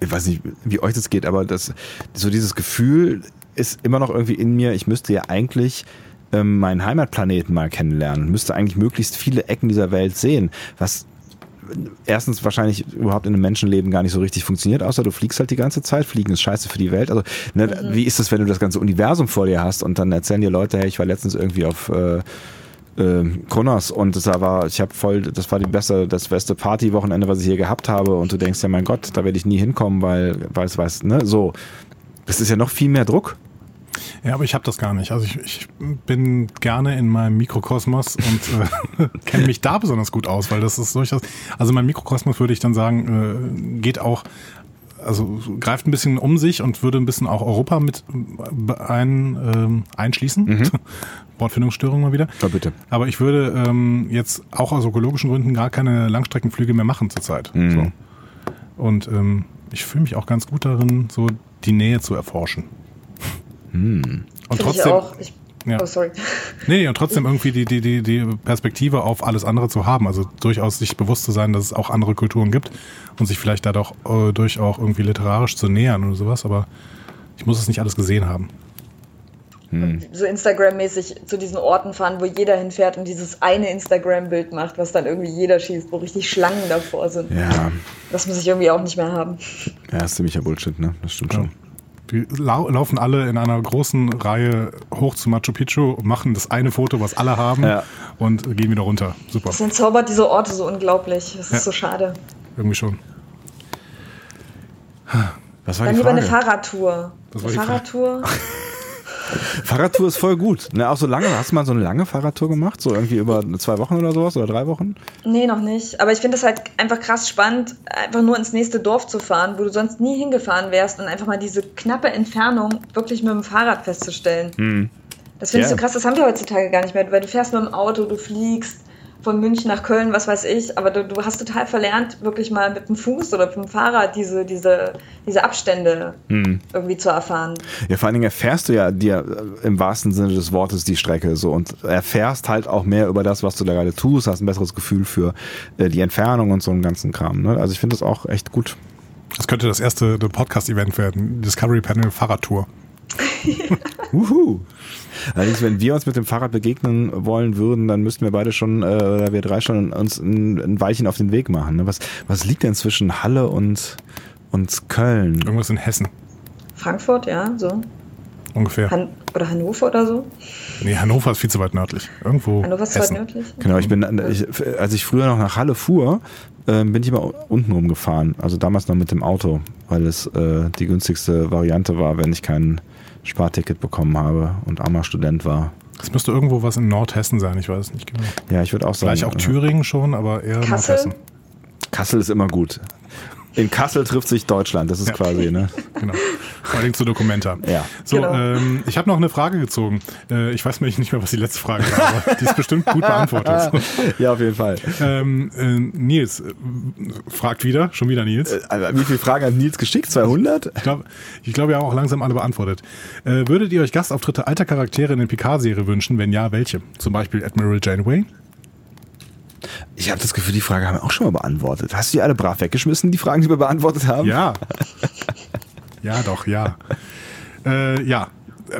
ich weiß nicht, wie euch das geht, aber das, so dieses Gefühl ist immer noch irgendwie in mir, ich müsste ja eigentlich ähm, meinen Heimatplaneten mal kennenlernen, müsste eigentlich möglichst viele Ecken dieser Welt sehen, was erstens wahrscheinlich überhaupt in einem Menschenleben gar nicht so richtig funktioniert, außer du fliegst halt die ganze Zeit. Fliegen ist scheiße für die Welt. Also, ne, wie ist das, wenn du das ganze Universum vor dir hast und dann erzählen dir Leute, hey, ich war letztens irgendwie auf äh, äh, Kronos und das war, ich habe voll, das war die beste, das beste Partywochenende, was ich hier gehabt habe und du denkst ja, mein Gott, da werde ich nie hinkommen, weil, weiß, weiß, ne, so. Das ist ja noch viel mehr Druck.
Ja, aber ich habe das gar nicht. Also ich, ich bin gerne in meinem Mikrokosmos und äh, [LAUGHS] kenne mich da besonders gut aus, weil das ist durchaus. Also mein Mikrokosmos würde ich dann sagen, äh, geht auch, also greift ein bisschen um sich und würde ein bisschen auch Europa mit äh, ein, ähm, einschließen. [LAUGHS] Wortfindungsstörung mal wieder.
Ja, bitte.
Aber ich würde ähm, jetzt auch aus ökologischen Gründen gar keine Langstreckenflüge mehr machen zurzeit. So. Und ähm, ich fühle mich auch ganz gut darin, so die Nähe zu erforschen. Und
Finde ich
trotzdem,
auch. Ich,
Ja.
Oh, sorry.
nee, nee, und trotzdem irgendwie die, die, die, die Perspektive auf alles andere zu haben. Also durchaus sich bewusst zu sein, dass es auch andere Kulturen gibt und sich vielleicht dadurch äh, durch auch irgendwie literarisch zu nähern oder sowas. Aber ich muss es nicht alles gesehen haben.
so Instagram-mäßig zu diesen Orten fahren, wo jeder hinfährt und dieses eine Instagram-Bild macht, was dann irgendwie jeder schießt, wo richtig Schlangen davor sind.
Ja,
Das muss ich irgendwie auch nicht mehr haben.
ja, ist ziemlicher Bullshit, ne? Das stimmt schon.
Die lau laufen alle in einer großen Reihe hoch zu Machu Picchu, machen das eine Foto, was alle haben,
Ja.
und gehen wieder runter. Super,
Das entzaubert diese Orte so unglaublich. Das ist
Ja.
so schade.
irgendwie schon.
Was
Bei mir war eine Fahrradtour.
Das war
eine
die Frage.
Fahrradtour.
Fahrradtour ist voll gut. Ne, auch so lange, hast du mal so eine lange Fahrradtour gemacht? So irgendwie über zwei Wochen oder sowas oder drei Wochen?
Nee, noch nicht. Aber ich finde es halt einfach krass spannend, einfach nur ins nächste Dorf zu fahren, wo du sonst nie hingefahren wärst und einfach mal diese knappe Entfernung wirklich mit dem Fahrrad festzustellen. Das finde ich
Ja.
so krass, das haben wir heutzutage gar nicht mehr, weil du fährst mit dem Auto, du fliegst von München nach Köln, was weiß ich, aber du, du hast total verlernt, wirklich mal mit dem Fuß oder mit dem Fahrrad diese, diese, diese Abstände irgendwie zu erfahren.
Ja, vor allen Dingen erfährst du ja dir äh, im wahrsten Sinne des Wortes die Strecke so und erfährst halt auch mehr über das, was du da gerade tust, hast ein besseres Gefühl für äh, die Entfernung und so einen ganzen Kram. Ne? Also ich finde das auch echt gut.
Das könnte das erste Podcast-Event werden: Discovery Panel Fahrradtour.
Uhu. Allerdings, wenn wir uns mit dem Fahrrad begegnen wollen würden, dann müssten wir beide schon, äh, oder wir drei schon uns ein, ein Weilchen auf den Weg machen. Ne? Was, was liegt denn zwischen Halle und, und Köln?
Irgendwas in Hessen.
Frankfurt, ja, so.
Ungefähr.
Han oder Hannover oder so?
Nee, Hannover ist viel zu weit nördlich. Irgendwo.
Hannover ist
Oh, Hessen.
zwar nördlich.
Genau, ich bin, ich, als ich früher noch nach Halle fuhr, ähm, bin ich immer unten rumgefahren. Also damals noch mit dem Auto, weil es äh, die günstigste Variante war, wenn ich kein Sparticket bekommen habe und armer Student war.
Es müsste irgendwo was in Nordhessen sein, ich weiß es nicht genau.
Ja, ich würde auch sagen.
Vielleicht auch
äh,
Thüringen schon, aber eher
Kassel?
Nordhessen.
Kassel ist immer gut. In Kassel trifft sich Deutschland, das ist
Ja.
quasi, [LAUGHS] ne?
Genau. Vor allem zu Dokumenta.
Ja.
So,
Genau.
ähm, ich habe noch eine Frage gezogen. Äh, ich weiß nämlich nicht mehr, was die letzte Frage war, aber die ist bestimmt gut
Ah.
beantwortet.
Ja, auf jeden Fall.
ähm, äh, Nils äh, fragt wieder, schon wieder Nils.
Also, wie viele Fragen hat Nils geschickt? 200?
Ich glaube, ich glaub, wir haben auch langsam alle beantwortet. Äh, würdet ihr euch Gastauftritte alter Charaktere in der Picard-Serie wünschen? Wenn ja, welche? Zum Beispiel Admiral Janeway?
Ich habe das Gefühl, die Frage haben wir auch schon mal beantwortet. Hast du die alle brav weggeschmissen, die Fragen, die wir beantwortet haben?
Ja. ja, doch, ja. Äh, ja.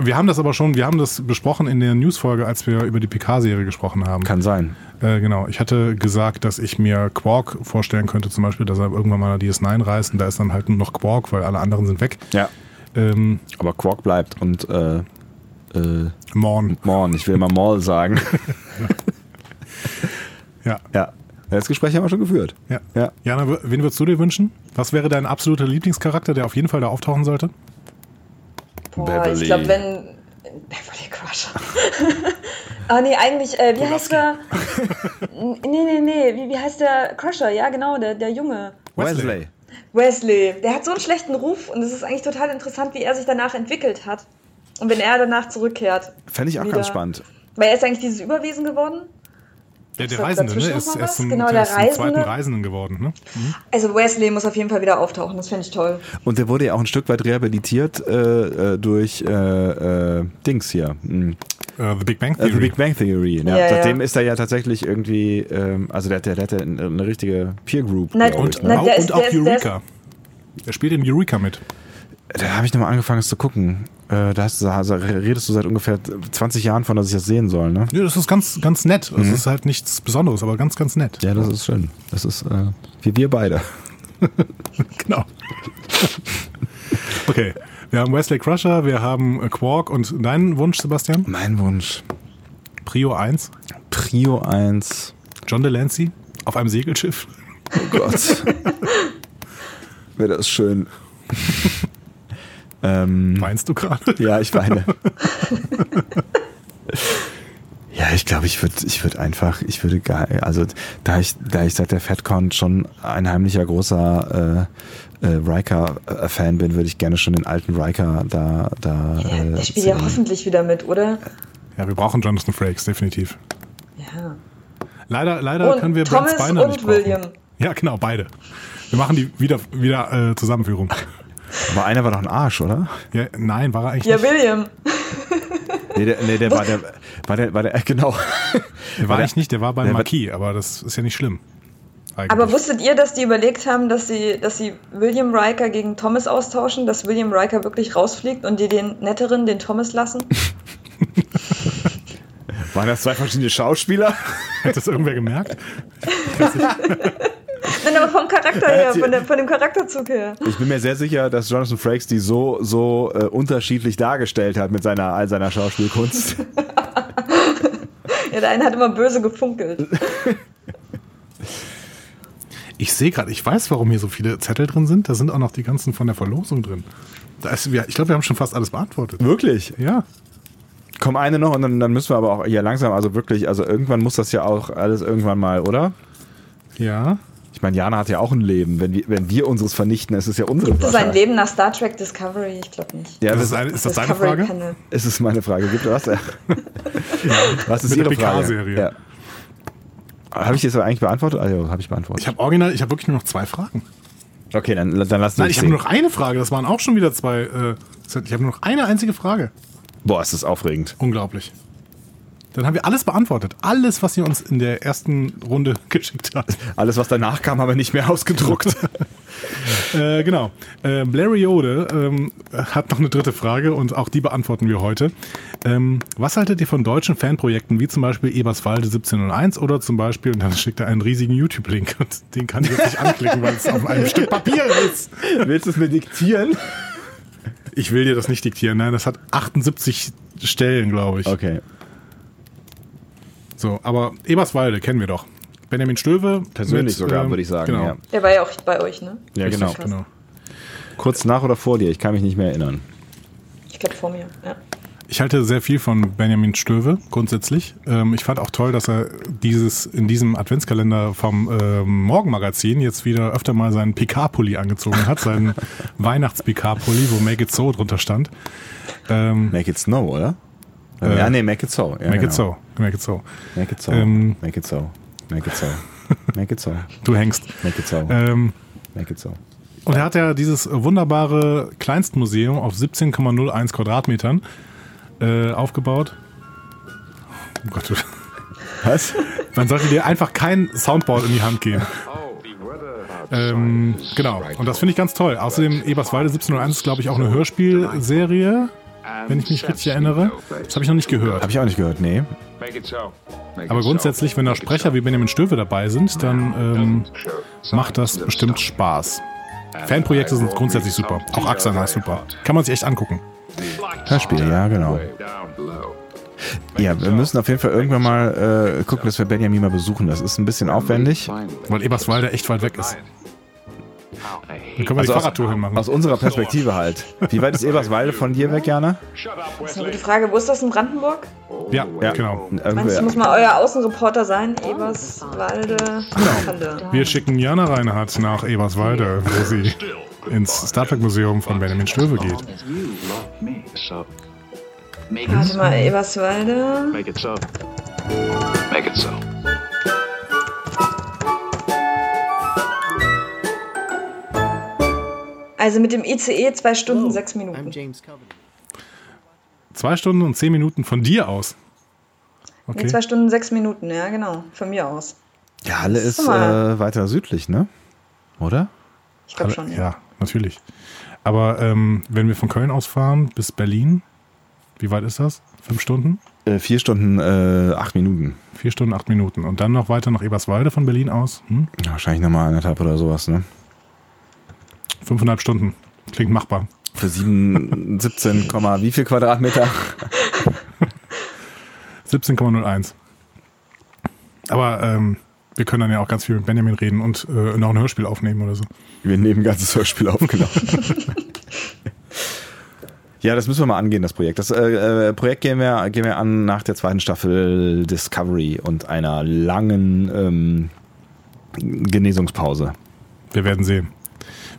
Wir haben das aber schon, wir haben das besprochen in der News-Folge, als wir über die Picard-Serie gesprochen haben.
Kann sein.
Äh, genau. Ich hatte gesagt, dass ich mir Quark vorstellen könnte, zum Beispiel, dass er irgendwann mal nach DS9 reist und da ist dann halt nur noch Quark, weil alle anderen sind weg.
Ja.
Ähm,
Aber Quark bleibt und äh, äh,
Morn.
Morn, ich will immer Maul sagen.
Ja.
[LAUGHS] ja. Das Gespräch haben wir schon geführt.
Ja.
Ja.
Jana, w- wen würdest du dir wünschen? Was wäre dein absoluter Lieblingscharakter, der auf jeden Fall da auftauchen sollte?
Boah,
Beverly.
ich glaube, wenn. Beverly Crusher. [LAUGHS] ah, nee, eigentlich, äh, wie heißt der? N- Nee, nee, nee, wie, wie heißt der Crusher? Ja, genau, der, der Junge.
Wesley.
Wesley. Der hat so einen schlechten Ruf und es ist eigentlich total interessant, wie er sich danach entwickelt hat. Und wenn er danach zurückkehrt.
Fände ich auch
Wieder.
ganz spannend.
Weil er ist eigentlich dieses Überwesen geworden.
Der, der
Ist da
Reisende, ne?
dazwischen
Er Ist,
noch
er ist
was?
zum,
Genau,
der
der
ist zum zweiten
Reisende.
Reisenden geworden, ne?
Also Wesley muss auf jeden Fall wieder auftauchen, das finde ich toll.
Und der wurde ja auch ein Stück weit rehabilitiert äh, äh, durch äh, äh, Dings hier. Hm.
Äh, The Big Bang
Äh,
Theory.
The Big Bang Theory. Ja,
Ja,
Seitdem
ja.
ist er ja tatsächlich irgendwie, ähm, also der, der, der hatte eine, eine richtige Peer Group.
Na,
glaub
und,
ich,
Na,
au-
der
und
ist-
auch
der ist- der ist-
Eureka. Er spielt in Eureka mit.
Da habe ich nochmal angefangen, es zu gucken. Äh, da, hast, du- da redest du seit ungefähr 20 Jahren von, dass ich das sehen soll, ne?
Ja, das ist ganz, ganz nett. Das
Mhm.
ist halt nichts Besonderes, aber ganz, ganz nett.
Ja, das ist schön. Das ist äh, wie wir beide.
Genau. [LAUGHS] okay. Wir haben Wesley Crusher, wir haben äh, Quark und deinen Wunsch, Sebastian?
Mein Wunsch.
Prio 1,
Prio 1.
John Delancey auf einem Segelschiff.
Oh Gott. Wäre das schön. [LAUGHS] ähm,
Meinst du gerade?
ja, ich weine. ja, ich glaube, ich würde ich würd einfach, ich würde geil, also da ich, da ich seit der FedCon schon ein heimlicher großer äh, äh, Riker-Fan bin, würde ich gerne schon den alten Riker da. da
Ja,
äh,
der spielt ja
sehen.
hoffentlich wieder mit, oder?
Ja, wir brauchen Jonathan Frakes, definitiv.
Ja.
Leider, leider
Und
können wir
Thomas
Brent Spiner
und
nicht
William.
brauchen. Ja, genau, beide. Wir machen die wieder, wieder äh,
[LAUGHS]
Zusammenführung.
Aber einer war doch ein Arsch, oder?
Ja, nein, war er eigentlich
Ja,
nicht.
William.
Nee, der, nee, der war der, war der, war der, genau.
Der war eigentlich nicht, der war beim
der war-
Marquis, aber das ist ja nicht schlimm. Eigentlich.
Aber wusstet ihr, dass die überlegt haben, dass sie, dass sie William Riker gegen Thomas austauschen, dass William Riker wirklich rausfliegt und die den netteren, den
[LAUGHS]
Thomas lassen?
Waren das zwei verschiedene Schauspieler?
Hat das irgendwer gemerkt?
Nein, aber vom Charakter her, von, der, von dem Charakterzug her.
Ich bin mir sehr sicher, dass Jonathan Frakes die so, so äh, unterschiedlich dargestellt hat mit seiner, all
[LAUGHS]
seiner Schauspielkunst.
Ja, der eine hat immer böse gefunkelt.
Ich sehe gerade, ich weiß, warum hier so viele Zettel drin sind. Da sind auch noch die ganzen von der Verlosung drin. Da ist, wir- ich glaube, wir haben schon fast alles beantwortet.
wirklich?
Ja.
Komm, eine noch und dann, dann müssen wir aber auch hier langsam, also wirklich, also irgendwann muss das ja auch alles irgendwann mal, oder?
Ja.
Ich meine, Jana hat ja auch ein Leben. Wenn wir, wenn wir unseres vernichten, ist es ja unsere
Das ist sein
Wahrscheinlich.
Leben nach Star Trek Discovery, ich glaube nicht.
Ja,
Das
das
ist, eine, ist das deine
Discovery
Frage?
Panel.
es ist meine Frage. Gibt was?
[LAUGHS]
was ist
Mit der
Ihre Frage?
PK-Serie.
Ja. Habe ich das eigentlich beantwortet? Also, habe ich beantwortet.
Ich habe original, ich habe wirklich nur noch zwei Fragen.
okay, dann, dann lass
Nein,
uns
ich habe nur noch eine Frage. Das waren auch schon wieder zwei. Äh, ich habe nur noch eine einzige Frage.
Boah, ist das aufregend.
Unglaublich. Dann haben wir alles beantwortet. Alles, was ihr uns in der ersten Runde [LAUGHS] geschickt habt.
Alles, was danach kam, haben wir nicht mehr [LAUGHS] ausgedruckt.
Äh, genau. Äh, Blariode ähm, hat noch eine dritte Frage und auch die beantworten wir heute. Ähm, was haltet ihr von deutschen Fanprojekten wie zum Beispiel Eberswalde 1701 oder zum Beispiel, und dann schickt er einen riesigen YouTube-Link und den kann ich jetzt nicht anklicken, weil es auf einem Stück Papier ist.
Willst du es mir diktieren?
Ich will dir das nicht diktieren, nein, das hat 78 Stellen, glaube ich.
Okay.
So, aber Eberswalde kennen wir doch. Benjamin Stöwe.
Persönlich
mit,
sogar,
ähm,
würde ich sagen.
Genau.
Ja,
Der war ja auch bei euch, ne?
ja
Richtig,
genau.
genau.
Kurz nach oder vor dir, ich kann mich nicht mehr erinnern.
Ich glaube vor mir, ja.
Ich halte sehr viel von Benjamin Stöwe grundsätzlich. Ähm, ich fand auch toll, dass er dieses in diesem Adventskalender vom ähm, Morgenmagazin jetzt wieder öfter mal seinen PK-Pulli angezogen hat, seinen Weihnachts-PK-Pulli, wo Make It So drunter stand. Ähm,
Make it snow, oder?
Äh,
ja, nee, make it so. Ja,
make
genau.
It So, Make It So.
Make it so.
Ähm,
make it so. Make
[LAUGHS]
it so. Make it so.
Du hängst.
Make it so.
Ähm,
Make it so.
Und er hat ja dieses wunderbare Kleinstmuseum auf 17,01 Quadratmetern äh, aufgebaut. Oh Gott, [LAUGHS]
Was?
man sollte dir einfach kein Soundboard in die Hand geben. Ähm, genau, und das finde ich ganz toll. Außerdem Eberswalde 1701 ist, glaube ich, auch eine Hörspielserie, Äh, wenn ich mich richtig erinnere. Das habe ich noch nicht gehört.
Hab ich auch nicht gehört, nee.
Aber grundsätzlich, wenn da Sprecher wie Benjamin Stöwe dabei sind, dann ähm, macht das bestimmt Spaß. Fanprojekte sind grundsätzlich super. Auch Axan ist super. Kann man sich echt angucken.
Hörspiel, ja, genau. Ja, wir müssen auf jeden Fall irgendwann mal äh, gucken, dass wir Benjamin mal besuchen. Das ist ein bisschen aufwendig.
Weil Eberswalde echt weit weg ist. Dann können wir
Also
die
aus-
Fahrradtour hinmachen.
Aus unserer Perspektive halt. Wie weit ist Eberswalde von dir weg, Jana?
Das ist eine gute Frage. Wo ist das in Brandenburg?
ja, genau.
Meinst du, muss
Irgendwie.
mal euer Außenreporter sein? Eberswalde. Halle.
Wir schicken Jana Reinhardt nach Eberswalde, wo
[LAUGHS]
sie ins Star Trek Museum von Benjamin Stöwe geht.
Warte mal, Eberswalde.
Make it so. Make it so.
Also mit dem ICE zwei Stunden, sechs Minuten.
Zwei Stunden und zehn Minuten von dir aus.
Nee,
Okay.
zwei Stunden, sechs Minuten, ja, genau. Von mir aus.
Ja, Halle ist
Guck mal.
äh, weiter südlich, ne? Oder?
Ich glaube schon. Ja.
Ja, natürlich. Aber ähm, wenn wir von Köln aus fahren bis Berlin, wie weit ist das? Fünf Stunden?
Äh, vier Stunden, äh, acht Minuten.
Vier Stunden, acht Minuten. Und dann noch weiter nach Eberswalde von Berlin aus? Hm?
Ja, Wahrscheinlich nochmal anderthalb oder sowas, ne?
Fünfeinhalb Stunden. Klingt machbar.
Für [LAUGHS] sieben, 17, Komma wie viel Quadratmeter?
17,01. Aber ähm, wir können dann ja auch ganz viel mit Benjamin reden und äh, noch ein Hörspiel aufnehmen oder so.
Wir nehmen ein ganzes Hörspiel genau. aufgenommen. [LAUGHS] ja, das müssen wir mal angehen, das Projekt. Das äh, äh, Projekt gehen wir, gehen wir an nach der zweiten Staffel Discovery und einer langen ähm, Genesungspause.
Wir werden sehen.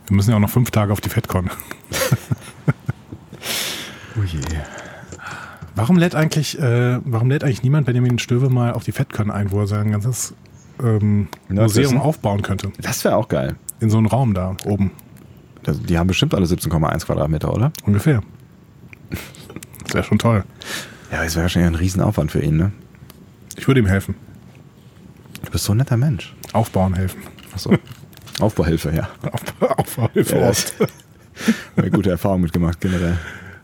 Wir müssen ja auch noch fünf Tage auf die FedCon.
[LAUGHS] Oh je.
Warum lädt eigentlich, äh, warum lädt eigentlich niemand Benjamin Stöwe mal auf die FedCon ein, wo er sein ganzes ähm,
Nerdwissen?
Museum aufbauen könnte?
Das wäre auch geil.
In so einem Raum da oben.
Das, die haben bestimmt alle 17,1 Quadratmeter, oder?
Ungefähr. Das wäre schon toll.
Ja, das wäre wahrscheinlich ein Riesenaufwand für ihn, ne?
Ich würde ihm helfen.
Du bist so ein netter Mensch.
Aufbauen helfen. [LAUGHS]
Achso. [LAUGHS] Aufbauhilfe, ja.
Auf, Aufbauhilfe.
Ja, das- Haben wir gute Erfahrung mitgemacht, generell.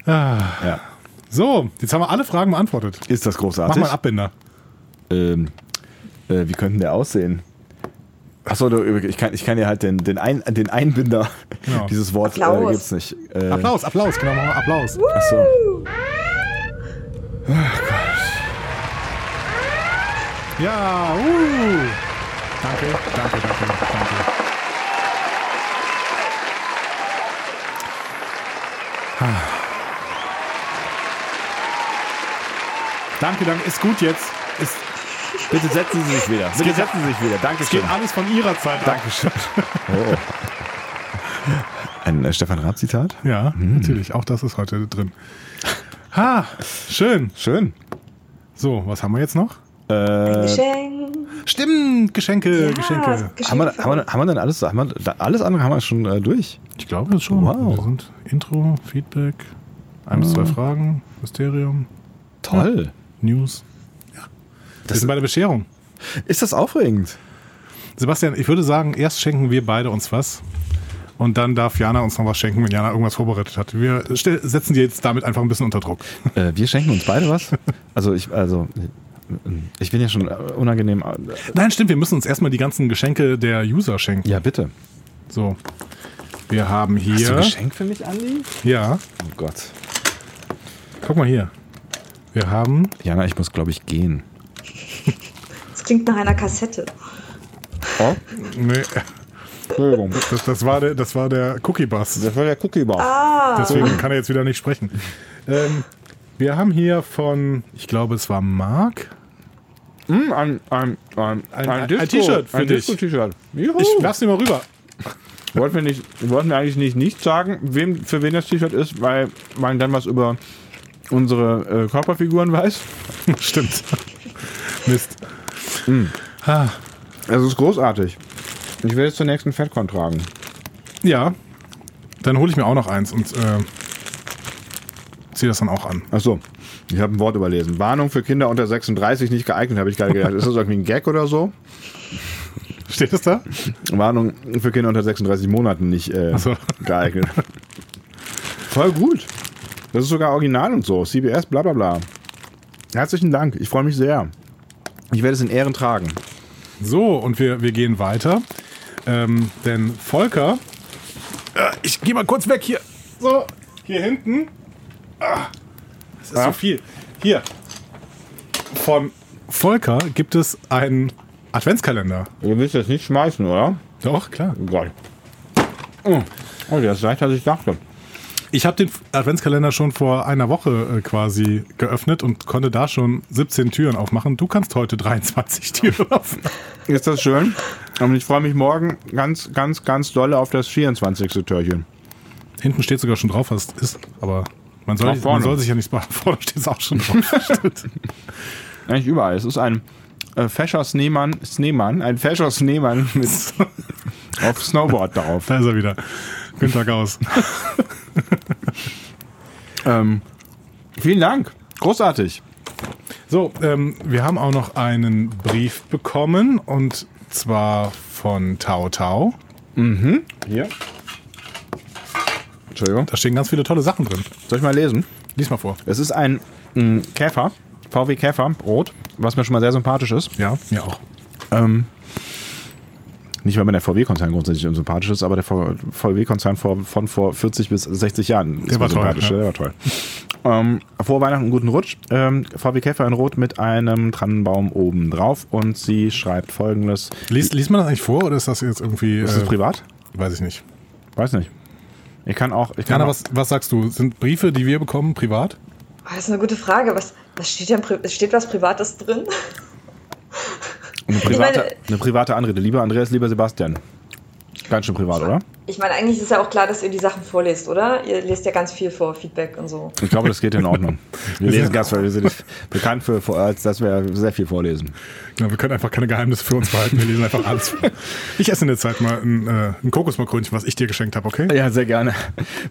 Ah.
Ja.
So, jetzt haben wir alle Fragen beantwortet.
Ist das
Mach
großartig?
mal einen Abbinder.
ähm, äh, wie könnte der aussehen? Achso, ich kann, ich kann dir halt den, den, Ein, den Einbinder, [LAUGHS]
Genau.
dieses Wort äh,
Applaus.
gibt's nicht. Äh,
Applaus, Applaus, genau, machen wir Applaus.
Achso.
Ja, uh. Danke, danke, danke, danke. Ah. Danke, danke, ist gut jetzt. Es,
Bitte setzen Sie sich wieder. Bitte
geht-
setzen Sie sich wieder.
es geht
Dankeschön.
alles von Ihrer Zeit ab.
Dankeschön. Oh. Ein äh, Stefan Raab-Zitat?
[LAUGHS] Ja,
Mm.
natürlich, auch das ist heute drin. Ha, schön.
Schön.
So, was haben wir jetzt noch?
Äh,
Geschenk.
Stimmt, Geschenke, Geschenke.
Geschenke
haben, wir,
für
haben, wir, haben wir dann alles, haben wir, da- alles andere haben wir schon äh, durch?
Ich glaube das schon.
Wow.
Wir sind Intro, Feedback, ein bis zwei Fragen, Mysterium,
Toll.
News. Ja. wir sind bei der Bescherung.
Ist das aufregend?
Sebastian, ich würde sagen, erst schenken wir beide uns was. Und dann darf Jana uns noch was schenken, wenn Jana irgendwas vorbereitet hat. Wir stell- setzen die jetzt damit einfach ein bisschen unter Druck.
Äh, wir schenken uns beide was? Also ich, also, ich bin ja schon äh, unangenehm. äh,
Nein, stimmt, wir müssen uns erstmal die ganzen Geschenke der User schenken.
Ja, bitte.
So. Wir haben hier. Hast du
ein Geschenk für mich, Andi?
Ja.
Oh Gott.
Guck mal hier. Wir haben.
Jana, ich muss, glaube ich, gehen.
Das klingt nach einer Kassette.
Oh? Nee. Entschuldigung. Das, das, war der, das war der Cookie Bus.
Das war der Cookie Bus.
Ah.
Deswegen kann er jetzt wieder nicht sprechen. Ähm, wir haben hier von, ich glaube, es war Marc.
Mm, ein ein, ein,
ein, ein T-Shirt für
ein
dich.
Disco-T-Shirt.
Ich lass ihn mal rüber.
Wollten wir, nicht, wollten wir eigentlich nicht, nicht sagen, wem, für wen das T-Shirt ist, weil man dann was über unsere äh, Körperfiguren weiß.
[LAUGHS] Stimmt. Mist.
Mm.
Ah,
Es ist großartig. Ich werde es zur nächsten FedCon tragen.
ja. Dann hole ich mir auch noch eins und äh, ziehe das dann auch an.
Achso, ich habe ein Wort überlesen. Warnung für Kinder unter 36 nicht geeignet, habe ich gerade gedacht. Ist das irgendwie ein Gag oder so?
Steht es da?
Warnung für Kinder unter 36 Monaten nicht äh,
so.
[LAUGHS] geeignet. Voll gut. Das ist sogar original und so. CBS, bla bla bla. Herzlichen Dank. Ich freue mich sehr. Ich werde es in Ehren tragen.
So, und wir, wir gehen weiter. Ähm, denn Volker. Äh, ich gehe mal kurz weg hier. So, hier hinten. Ah, das ist so viel. Hier. Von Volker gibt es einen Adventskalender.
Ihr willst das nicht schmeißen, oder?
Doch, klar.
Oh Gott. Oh, oh, der ist leichter, als ich dachte.
Ich habe den Adventskalender schon vor einer Woche äh, quasi geöffnet und konnte da schon 17 Türen aufmachen. Du kannst heute 23 Türen [LAUGHS] aufmachen.
Ist das schön? Und ich freue mich morgen ganz, ganz, ganz doll auf das 24. Türchen.
Hinten steht sogar schon drauf, was es ist, aber man soll,
Nach vorne.
man soll sich ja nicht sparen. [LAUGHS] Vorne steht es auch schon drauf. [LAUGHS] Stimmt.
Eigentlich überall. Es ist ein äh, fescher Schneemann, Schneemann, ein fescher Schneemann [LAUGHS] mit auf Snowboard drauf.
da ist er wieder. Günther Gauss.
Ähm, vielen Dank. Großartig.
So, ähm, wir haben auch noch einen Brief bekommen und zwar von Tao Tao.
Hier. Entschuldigung.
Da stehen ganz viele tolle Sachen drin.
Soll ich mal lesen?
Lies mal vor.
Es ist ein mm, Käfer, VW Käfer, rot, was mir schon mal sehr sympathisch ist.
Ja, mir auch.
Ähm, nicht, weil mir der VW-Konzern grundsätzlich unsympathisch ist, aber der VW-Konzern vor, von vor 40 bis 60 Jahren ist
Der war
mir
toll,
sympathisch.
ja.
Der war toll. ähm, vor Weihnachten einen guten Rutsch. Ähm, VW Käfer in Rot mit einem Tannenbaum oben drauf und sie schreibt folgendes.
Lies, liest man das eigentlich vor oder ist das jetzt irgendwie. äh,
Ist das privat?
Weiß ich nicht.
Weiß nicht. Ich kann auch. Ich kann
Jana,
auch
was, was sagst du? Sind Briefe, die wir bekommen, privat?
Ah, das ist eine gute Frage. Was, was steht denn? Pri- Steht was Privates drin? [LAUGHS]
eine,
ich
private,
meine-
eine private Anrede. Lieber Andreas, lieber Sebastian. Ganz schön privat, oder?
Ich meine, eigentlich ist ja auch klar, dass ihr die Sachen vorlest, oder? Ihr lest ja ganz viel vor, Feedback und so.
Ich glaube, das geht in Ordnung. Wir lesen ganz viel. Wir sind bekannt für, als dass wir sehr viel vorlesen.
Genau, wir können einfach keine Geheimnisse für uns behalten. Wir lesen einfach alles vor. [LAUGHS] Ich esse in der Zeit mal ein, äh, ein Kokosmakrönchen, was ich dir geschenkt habe, okay?
[LAUGHS] Ja, sehr gerne.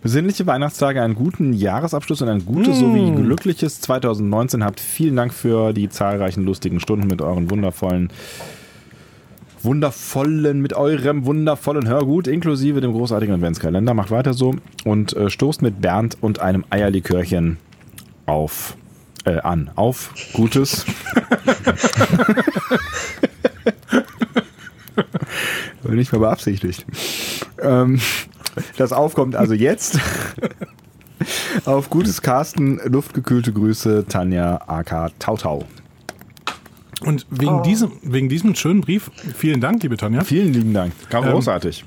Besinnliche Weihnachtstage, einen guten Jahresabschluss und ein gutes sowie glückliches 2019 habt. Vielen Dank für die zahlreichen lustigen Stunden mit euren wundervollen, wundervollen, mit eurem wundervollen Hörgut inklusive dem großartigen Adventskalender. Macht weiter so und äh, stoßt mit Bernd und einem Eierlikörchen auf äh, an. Auf Gutes. [LAUGHS] War Nicht mehr beabsichtigt. Ähm, [LAUGHS] das aufkommt also jetzt. [LAUGHS] Auf gutes Carsten, luftgekühlte Grüße, Tanja AK Tautau.
Und wegen,
Oh.
diesem, wegen diesem schönen Brief, vielen Dank, liebe Tanja.
Vielen lieben Dank. Ähm,
großartig.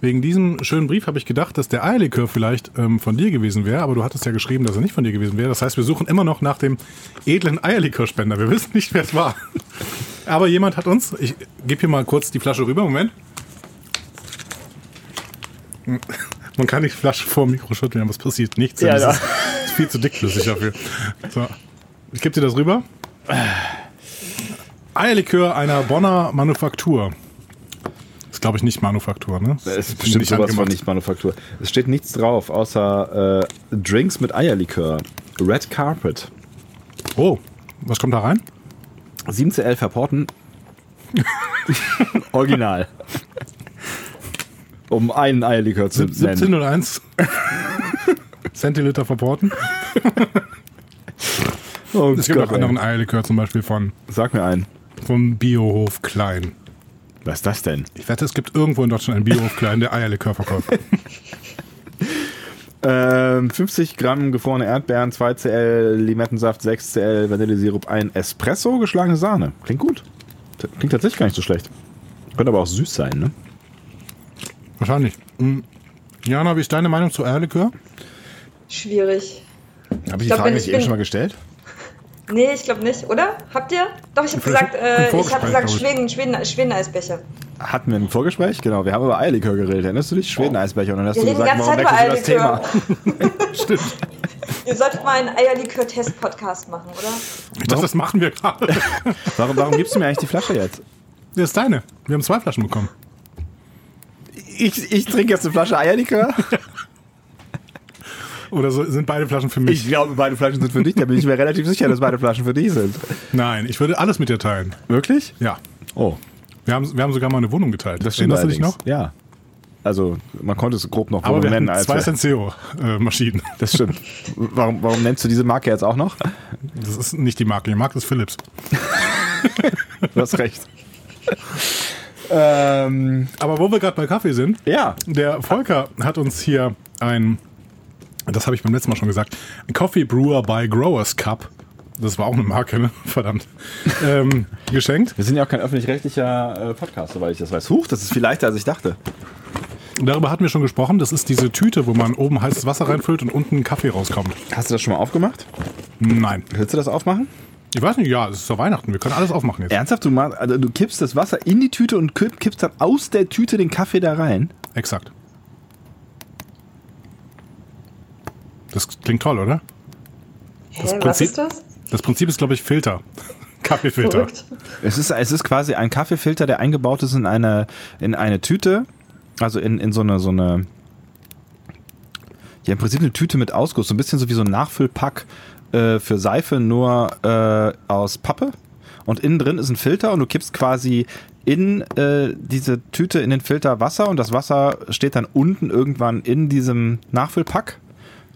Wegen diesem schönen Brief habe ich gedacht, dass der Eierlikör vielleicht ähm, von dir gewesen wäre, aber du hattest ja geschrieben, dass er nicht von dir gewesen wäre. Das heißt, wir suchen immer noch nach dem edlen Eierlikörspender. Wir wissen nicht, wer es war. [LAUGHS] Aber jemand hat uns, ich gebe hier mal kurz die Flasche rüber, Moment. Man kann die Flasche vor dem Mikro schütteln, aber es passiert nichts.
Ja,
das
ja.
ist, ist viel zu dickflüssig dafür. So, ich gebe dir das rüber. Eierlikör einer Bonner Manufaktur. Ist, glaube ich, nicht Manufaktur, ne?
Es ist
Nicht
bestimmt sowas von
angemacht.
nicht Manufaktur. Es steht nichts drauf, außer äh, Drinks mit Eierlikör. Red Carpet.
Oh, was kommt da rein?
7CL verporten. [LAUGHS] Original. Um einen Eierlikör zu
Sieb-
nennen.
1701
[LAUGHS]
Zentiliter verporten.
Oh
Es gibt
Gott,
auch
ey.
anderen Eierlikör, zum Beispiel von,
Sag mir einen.
von Biohof Klein.
Was ist das denn? [LAUGHS]
Ich wette, es gibt irgendwo in Deutschland einen Biohof Klein, der Eierlikör verkauft.
Ähm, 50 Gramm gefrorene Erdbeeren, 2 Cl Limettensaft, 6 Cl Vanillesirup, ein Espresso, geschlagene Sahne. Klingt gut. Klingt tatsächlich gar nicht so schlecht. Könnte aber auch süß sein, ne?
Wahrscheinlich. Mhm. Jana, wie ist deine Meinung zu Eierlikör?
Schwierig.
Habe ich, die
glaub,
Frage
wenn
nicht
ich
eben
bin-
schon mal gestellt?
Nee, ich glaube nicht, oder? Habt ihr? Doch, ich habe
Vielleicht
gesagt, äh,
im
ich habe
Vorgespräch,
gesagt
glaub ich.
Schweden, Schweden, Schweden-Eisbecher.
Hatten wir im Vorgespräch, genau. Wir haben über Eierlikör geredet. Erinnerst du dich? Schweden-Eisbecher. Und dann hast
Wir
du
reden die
gesagt,
ganze
warum
Zeit über
wechselst du das
Eierlikör.
Thema?
Stimmt.
Ihr solltet mal einen Eierlikör-Test-Podcast machen, oder?
Ich dachte, das machen wir gerade.
[LAUGHS] Warum, warum gibst du mir eigentlich die Flasche jetzt?
Das ist deine. Wir haben zwei Flaschen bekommen.
Ich, ich trinke jetzt eine Flasche Eierlikör.
Oder so, sind beide Flaschen für mich?
Ich glaube, beide Flaschen sind für dich. Da bin ich mir relativ sicher, dass beide Flaschen für dich sind.
Nein, ich würde alles mit dir teilen.
Wirklich?
Ja.
Oh,
Wir haben, wir haben sogar mal eine Wohnung geteilt.
das stimmt
Erinnerst du dich
allerdings.
noch?
Ja. Also, man konnte es grob noch
Aber
Wohnung
wir hatten
nennen. Als
zwei
wir,
Senseo-Maschinen.
[LAUGHS] das stimmt. Warum, warum nennst du diese Marke jetzt auch noch?
Das ist nicht die Marke. Die Marke ist Philips.
Du
[LAUGHS]
hast recht. ähm,
Aber wo wir gerade bei Kaffee sind,
ja.
der Volker hat uns hier ein, das habe ich beim letzten Mal schon gesagt, Coffee Brewer by Growers Cup. Das war auch eine Marke, ne? [LAUGHS] verdammt. ähm, geschenkt.
Wir sind ja auch kein öffentlich-rechtlicher äh, Podcast, soweit ich das weiß. Huch, das ist viel leichter, als ich dachte.
Darüber hatten wir schon gesprochen. Das ist diese Tüte, wo man oben heißes Wasser reinfüllt und unten Kaffee rauskommt.
Hast du das schon mal aufgemacht?
Nein.
Willst du das aufmachen?
Ich weiß nicht, ja, es ist doch Weihnachten. Wir können alles aufmachen jetzt.
Ernsthaft, du, machst, also du kippst das Wasser in die Tüte und kipp- kippst dann aus der Tüte den Kaffee da rein?
Exakt. Das klingt toll, oder?
Hä,
Das
was
Prinzip-
ist das?
Das Prinzip ist, glaube ich,
[LAUGHS]
Filter. Kaffeefilter.
Verrückt.
Es ist, es ist quasi ein Kaffeefilter, der eingebaut ist in eine, in eine Tüte. Also in, in so eine, so eine. Ja, im Prinzip eine Tüte mit Ausguss. So ein bisschen so wie so ein Nachfüllpack äh, für Seife, nur äh, aus Pappe. Und innen drin ist ein Filter und du kippst quasi in äh, diese Tüte, in den Filter Wasser und das Wasser steht dann unten irgendwann in diesem Nachfüllpack.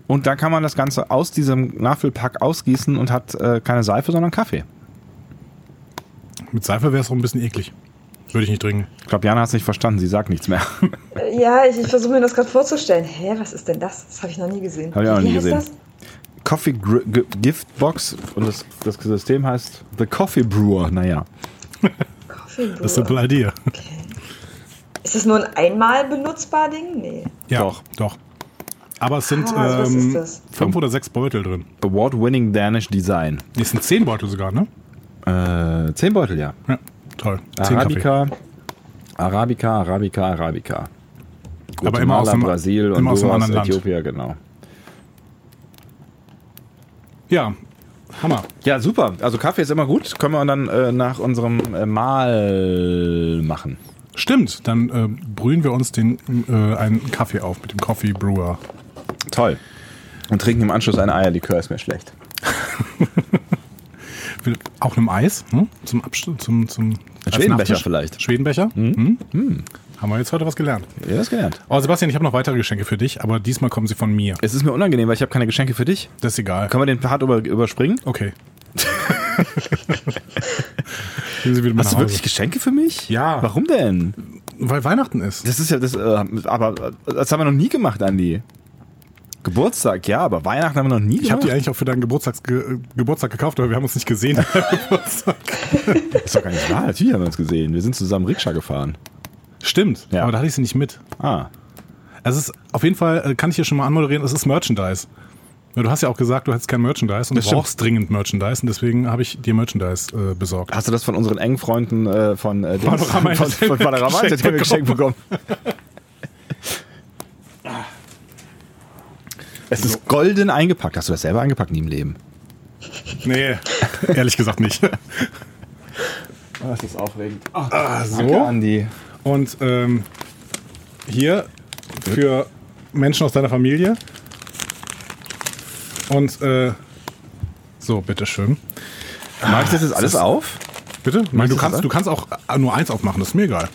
Und dann kann man das Ganze aus diesem Nachfüllpack ausgießen und hat äh, keine Seife, sondern Kaffee.
Mit Seife wäre es auch ein bisschen eklig. Würde ich nicht trinken.
Ich glaube, Jana hat es nicht verstanden. Sie sagt nichts mehr.
Äh, Ja, ich, ich versuche mir das gerade vorzustellen. Hä, was ist denn das? Das habe ich noch nie gesehen.
Hab ich auch noch
Wie
nie
heißt
gesehen.
Das?
[LAUGHS] Coffee Gr G Gift Box und das, das System heißt The Coffee Brewer. Naja.
Coffee Brewer.
Das ist eine
[LAUGHS]
Idee.
okay. Ist das nur ein einmal benutzbar Ding? Nee.
Ja,
Doch.
Doch. Aber es sind
Ah, was ist
ähm,
das?
fünf oder sechs Beutel drin.
Award-winning Danish Design.
Es sind zehn Beutel sogar, ne?
Äh, zehn Beutel, ja.
Ja, toll. Zehn
Arabica, Arabica, Arabica, Arabica.
Aber immer aus
Guatemala,
dem-
Brasil,
immer aus einem
Honduras,
anderen Land.
Äthiopia, genau.
Kaffee. Ja, Hammer.
Ja, super. Also Kaffee ist immer gut. Können wir dann äh, nach unserem äh, Mahl machen.
Stimmt, dann äh, brühen wir uns den, äh, einen Kaffee auf mit dem Coffee Brewer.
Toll. Und trinken im Anschluss ein Eierlikör, ist mir schlecht.
Will- Auch einem Eis, hm? zum Abschluss, zum, zum als
Schwedenbecher
Nachtisch.
vielleicht.
Schwedenbecher? Mhm. Haben wir jetzt heute was gelernt.
Ja, das gelernt.
Oh, Sebastian, ich habe noch weitere Geschenke für dich, aber diesmal kommen sie von mir.
Es ist mir unangenehm, weil ich habe keine Geschenke für dich.
Das ist egal.
Können wir den Part über, überspringen? [LAUGHS]
Okay. Gehen Sie wieder mal
Hast
nach
du wirklich
Hause.
Geschenke für mich?
Ja.
Warum denn?
Weil Weihnachten ist.
Das ist ja das, äh, aber äh, das haben wir noch nie gemacht, Andi. Geburtstag, ja, aber Weihnachten haben wir noch nie
Ich habe
gemacht.
die eigentlich auch für deinen Geburtstags Ge Geburtstag gekauft, aber wir haben uns nicht
[LAUGHS]
gesehen.
ist doch gar nicht wahr. Natürlich haben wir uns gesehen. Wir sind zusammen Rikscha gefahren.
Stimmt,
Ja.
aber da hatte ich sie nicht mit.
Ah.
Also es ist, auf jeden Fall äh, kann ich hier schon mal anmoderieren, es ist Merchandise. Ja, Du hast ja auch gesagt, du hättest kein Merchandise und
Das
du
stimmt.
brauchst dringend Merchandise und deswegen habe ich dir Merchandise äh, besorgt.
Hast du das von unseren engen Freunden äh, von, äh, Dings-
Panorama
von, von
Entertainment
Panorama
geschenkt
Entertainment geschenkt bekommen? es ist golden eingepackt. Hast du das selber eingepackt? Nie im Leben.
Nee, [LAUGHS] ehrlich gesagt nicht.
Oh, das ist aufregend. Ach,
[LAUGHS] Ah,
Danke,
so.
Andi.
Und ähm, hier für Menschen aus deiner Familie. Und äh, so, bitteschön.
Mach ich das jetzt alles auf?
Bitte? Nein,
Möchtest
du,
du
kannst,
das?
du kannst auch äh, nur eins aufmachen, das ist mir egal.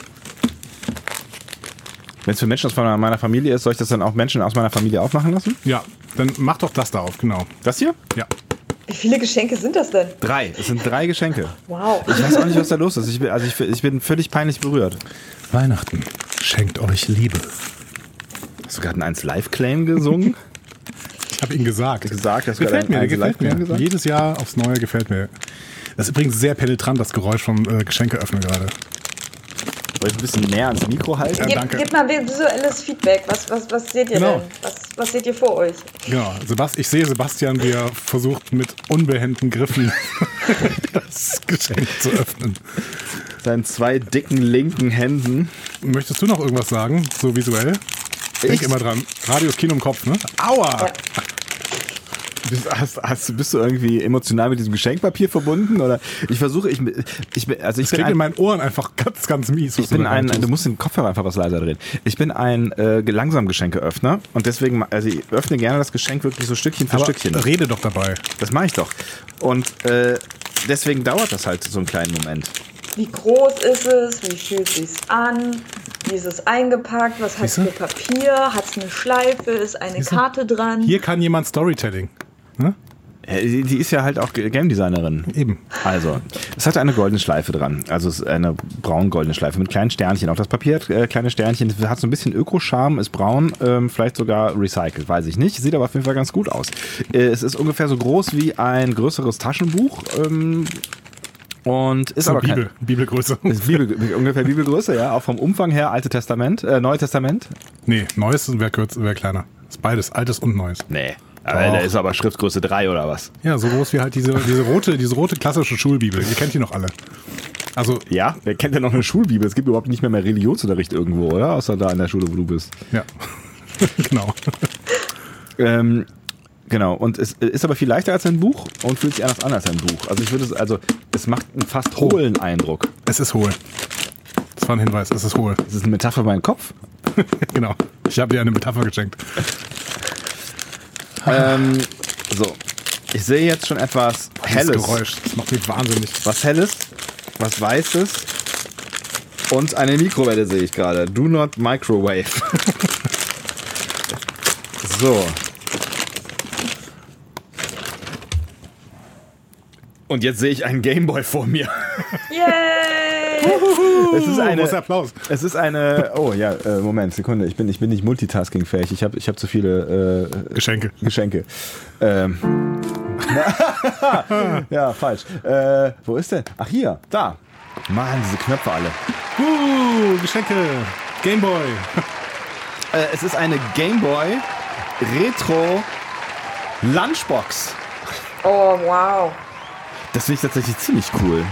Wenn es für Menschen aus meiner- meiner Familie ist, soll ich das dann auch Menschen aus meiner Familie aufmachen lassen?
Ja, dann mach doch das da auf, genau.
Das hier?
Ja.
Wie viele Geschenke sind das denn?
Drei. Es sind drei Geschenke.
Wow.
Ich weiß auch nicht, was da los ist. Ich bin, also ich, ich bin völlig peinlich berührt.
Weihnachten schenkt euch Liebe.
Hast du gerade ein 1 Live Claim gesungen? [LAUGHS]
Ich habe ihn gesagt.
Gesagt, das
gefällt mir,
war
der
dein
gefällt
Einzel-
mir.
Gesagt?
Jedes Jahr aufs Neue gefällt mir. Das ist übrigens sehr penetrant, das Geräusch vom äh, Geschenkeöffnen gerade.
Soll ich ein bisschen näher ans Mikro halten?
Ja,
Gebt,
danke.
gebt mal visuelles Feedback. Was, was, was seht ihr
Genau.
denn? Was, was seht ihr vor euch?
Genau. Sebast ich sehe Sebastian, wie er versucht, mit unbehenden Griffen [LAUGHS] das Geschenk zu öffnen.
Mit seinen zwei dicken linken Händen.
Möchtest du noch irgendwas sagen, so visuell? Denk
Ich?
immer dran. Radio ist Kino im Kopf, ne? Aua!
Ja.
Bist, hast, hast, bist du irgendwie emotional mit diesem Geschenkpapier verbunden? Oder ich versuche, ich, ich bin, also ich
Das
bin
klingt
ein-
in meinen Ohren einfach ganz, ganz mies. was
Ich bin
da gerade
ein,
tust.
du musst den Kopfhörer einfach was leiser drehen. Ich bin ein äh, langsam Geschenkeöffner und deswegen, ma- also ich öffne gerne das Geschenk wirklich so Stückchen für
Aber
Stückchen.
Rede doch dabei.
Das mache ich doch. Und äh, deswegen dauert das halt so einen kleinen Moment.
Wie groß ist es? Wie fühlt sich's an? Wie ist es eingepackt? Was hat es
Siehste?
für Papier? Hat es eine Schleife? Ist eine
Siehste?
Karte dran?
Hier kann jemand Storytelling. Ne?
Äh, Die die ist ja halt auch G- Game Designerin.
Eben.
Also, es hatte eine goldene Schleife dran. Also es ist eine braun-goldene Schleife mit kleinen Sternchen. Auch das Papier hat äh, kleine Sternchen. Es hat so ein bisschen Öko-Charme, ist braun, ähm, vielleicht sogar recycelt, weiß ich nicht. Sieht aber auf jeden Fall ganz gut aus. Äh, es ist ungefähr so groß wie ein größeres Taschenbuch. Ähm, und ist
So
aber kein-
Bibel, Bibelgröße.
Ist Bibel, ungefähr Bibelgröße, ja. Auch vom Umfang her, Alte Testament, äh, Neue Testament.
Nee, Neues wäre kürz, wär kleiner. Ist beides, altes und neues.
Nee.
Doch.
Aber da ist aber Schriftgröße 3 oder was?
Ja, so groß wie halt diese, diese, rote, diese rote klassische Schulbibel. Ihr kennt die noch alle. Also,
Ja, wer kennt denn noch eine Schulbibel? Es gibt überhaupt nicht mehr mehr Religionsunterricht irgendwo, oder? Außer da an der Schule, wo du bist.
ja. [LAUGHS] genau.
Ähm, genau, und es ist aber viel leichter als ein Buch und fühlt sich anders an als ein Buch. Also ich würde es, also es macht einen fast hohlen Eindruck.
Es ist hohl. Das war ein Hinweis, es ist hohl. [LAUGHS]
Ist es eine Metapher für meinen Kopf?
Genau. Ich habe dir eine Metapher geschenkt.
ähm, so. Ich sehe jetzt schon etwas
Dieses
Helles. Oh,
Geräusch, das macht mich wahnsinnig.
Was Helles, was Weißes und eine Mikrowelle sehe ich gerade. Do not microwave. [LAUGHS] so. Und jetzt sehe ich einen Gameboy vor mir.
[LAUGHS]
Yay!
Es ist eine.
großer Applaus.
Es ist eine. Oh ja, äh, Moment, Sekunde. Ich bin, ich bin nicht multitaskingfähig. Ich habe ich hab zu viele äh,
Geschenke.
Geschenke. Ähm. [LAUGHS] ja, falsch. Äh, wo ist denn? Ach, hier, da. Mann, diese Knöpfe alle.
Uh, Geschenke. Gameboy.
Äh, es ist eine Gameboy Retro Lunchbox.
Oh, wow.
Das finde ich tatsächlich ziemlich cool.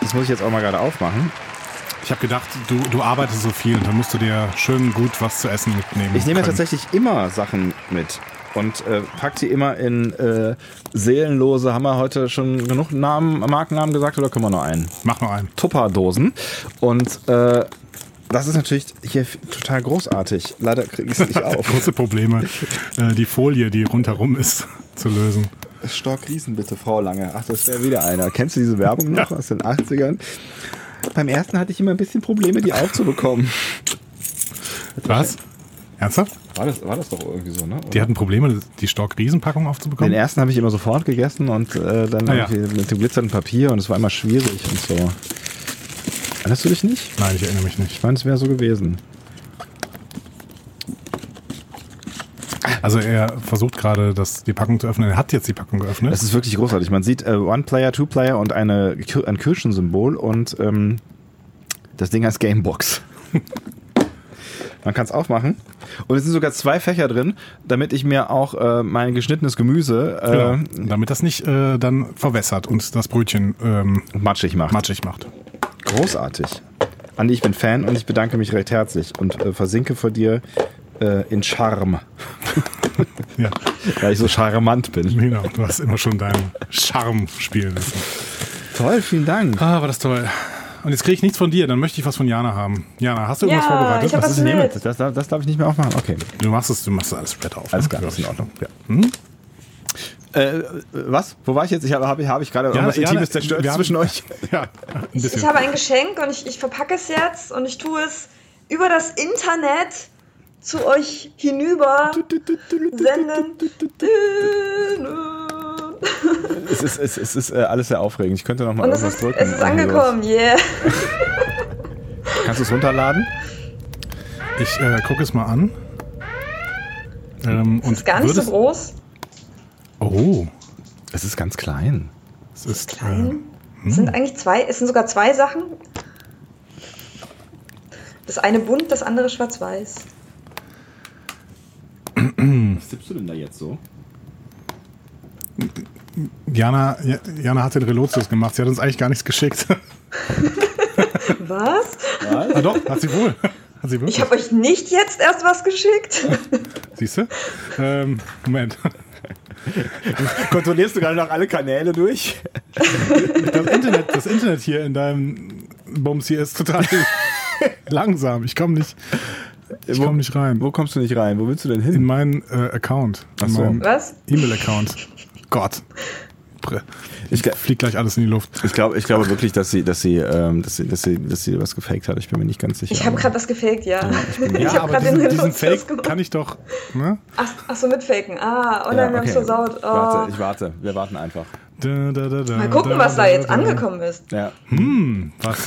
Das muss ich jetzt auch mal gerade aufmachen.
Ich habe gedacht, du, du arbeitest so viel und dann musst du dir schön gut was zu essen mitnehmen.
Ich nehme ja
können.
tatsächlich immer Sachen mit und äh, pack die immer in äh, seelenlose. Haben wir heute schon genug Namen, Markennamen gesagt oder können wir noch einen?
Mach noch einen.
Tupperdosen. Und äh, das ist natürlich hier f- total großartig. Leider kriege ich
[LAUGHS]
es nicht auf.
Große Probleme, äh, die Folie, die rundherum ist, zu lösen.
Stock Riesen bitte, Frau Lange. Ach, das wäre wieder einer. Kennst du diese Werbung [LAUGHS] noch aus den 80ern? Beim ersten hatte ich immer ein bisschen Probleme, die aufzubekommen.
Was? Ernsthaft?
War das, war das doch irgendwie so, ne?
Die hatten Probleme, die Stock-Riesenpackung
Den
aufzubekommen?
ersten habe ich immer sofort gegessen und äh, dann
Ah, ja.
irgendwie mit dem glitzernden Papier und es war immer schwierig und so. Erinnerst du dich nicht?
Nein, ich erinnere mich nicht.
Ich meine, es wäre so gewesen.
Also er versucht gerade, das, die Packung zu öffnen. Er hat jetzt die Packung geöffnet.
Es ist wirklich großartig. Man sieht äh, One-Player, Two-Player und eine, Kir- ein Kirschensymbol und ähm, das Ding heißt Gamebox. [LAUGHS] Man kann es aufmachen. Und es sind sogar zwei Fächer drin, damit ich mir auch äh, mein geschnittenes Gemüse äh,
Genau. damit das nicht äh, dann verwässert und das Brötchen ähm,
matschig mache.
matschig macht.
Großartig. Andi, ich bin Fan und ich bedanke mich recht herzlich und äh, versinke vor dir äh, in Charme, [LAUGHS]
Ja,
weil ich so charmant bin.
genau. Du hast immer schon deinen Charme spielen lassen.
Toll, vielen Dank.
Ah, war das toll. Und jetzt kriege ich nichts von dir, dann möchte ich was von Jana haben. Jana, hast du irgendwas
Ja,
vorbereitet?
ich hab was
ist denn hier
mit.
Das, das, das darf ich nicht mehr aufmachen. Okay.
mit? Du machst es, du machst alles Brett auf.
Alles
ne?
klar,
Ja.
ist in Ordnung.
Ja. Hm?
Äh, was? Wo war ich jetzt? Ich habe hab, ich- hab ich gerade irgendwas
Jana,
Intimes
Jana,
zerstört
wir haben-
zwischen euch.
Ja, ein
Ich, ich
bisschen.
habe ein Geschenk und ich, ich verpacke es jetzt und ich tue es über das Internet zu euch hinüber senden.
Es ist, es, es ist äh, alles sehr aufregend. Ich könnte noch mal
Und es
irgendwas
ist,
drücken.
es ist
Irgendwie
angekommen, yeah.
sowas. Kannst du es runterladen?
Ich äh, gucke es mal an. Ähm,
Es
und
ist gar nicht so
würdest,
groß.
Oh,
Es ist ganz klein.
es ist. Äh,
Klein. Es sind eigentlich zwei, es sind sogar zwei Sachen. Das eine bunt, das andere schwarz-weiß.
Was tippst du denn da jetzt so?
äh, Jana, Ja- Jana hat den Relotius gemacht. Sie hat uns eigentlich gar nichts
[LAUGHS]
geschickt.
Was?
ah, doch, hat sie wohl. Hat sie
Ich
wirklich.
habe euch nicht jetzt erst
[LAUGHS]
was geschickt?
Siehst du? Ähm, Moment.
[LAUGHS] Kontrollierst du gerade noch alle Kanäle durch?
Das Internet, das Internet hier in deinem Bums hier ist
[LAUGHS]
total langsam. Ich komme nicht, ich
Wo-
komm nicht rein.
Wo kommst du nicht rein? Wo willst du denn
In
hin?
meinen äh, Account. In
Ach so.
meinen
Was?
E-Mail-Account. Gott. Brr.
Ich, ge-
Fliegt gleich alles in die Luft.
ich glaube ich glaube wirklich, dass sie, dass, sie, ähm, dass, sie, dass, sie, dass sie was gefaked hat. Ich bin mir nicht ganz sicher.
Ich habe gerade was gefaked, ja. ich
Ja,
habe
aber
gerade den
diesen, diesen
Relotius
Fake
gemacht.
kann ich doch. Ne?
Ach, ach so, mitfaken. Ah, oh
Ja,
nein, wir haben es
okay.
versaut. Oh.
Warte, ich warte. Wir warten einfach.
Da, da, da, da,
Mal gucken, was da jetzt angekommen ist.
Ja.
Was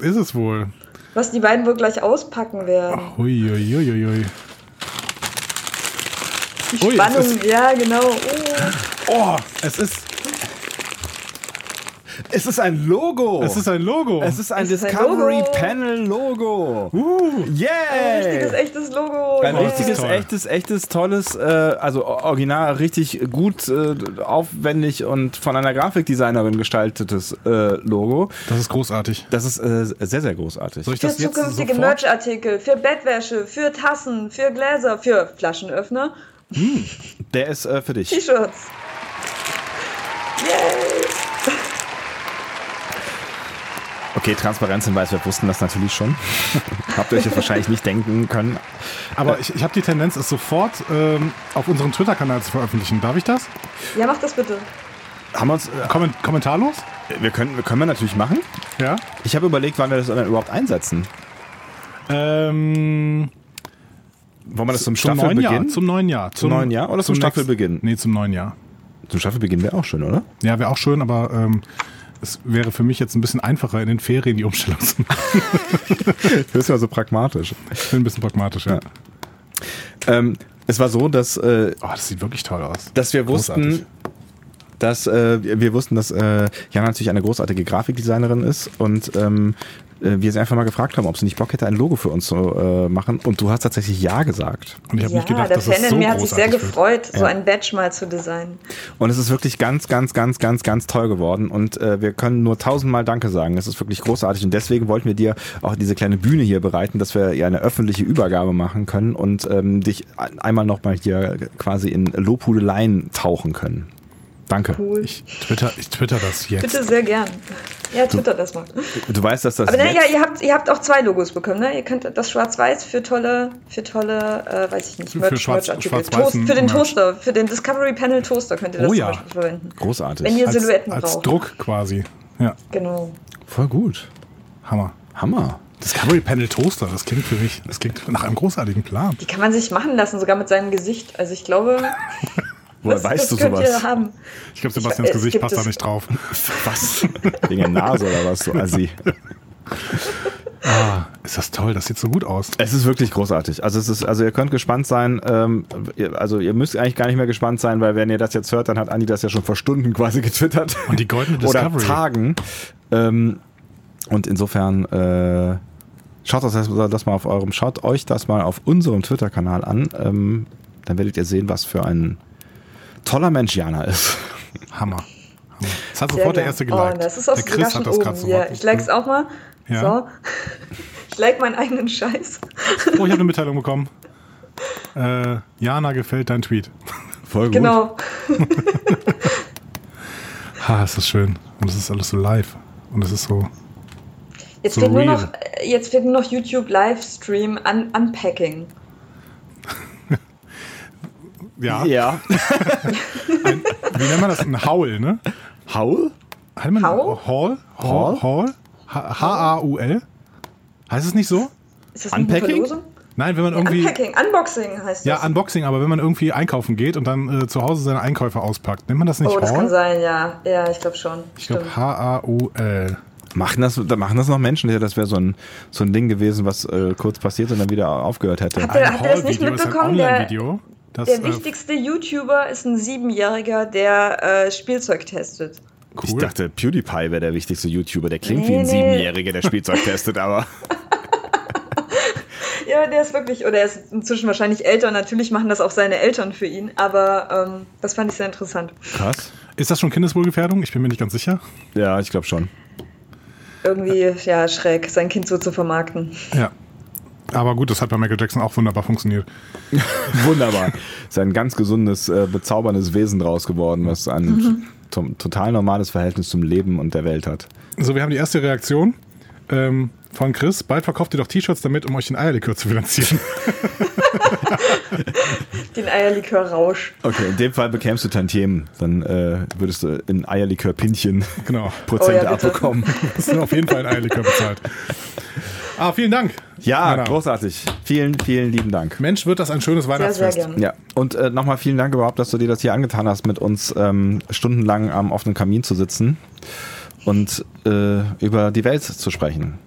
ist es wohl?
Was die beiden wohl gleich auspacken werden.
Hui, hui, hui, hui, hui.
Die
ui,
Spannung,
es ist-
ja, genau. Oh.
Oh, es ist,
Es ist ein Logo.
es ist ein Logo.
Es ist ein
Oh. Es ist ein
Discovery
Logo.
Panel Logo.
uh,
Yeah!
Ein richtiges, echtes Logo.
Ein
Yeah.
richtiges,
toll.
echtes, echtes, tolles, äh, also o- original, richtig gut, äh, aufwendig und von einer Grafikdesignerin gestaltetes äh, Logo.
das ist großartig.
Das ist äh, sehr, sehr großartig.
Soll ich
Für
das jetzt
zukünftige
sofort?
Merchartikel, für Bettwäsche, für Tassen, für Gläser, für Flaschenöffner,
Der ist äh, für dich.
T-Shirts. Yay!
Okay, Transparenzhinweis, wir wussten das natürlich
[LAUGHS]
schon. Habt ihr euch das wahrscheinlich nicht denken können.
Aber ich, ich habe die Tendenz, es sofort ähm, auf unserem Twitter-Kanal zu veröffentlichen. Darf ich das?
Ja, mach das bitte.
Haben wir uns,
Kommen- kommentarlos?
äh, wir können, wir können wir natürlich machen.
Ja.
Ich habe überlegt, wann wir das dann überhaupt einsetzen.
Ähm,
Wollen wir das zum,
zum neuen Jahr.
Staffelbeginn?
Zum neuen Jahr. Zum,
neuen Jahr oder zum
nächsten-
Staffelbeginn?
Nee, zum neuen Jahr.
zum Staffelbeginn wäre auch schön, oder?
Ja, wäre auch schön, aber ähm, es wäre für mich jetzt ein bisschen einfacher, in den Ferien die Umstellung zu machen.
Du bist ja so pragmatisch.
Ich bin ein bisschen pragmatisch, ja.
Ja. Ähm, es war so, dass, äh,
Oh, das sieht wirklich toll aus.
dass wir
Großartig.
wussten, dass äh, wir wussten, dass äh, Jana natürlich eine großartige Grafikdesignerin ist und ähm, äh, wir sie einfach mal gefragt haben, ob sie nicht Bock hätte, ein Logo für uns zu äh, machen. Und du hast tatsächlich ja gesagt.
Und ich habe
ja,
nicht gedacht,
der
dass
Fan
es
in
so
mir hat sich sehr
großartig wird.
gefreut, so ein Badge mal zu designen.
Und es ist wirklich ganz, ganz, ganz, ganz, ganz toll geworden. Und äh, wir können nur tausendmal Danke sagen. Es ist wirklich großartig. Und deswegen wollten wir dir auch diese kleine Bühne hier bereiten, dass wir ja eine öffentliche Übergabe machen können und ähm, dich ein- einmal nochmal hier quasi in Lobhudeleien tauchen können. Danke.
Cool.
Ich twitter, ich twitter das jetzt.
Bitte sehr gern. Ja, twitter das mal.
Du weißt, dass das.
Aber naja,
jetzt-
ihr habt, ihr habt auch zwei Logos bekommen, ne? Ihr könnt das Schwarz-Weiß für tolle, für tolle, äh, weiß ich nicht,
Für
Merch,
schwarz-
Merchartikel. Toast,
schwarz-weißen
für den
Merch.
Toaster, für den Discovery Panel Toaster könnt ihr das
Oh ja.
zum Beispiel verwenden.
Großartig.
Wenn ihr
als,
Silhouetten
als
braucht.
Druck quasi. Ja,
Genau.
Voll gut.
Hammer.
Hammer.
Discovery Panel Toaster, das klingt für mich, das klingt nach einem großartigen Plan.
Die kann man sich machen lassen, sogar mit seinem Gesicht. Also ich
[LAUGHS]
glaube,
Woher
das,
weißt
das
du
könnt ihr
sowas?
haben.
Ich glaube,
Ich-
Sebastians
es
Gesicht
gibt
passt da
es-
nicht
[LAUGHS]
drauf.
Was? Wegen der Nase oder was, also, du [LAUGHS] Assi?
[LAUGHS] Ist das toll, das sieht so gut aus.
Es ist wirklich großartig. Also es ist, also ihr könnt gespannt sein. Ähm, ihr, also ihr müsst eigentlich gar nicht mehr gespannt sein, weil wenn ihr das jetzt hört, dann hat Andi das ja schon vor Stunden quasi getwittert.
Und
[LAUGHS]
die goldene
oder
Discovery.
Tagen. Ähm, und insofern äh, schaut das, das mal auf eurem, schaut euch das mal auf unserem Twitter-Kanal an. Ähm, dann werdet ihr sehen, was für ein toller Mensch Jana ist. [LAUGHS]
Hammer. Hammer. Das hat
Sehr
sofort der
gern.
erste
Oh,
geliked.
das ist auch
der
sogar
Chris
schon
hat das gerade
oben. Ja,
sofort.
ich like es auch mal.
Ja.
So. [LAUGHS] Ich like meinen eigenen Scheiß.
Oh, ich habe eine Mitteilung bekommen. Äh, Jana gefällt dein Tweet.
Voll gut.
Genau.
Ha, es ist schön. Und es ist alles so live. Und es ist so.
Jetzt,
So
fehlt nur
real.
noch, äh, jetzt fehlt nur noch YouTube Livestream Un Unpacking.
Ja,
Ja.
wie nennt man das? Ein Howl, ne?
Haul?
Hat man
Howl?
Hall? Hall?
Hall?
Hall? H- H-A-U-L? Heißt es nicht so?
Ist das nicht eine
Unpacking?
Verlosung?
Nein, wenn man irgendwie.
Unpacking, Unboxing heißt
Ja,
das.
Unboxing, aber wenn man irgendwie einkaufen geht und dann äh, zu Hause seine Einkäufe auspackt, nennt man das nicht
Oh, das
Haul?
kann sein, ja. Ja, ich glaube schon.
Ich
Stimmt.
glaube H-A-U-L.
Machen das, da machen das noch Menschen? Ja, Das wäre so ein, so ein Ding gewesen, was äh, kurz passiert und dann wieder aufgehört hätte.
Habt ihr, habt ihr das nicht
Haul-Video ist ein
mitbekommen? Der,
Online-Video.
Das, der wichtigste äh, YouTuber ist ein Siebenjähriger, der äh, Spielzeug testet.
Ah, Cool. Ich dachte, PewDiePie wäre der wichtigste YouTuber. Der klingt nee, wie ein nee. Siebenjähriger, der [LAUGHS] Spielzeug testet, aber.
ja, der ist wirklich, oder er ist inzwischen wahrscheinlich älter. Natürlich machen das auch seine Eltern für ihn, aber ähm, das fand ich sehr interessant.
Krass. Ist das schon Kindeswohlgefährdung? Ich bin mir nicht ganz sicher.
Ja, ich glaube schon.
Irgendwie, ja, schräg, sein Kind so zu vermarkten.
Ja, aber gut, das hat bei Michael Jackson auch wunderbar funktioniert.
wunderbar. Ist ein ganz gesundes, äh, bezauberndes Wesen draus geworden, was ein mhm. to total normales Verhältnis zum Leben und der Welt hat.
So, wir haben die erste Reaktion ähm, von Chris. Bald verkauft ihr doch T-Shirts damit, um euch den Eierlikör zu finanzieren. [LAUGHS]
den Eierlikör-Rausch.
Okay, in dem Fall bekämst du Tantiemen. Dann äh, würdest du ein Eierlikör-Pinchen
genau.
Prozente oh, ja, [LAUGHS] abbekommen.
Das ist auf jeden Fall ein Eierlikör bezahlt. Ah, vielen Dank.
Ja, großartig. Vielen, vielen lieben Dank.
Mensch, wird das ein schönes Weihnachtsfest.
Sehr, sehr ja, und äh, nochmal vielen Dank überhaupt, dass du dir das hier angetan hast, mit uns ähm, stundenlang am offenen Kamin zu sitzen und äh, über die Welt zu sprechen.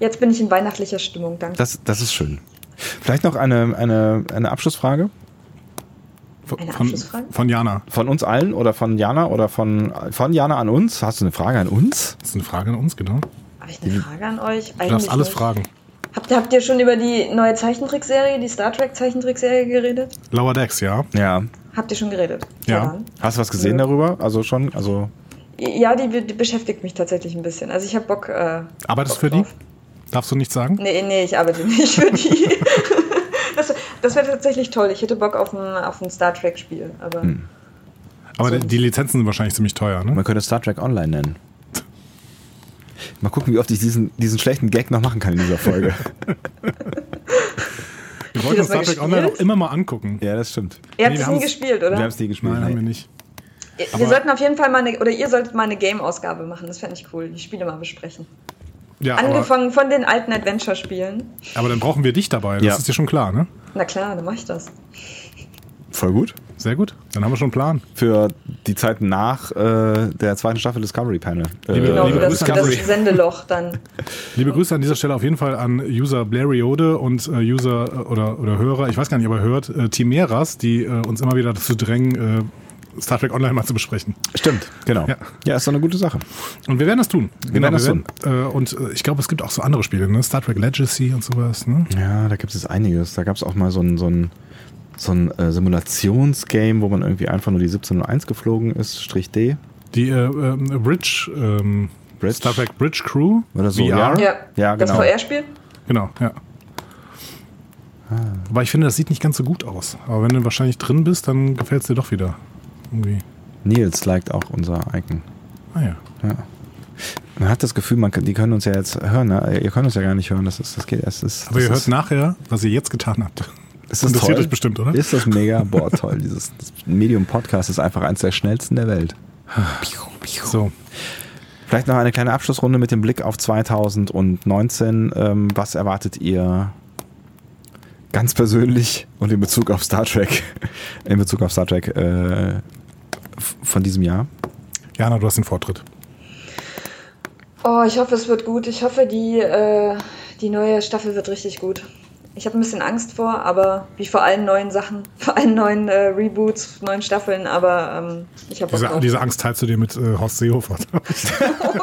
Jetzt bin ich in weihnachtlicher Stimmung, danke.
Das, das ist schön. Vielleicht noch eine, eine, eine Abschlussfrage.
Von, eine Abschlussfrage? Von, von Jana.
Von uns allen oder von Jana oder von, von Jana an uns? Hast du eine Frage an uns?
Das ist eine Frage an uns, genau.
Habe ich eine Frage an euch?
Eigentlich du darfst alles
nicht.
fragen.
Habt, habt, ihr schon über die neue Zeichentrickserie, die Star Trek Zeichentrickserie geredet?
Lower Decks, ja.
Ja.
Habt ihr schon geredet?
Ja. Daran?
Hast du was gesehen ja. darüber? Also schon, also.
Ja, die, die, beschäftigt mich tatsächlich ein bisschen. Also ich habe Bock. Äh,
Arbeitest
Bock
für drauf. die? Darfst du nichts sagen?
Nee, nee, ich arbeite [LAUGHS] nicht für die. das, das wäre tatsächlich toll. Ich hätte Bock auf ein, auf ein Star Trek Spiel. Aber, hm.
aber so. die Lizenzen sind wahrscheinlich ziemlich teuer, ne?
Man könnte Star Trek Online nennen. Mal gucken, wie oft ich diesen, diesen schlechten Gag noch machen kann in dieser Folge.
wir wollten uns Star Trek Online auch immer mal angucken.
[LAUGHS] Ja, das stimmt.
Ihr habt nee, es nie gespielt, oder?
Wir haben es nie gespielt.
Nein, haben wir nicht.
Wir Aber sollten auf jeden Fall mal eine, oder ihr solltet mal eine Game-Ausgabe machen. Das fände ich cool. Die Spiele mal besprechen. Ja, Angefangen von den alten Adventure-Spielen.
Aber dann brauchen wir dich dabei, das ja. ist dir schon klar, ne?
Na klar, dann mache ich das.
Voll gut.
Sehr gut. Dann haben wir schon einen Plan.
Für die Zeit nach äh, der zweiten Staffel Discovery Panel.
Äh, genau, liebe das, Discovery. das Sendeloch [LAUGHS] dann.
liebe Grüße an dieser Stelle auf jeden Fall an User Blariode und äh, User oder, oder Hörer, ich weiß gar nicht, ob er hört, äh, Timeras, die äh, uns immer wieder dazu drängen, äh, Star Trek Online mal zu besprechen.
Stimmt, genau. Ja. ja, ist doch eine gute Sache.
Und wir werden das tun.
Wir genau, werden das tun.
Werden, äh, und äh, ich glaube, es gibt auch so andere Spiele, ne? Star Trek Legacy und sowas. Ne?
Ja, da gibt es einiges. Da gab es auch mal so ein, so ein, so ein äh, Simulationsgame, wo man irgendwie einfach nur die 1701 geflogen ist, Strich D.
Die äh, ähm, Bridge, Bridge, Star Trek Bridge Crew.
Oder so,
VR. Ja, ja genau. Das VR-Spiel?
Genau, ja. Ah. Aber ich finde, das sieht nicht ganz so gut aus. Aber wenn du wahrscheinlich drin bist, dann gefällt es dir doch wieder. Irgendwie.
Nils liked auch unser Icon.
Ah ja.
ja. Man hat das Gefühl, man, die können uns ja jetzt hören. Ne? Ihr könnt uns ja gar nicht hören. Das ist, das geht, das ist,
Aber
das
ihr
ist,
hört nachher, was ihr jetzt getan habt.
Ist das Interessiert
euch bestimmt, oder?
Ist das mega? Boah, toll. Dieses Medium Podcast ist einfach eins der schnellsten der Welt.
so.
Vielleicht noch eine kleine Abschlussrunde mit dem Blick auf 2019. was erwartet ihr ganz persönlich und in Bezug auf Star Trek, [LAUGHS] in Bezug auf Star Trek äh, von diesem Jahr?
Jana, du hast den Vortritt.
Oh, ich hoffe, es wird gut. Ich hoffe, die, äh, die neue Staffel wird richtig gut. Ich habe ein bisschen Angst vor, aber wie vor allen neuen Sachen, [LAUGHS] vor allen neuen äh, Reboots, neuen Staffeln, aber ähm, ich habe
diese,
Oh
diese Angst teilst du dir mit äh, Horst
[LAUGHS]
Seehofer.
oh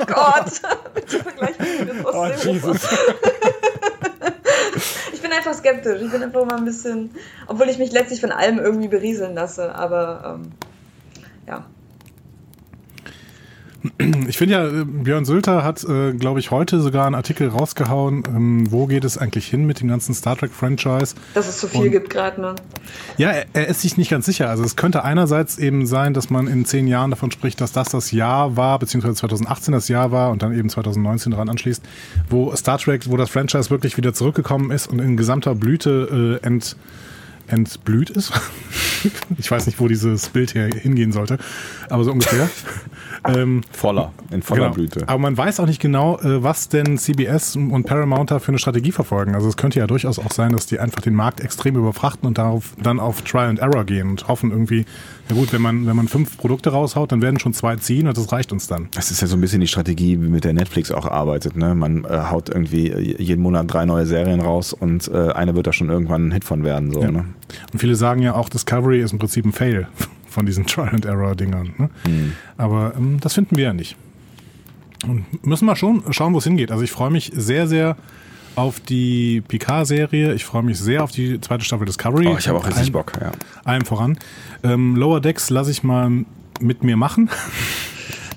Gott, [LAUGHS] bitte vergleich mich mit Horst oh, Seehofer. ich bin einfach skeptisch. Ich bin einfach mal ein bisschen, obwohl ich mich letztlich von allem irgendwie berieseln lasse, aber ähm, ja.
Ich finde ja, äh, Björn Sülter hat, äh, glaube ich, heute sogar einen Artikel rausgehauen, ähm, wo geht es eigentlich hin mit dem ganzen Star Trek-Franchise.
Dass es zu so viel Und, gibt gerade, ne?
Ja, er, er, ist sich nicht ganz sicher. Also es könnte einerseits eben sein, dass man in zehn Jahren davon spricht, dass das das Jahr war, beziehungsweise 2018 das Jahr war und dann eben 2019 daran anschließt, wo Star Trek, wo das Franchise wirklich wieder zurückgekommen ist und in gesamter Blüte äh, ent [LAUGHS] entblüht ist. ich weiß nicht, wo dieses Bild hier hingehen sollte, aber so ungefähr. Ähm,
voller, in voller
genau.
Blüte.
Aber man weiß auch nicht genau, äh, was denn CBS und Paramount da für eine Strategie verfolgen. Also es könnte ja durchaus auch sein, dass die einfach den Markt extrem überfrachten und darauf dann auf Trial and Error gehen und hoffen irgendwie, na gut, wenn man, wenn man fünf Produkte raushaut, dann werden schon zwei ziehen und das reicht uns dann.
Das ist ja so ein bisschen die Strategie, wie mit der Netflix auch arbeitet. Ne? Man äh, haut irgendwie jeden Monat drei neue Serien raus und äh, eine wird da schon irgendwann ein Hit von werden. So,
Ja.
ne?
Und viele sagen ja auch, Discovery ist im Prinzip ein Fail [LAUGHS] von diesen Trial and Error Dingern. Ne?
Mhm.
Aber ähm, das finden wir ja nicht. Und müssen mal schon schauen, wo es hingeht. Also ich freue mich sehr, sehr auf die Picard-Serie. Ich freue mich sehr auf die zweite Staffel Discovery.
Oh, ich habe auch
Mit allem-
richtig Bock. Ja.
Allem voran. Ähm, Lower Decks lasse ich mal mit mir machen. [LAUGHS]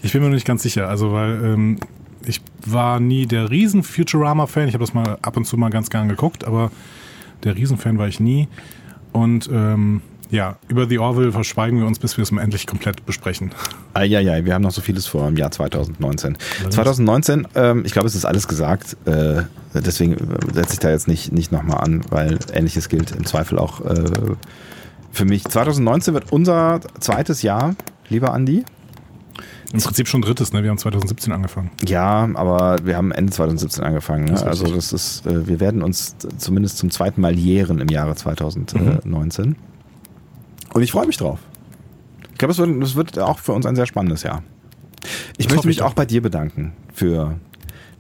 Ich bin mir noch nicht ganz sicher. Also weil ähm, ich war nie der riesen Futurama-Fan. Ich habe das mal ab und zu mal ganz gern geguckt, aber der Riesenfan war ich nie. Und ähm, ja, über The Orville verschweigen wir uns, bis wir es mal endlich komplett besprechen.
Ah, ja, ja, wir haben noch so vieles vor im Jahr 2019. 2019, ähm, ich glaube, es ist alles gesagt. Äh, deswegen setze ich da jetzt nicht, nicht nochmal an, weil Ähnliches gilt im Zweifel auch äh, für mich. 2019 wird unser zweites Jahr, lieber Andi.
Im Prinzip schon drittes, ne? Wir haben 2017 angefangen.
Ja, aber wir haben Ende 2017 angefangen. Ne?
Das ist
also
richtig.
das ist, äh, wir werden uns z- zumindest zum zweiten Mal jähren im Jahre 2019. Mhm. Und ich freue mich drauf. Ich glaube, es wird, es wird auch für uns ein sehr spannendes Jahr.
Das
Ich möchte
hoffe
mich
ich
auch
doch.
bei dir bedanken für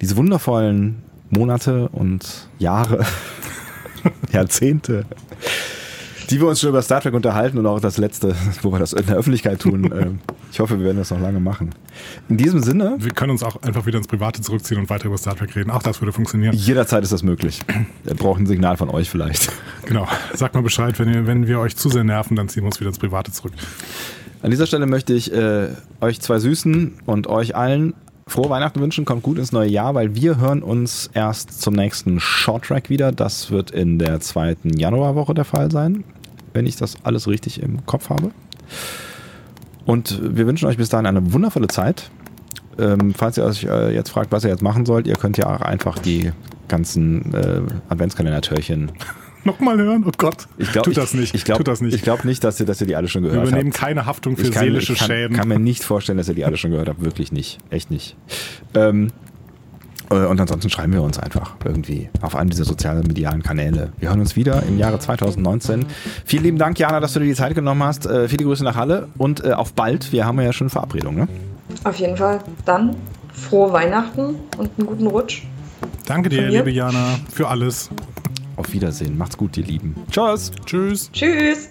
diese wundervollen Monate und Jahre, [LAUGHS] Jahrzehnte, die wir uns schon über Star Trek unterhalten und auch das letzte, wo wir das in der Öffentlichkeit tun. [LAUGHS] Ähm, ich hoffe, wir werden das noch lange machen. In diesem Sinne.
Wir können uns auch einfach wieder ins Private zurückziehen und weiter über Star Trek reden. Auch das würde funktionieren.
[LAUGHS] Jederzeit ist das möglich. Er braucht ein Signal von euch vielleicht.
Genau. Sagt mal Bescheid, wenn, ihr, wenn wir euch zu sehr nerven, dann ziehen wir uns wieder ins Private zurück.
An dieser Stelle möchte ich äh, euch zwei Süßen und euch allen frohe Weihnachten wünschen. Kommt gut ins neue Jahr, weil wir hören uns erst zum nächsten Short Track wieder. Das wird in der zweiten Januarwoche der Fall sein, wenn ich das alles richtig im Kopf habe. Und wir wünschen euch bis dahin eine wundervolle Zeit. Ähm, falls ihr euch äh, jetzt fragt, was ihr jetzt machen sollt, ihr könnt ja auch einfach die ganzen äh, Adventskalender-Törchen
Nochmal hören? Oh Gott.
Ich glaub,
Tut das
ich,
nicht.
Ich glaub,
Tut das nicht.
Ich glaube nicht, dass ihr, dass ihr die alle schon
wir
gehört
übernehmen
habt.
keine Haftung für
Ich kann,
seelische
ich kann,
Schäden.
kann mir nicht vorstellen, dass ihr die alle schon gehört habt. Wirklich nicht. Echt nicht. Ähm, äh, und ansonsten schreiben wir uns einfach irgendwie auf einem dieser sozialen medialen Kanäle. Wir hören uns wieder im Jahre 2019. Vielen lieben Dank, Jana, dass du dir die Zeit genommen hast. Äh, viele Grüße nach Halle und äh, auf bald. Wir haben ja schon Verabredung. Ne?
Auf jeden Fall. Dann frohe Weihnachten und einen guten Rutsch.
Danke dir,
Von mir?
liebe Jana, für alles.
Auf Wiedersehen. Macht's gut, ihr Lieben. Tschüss.
Tschüss.
Tschüss.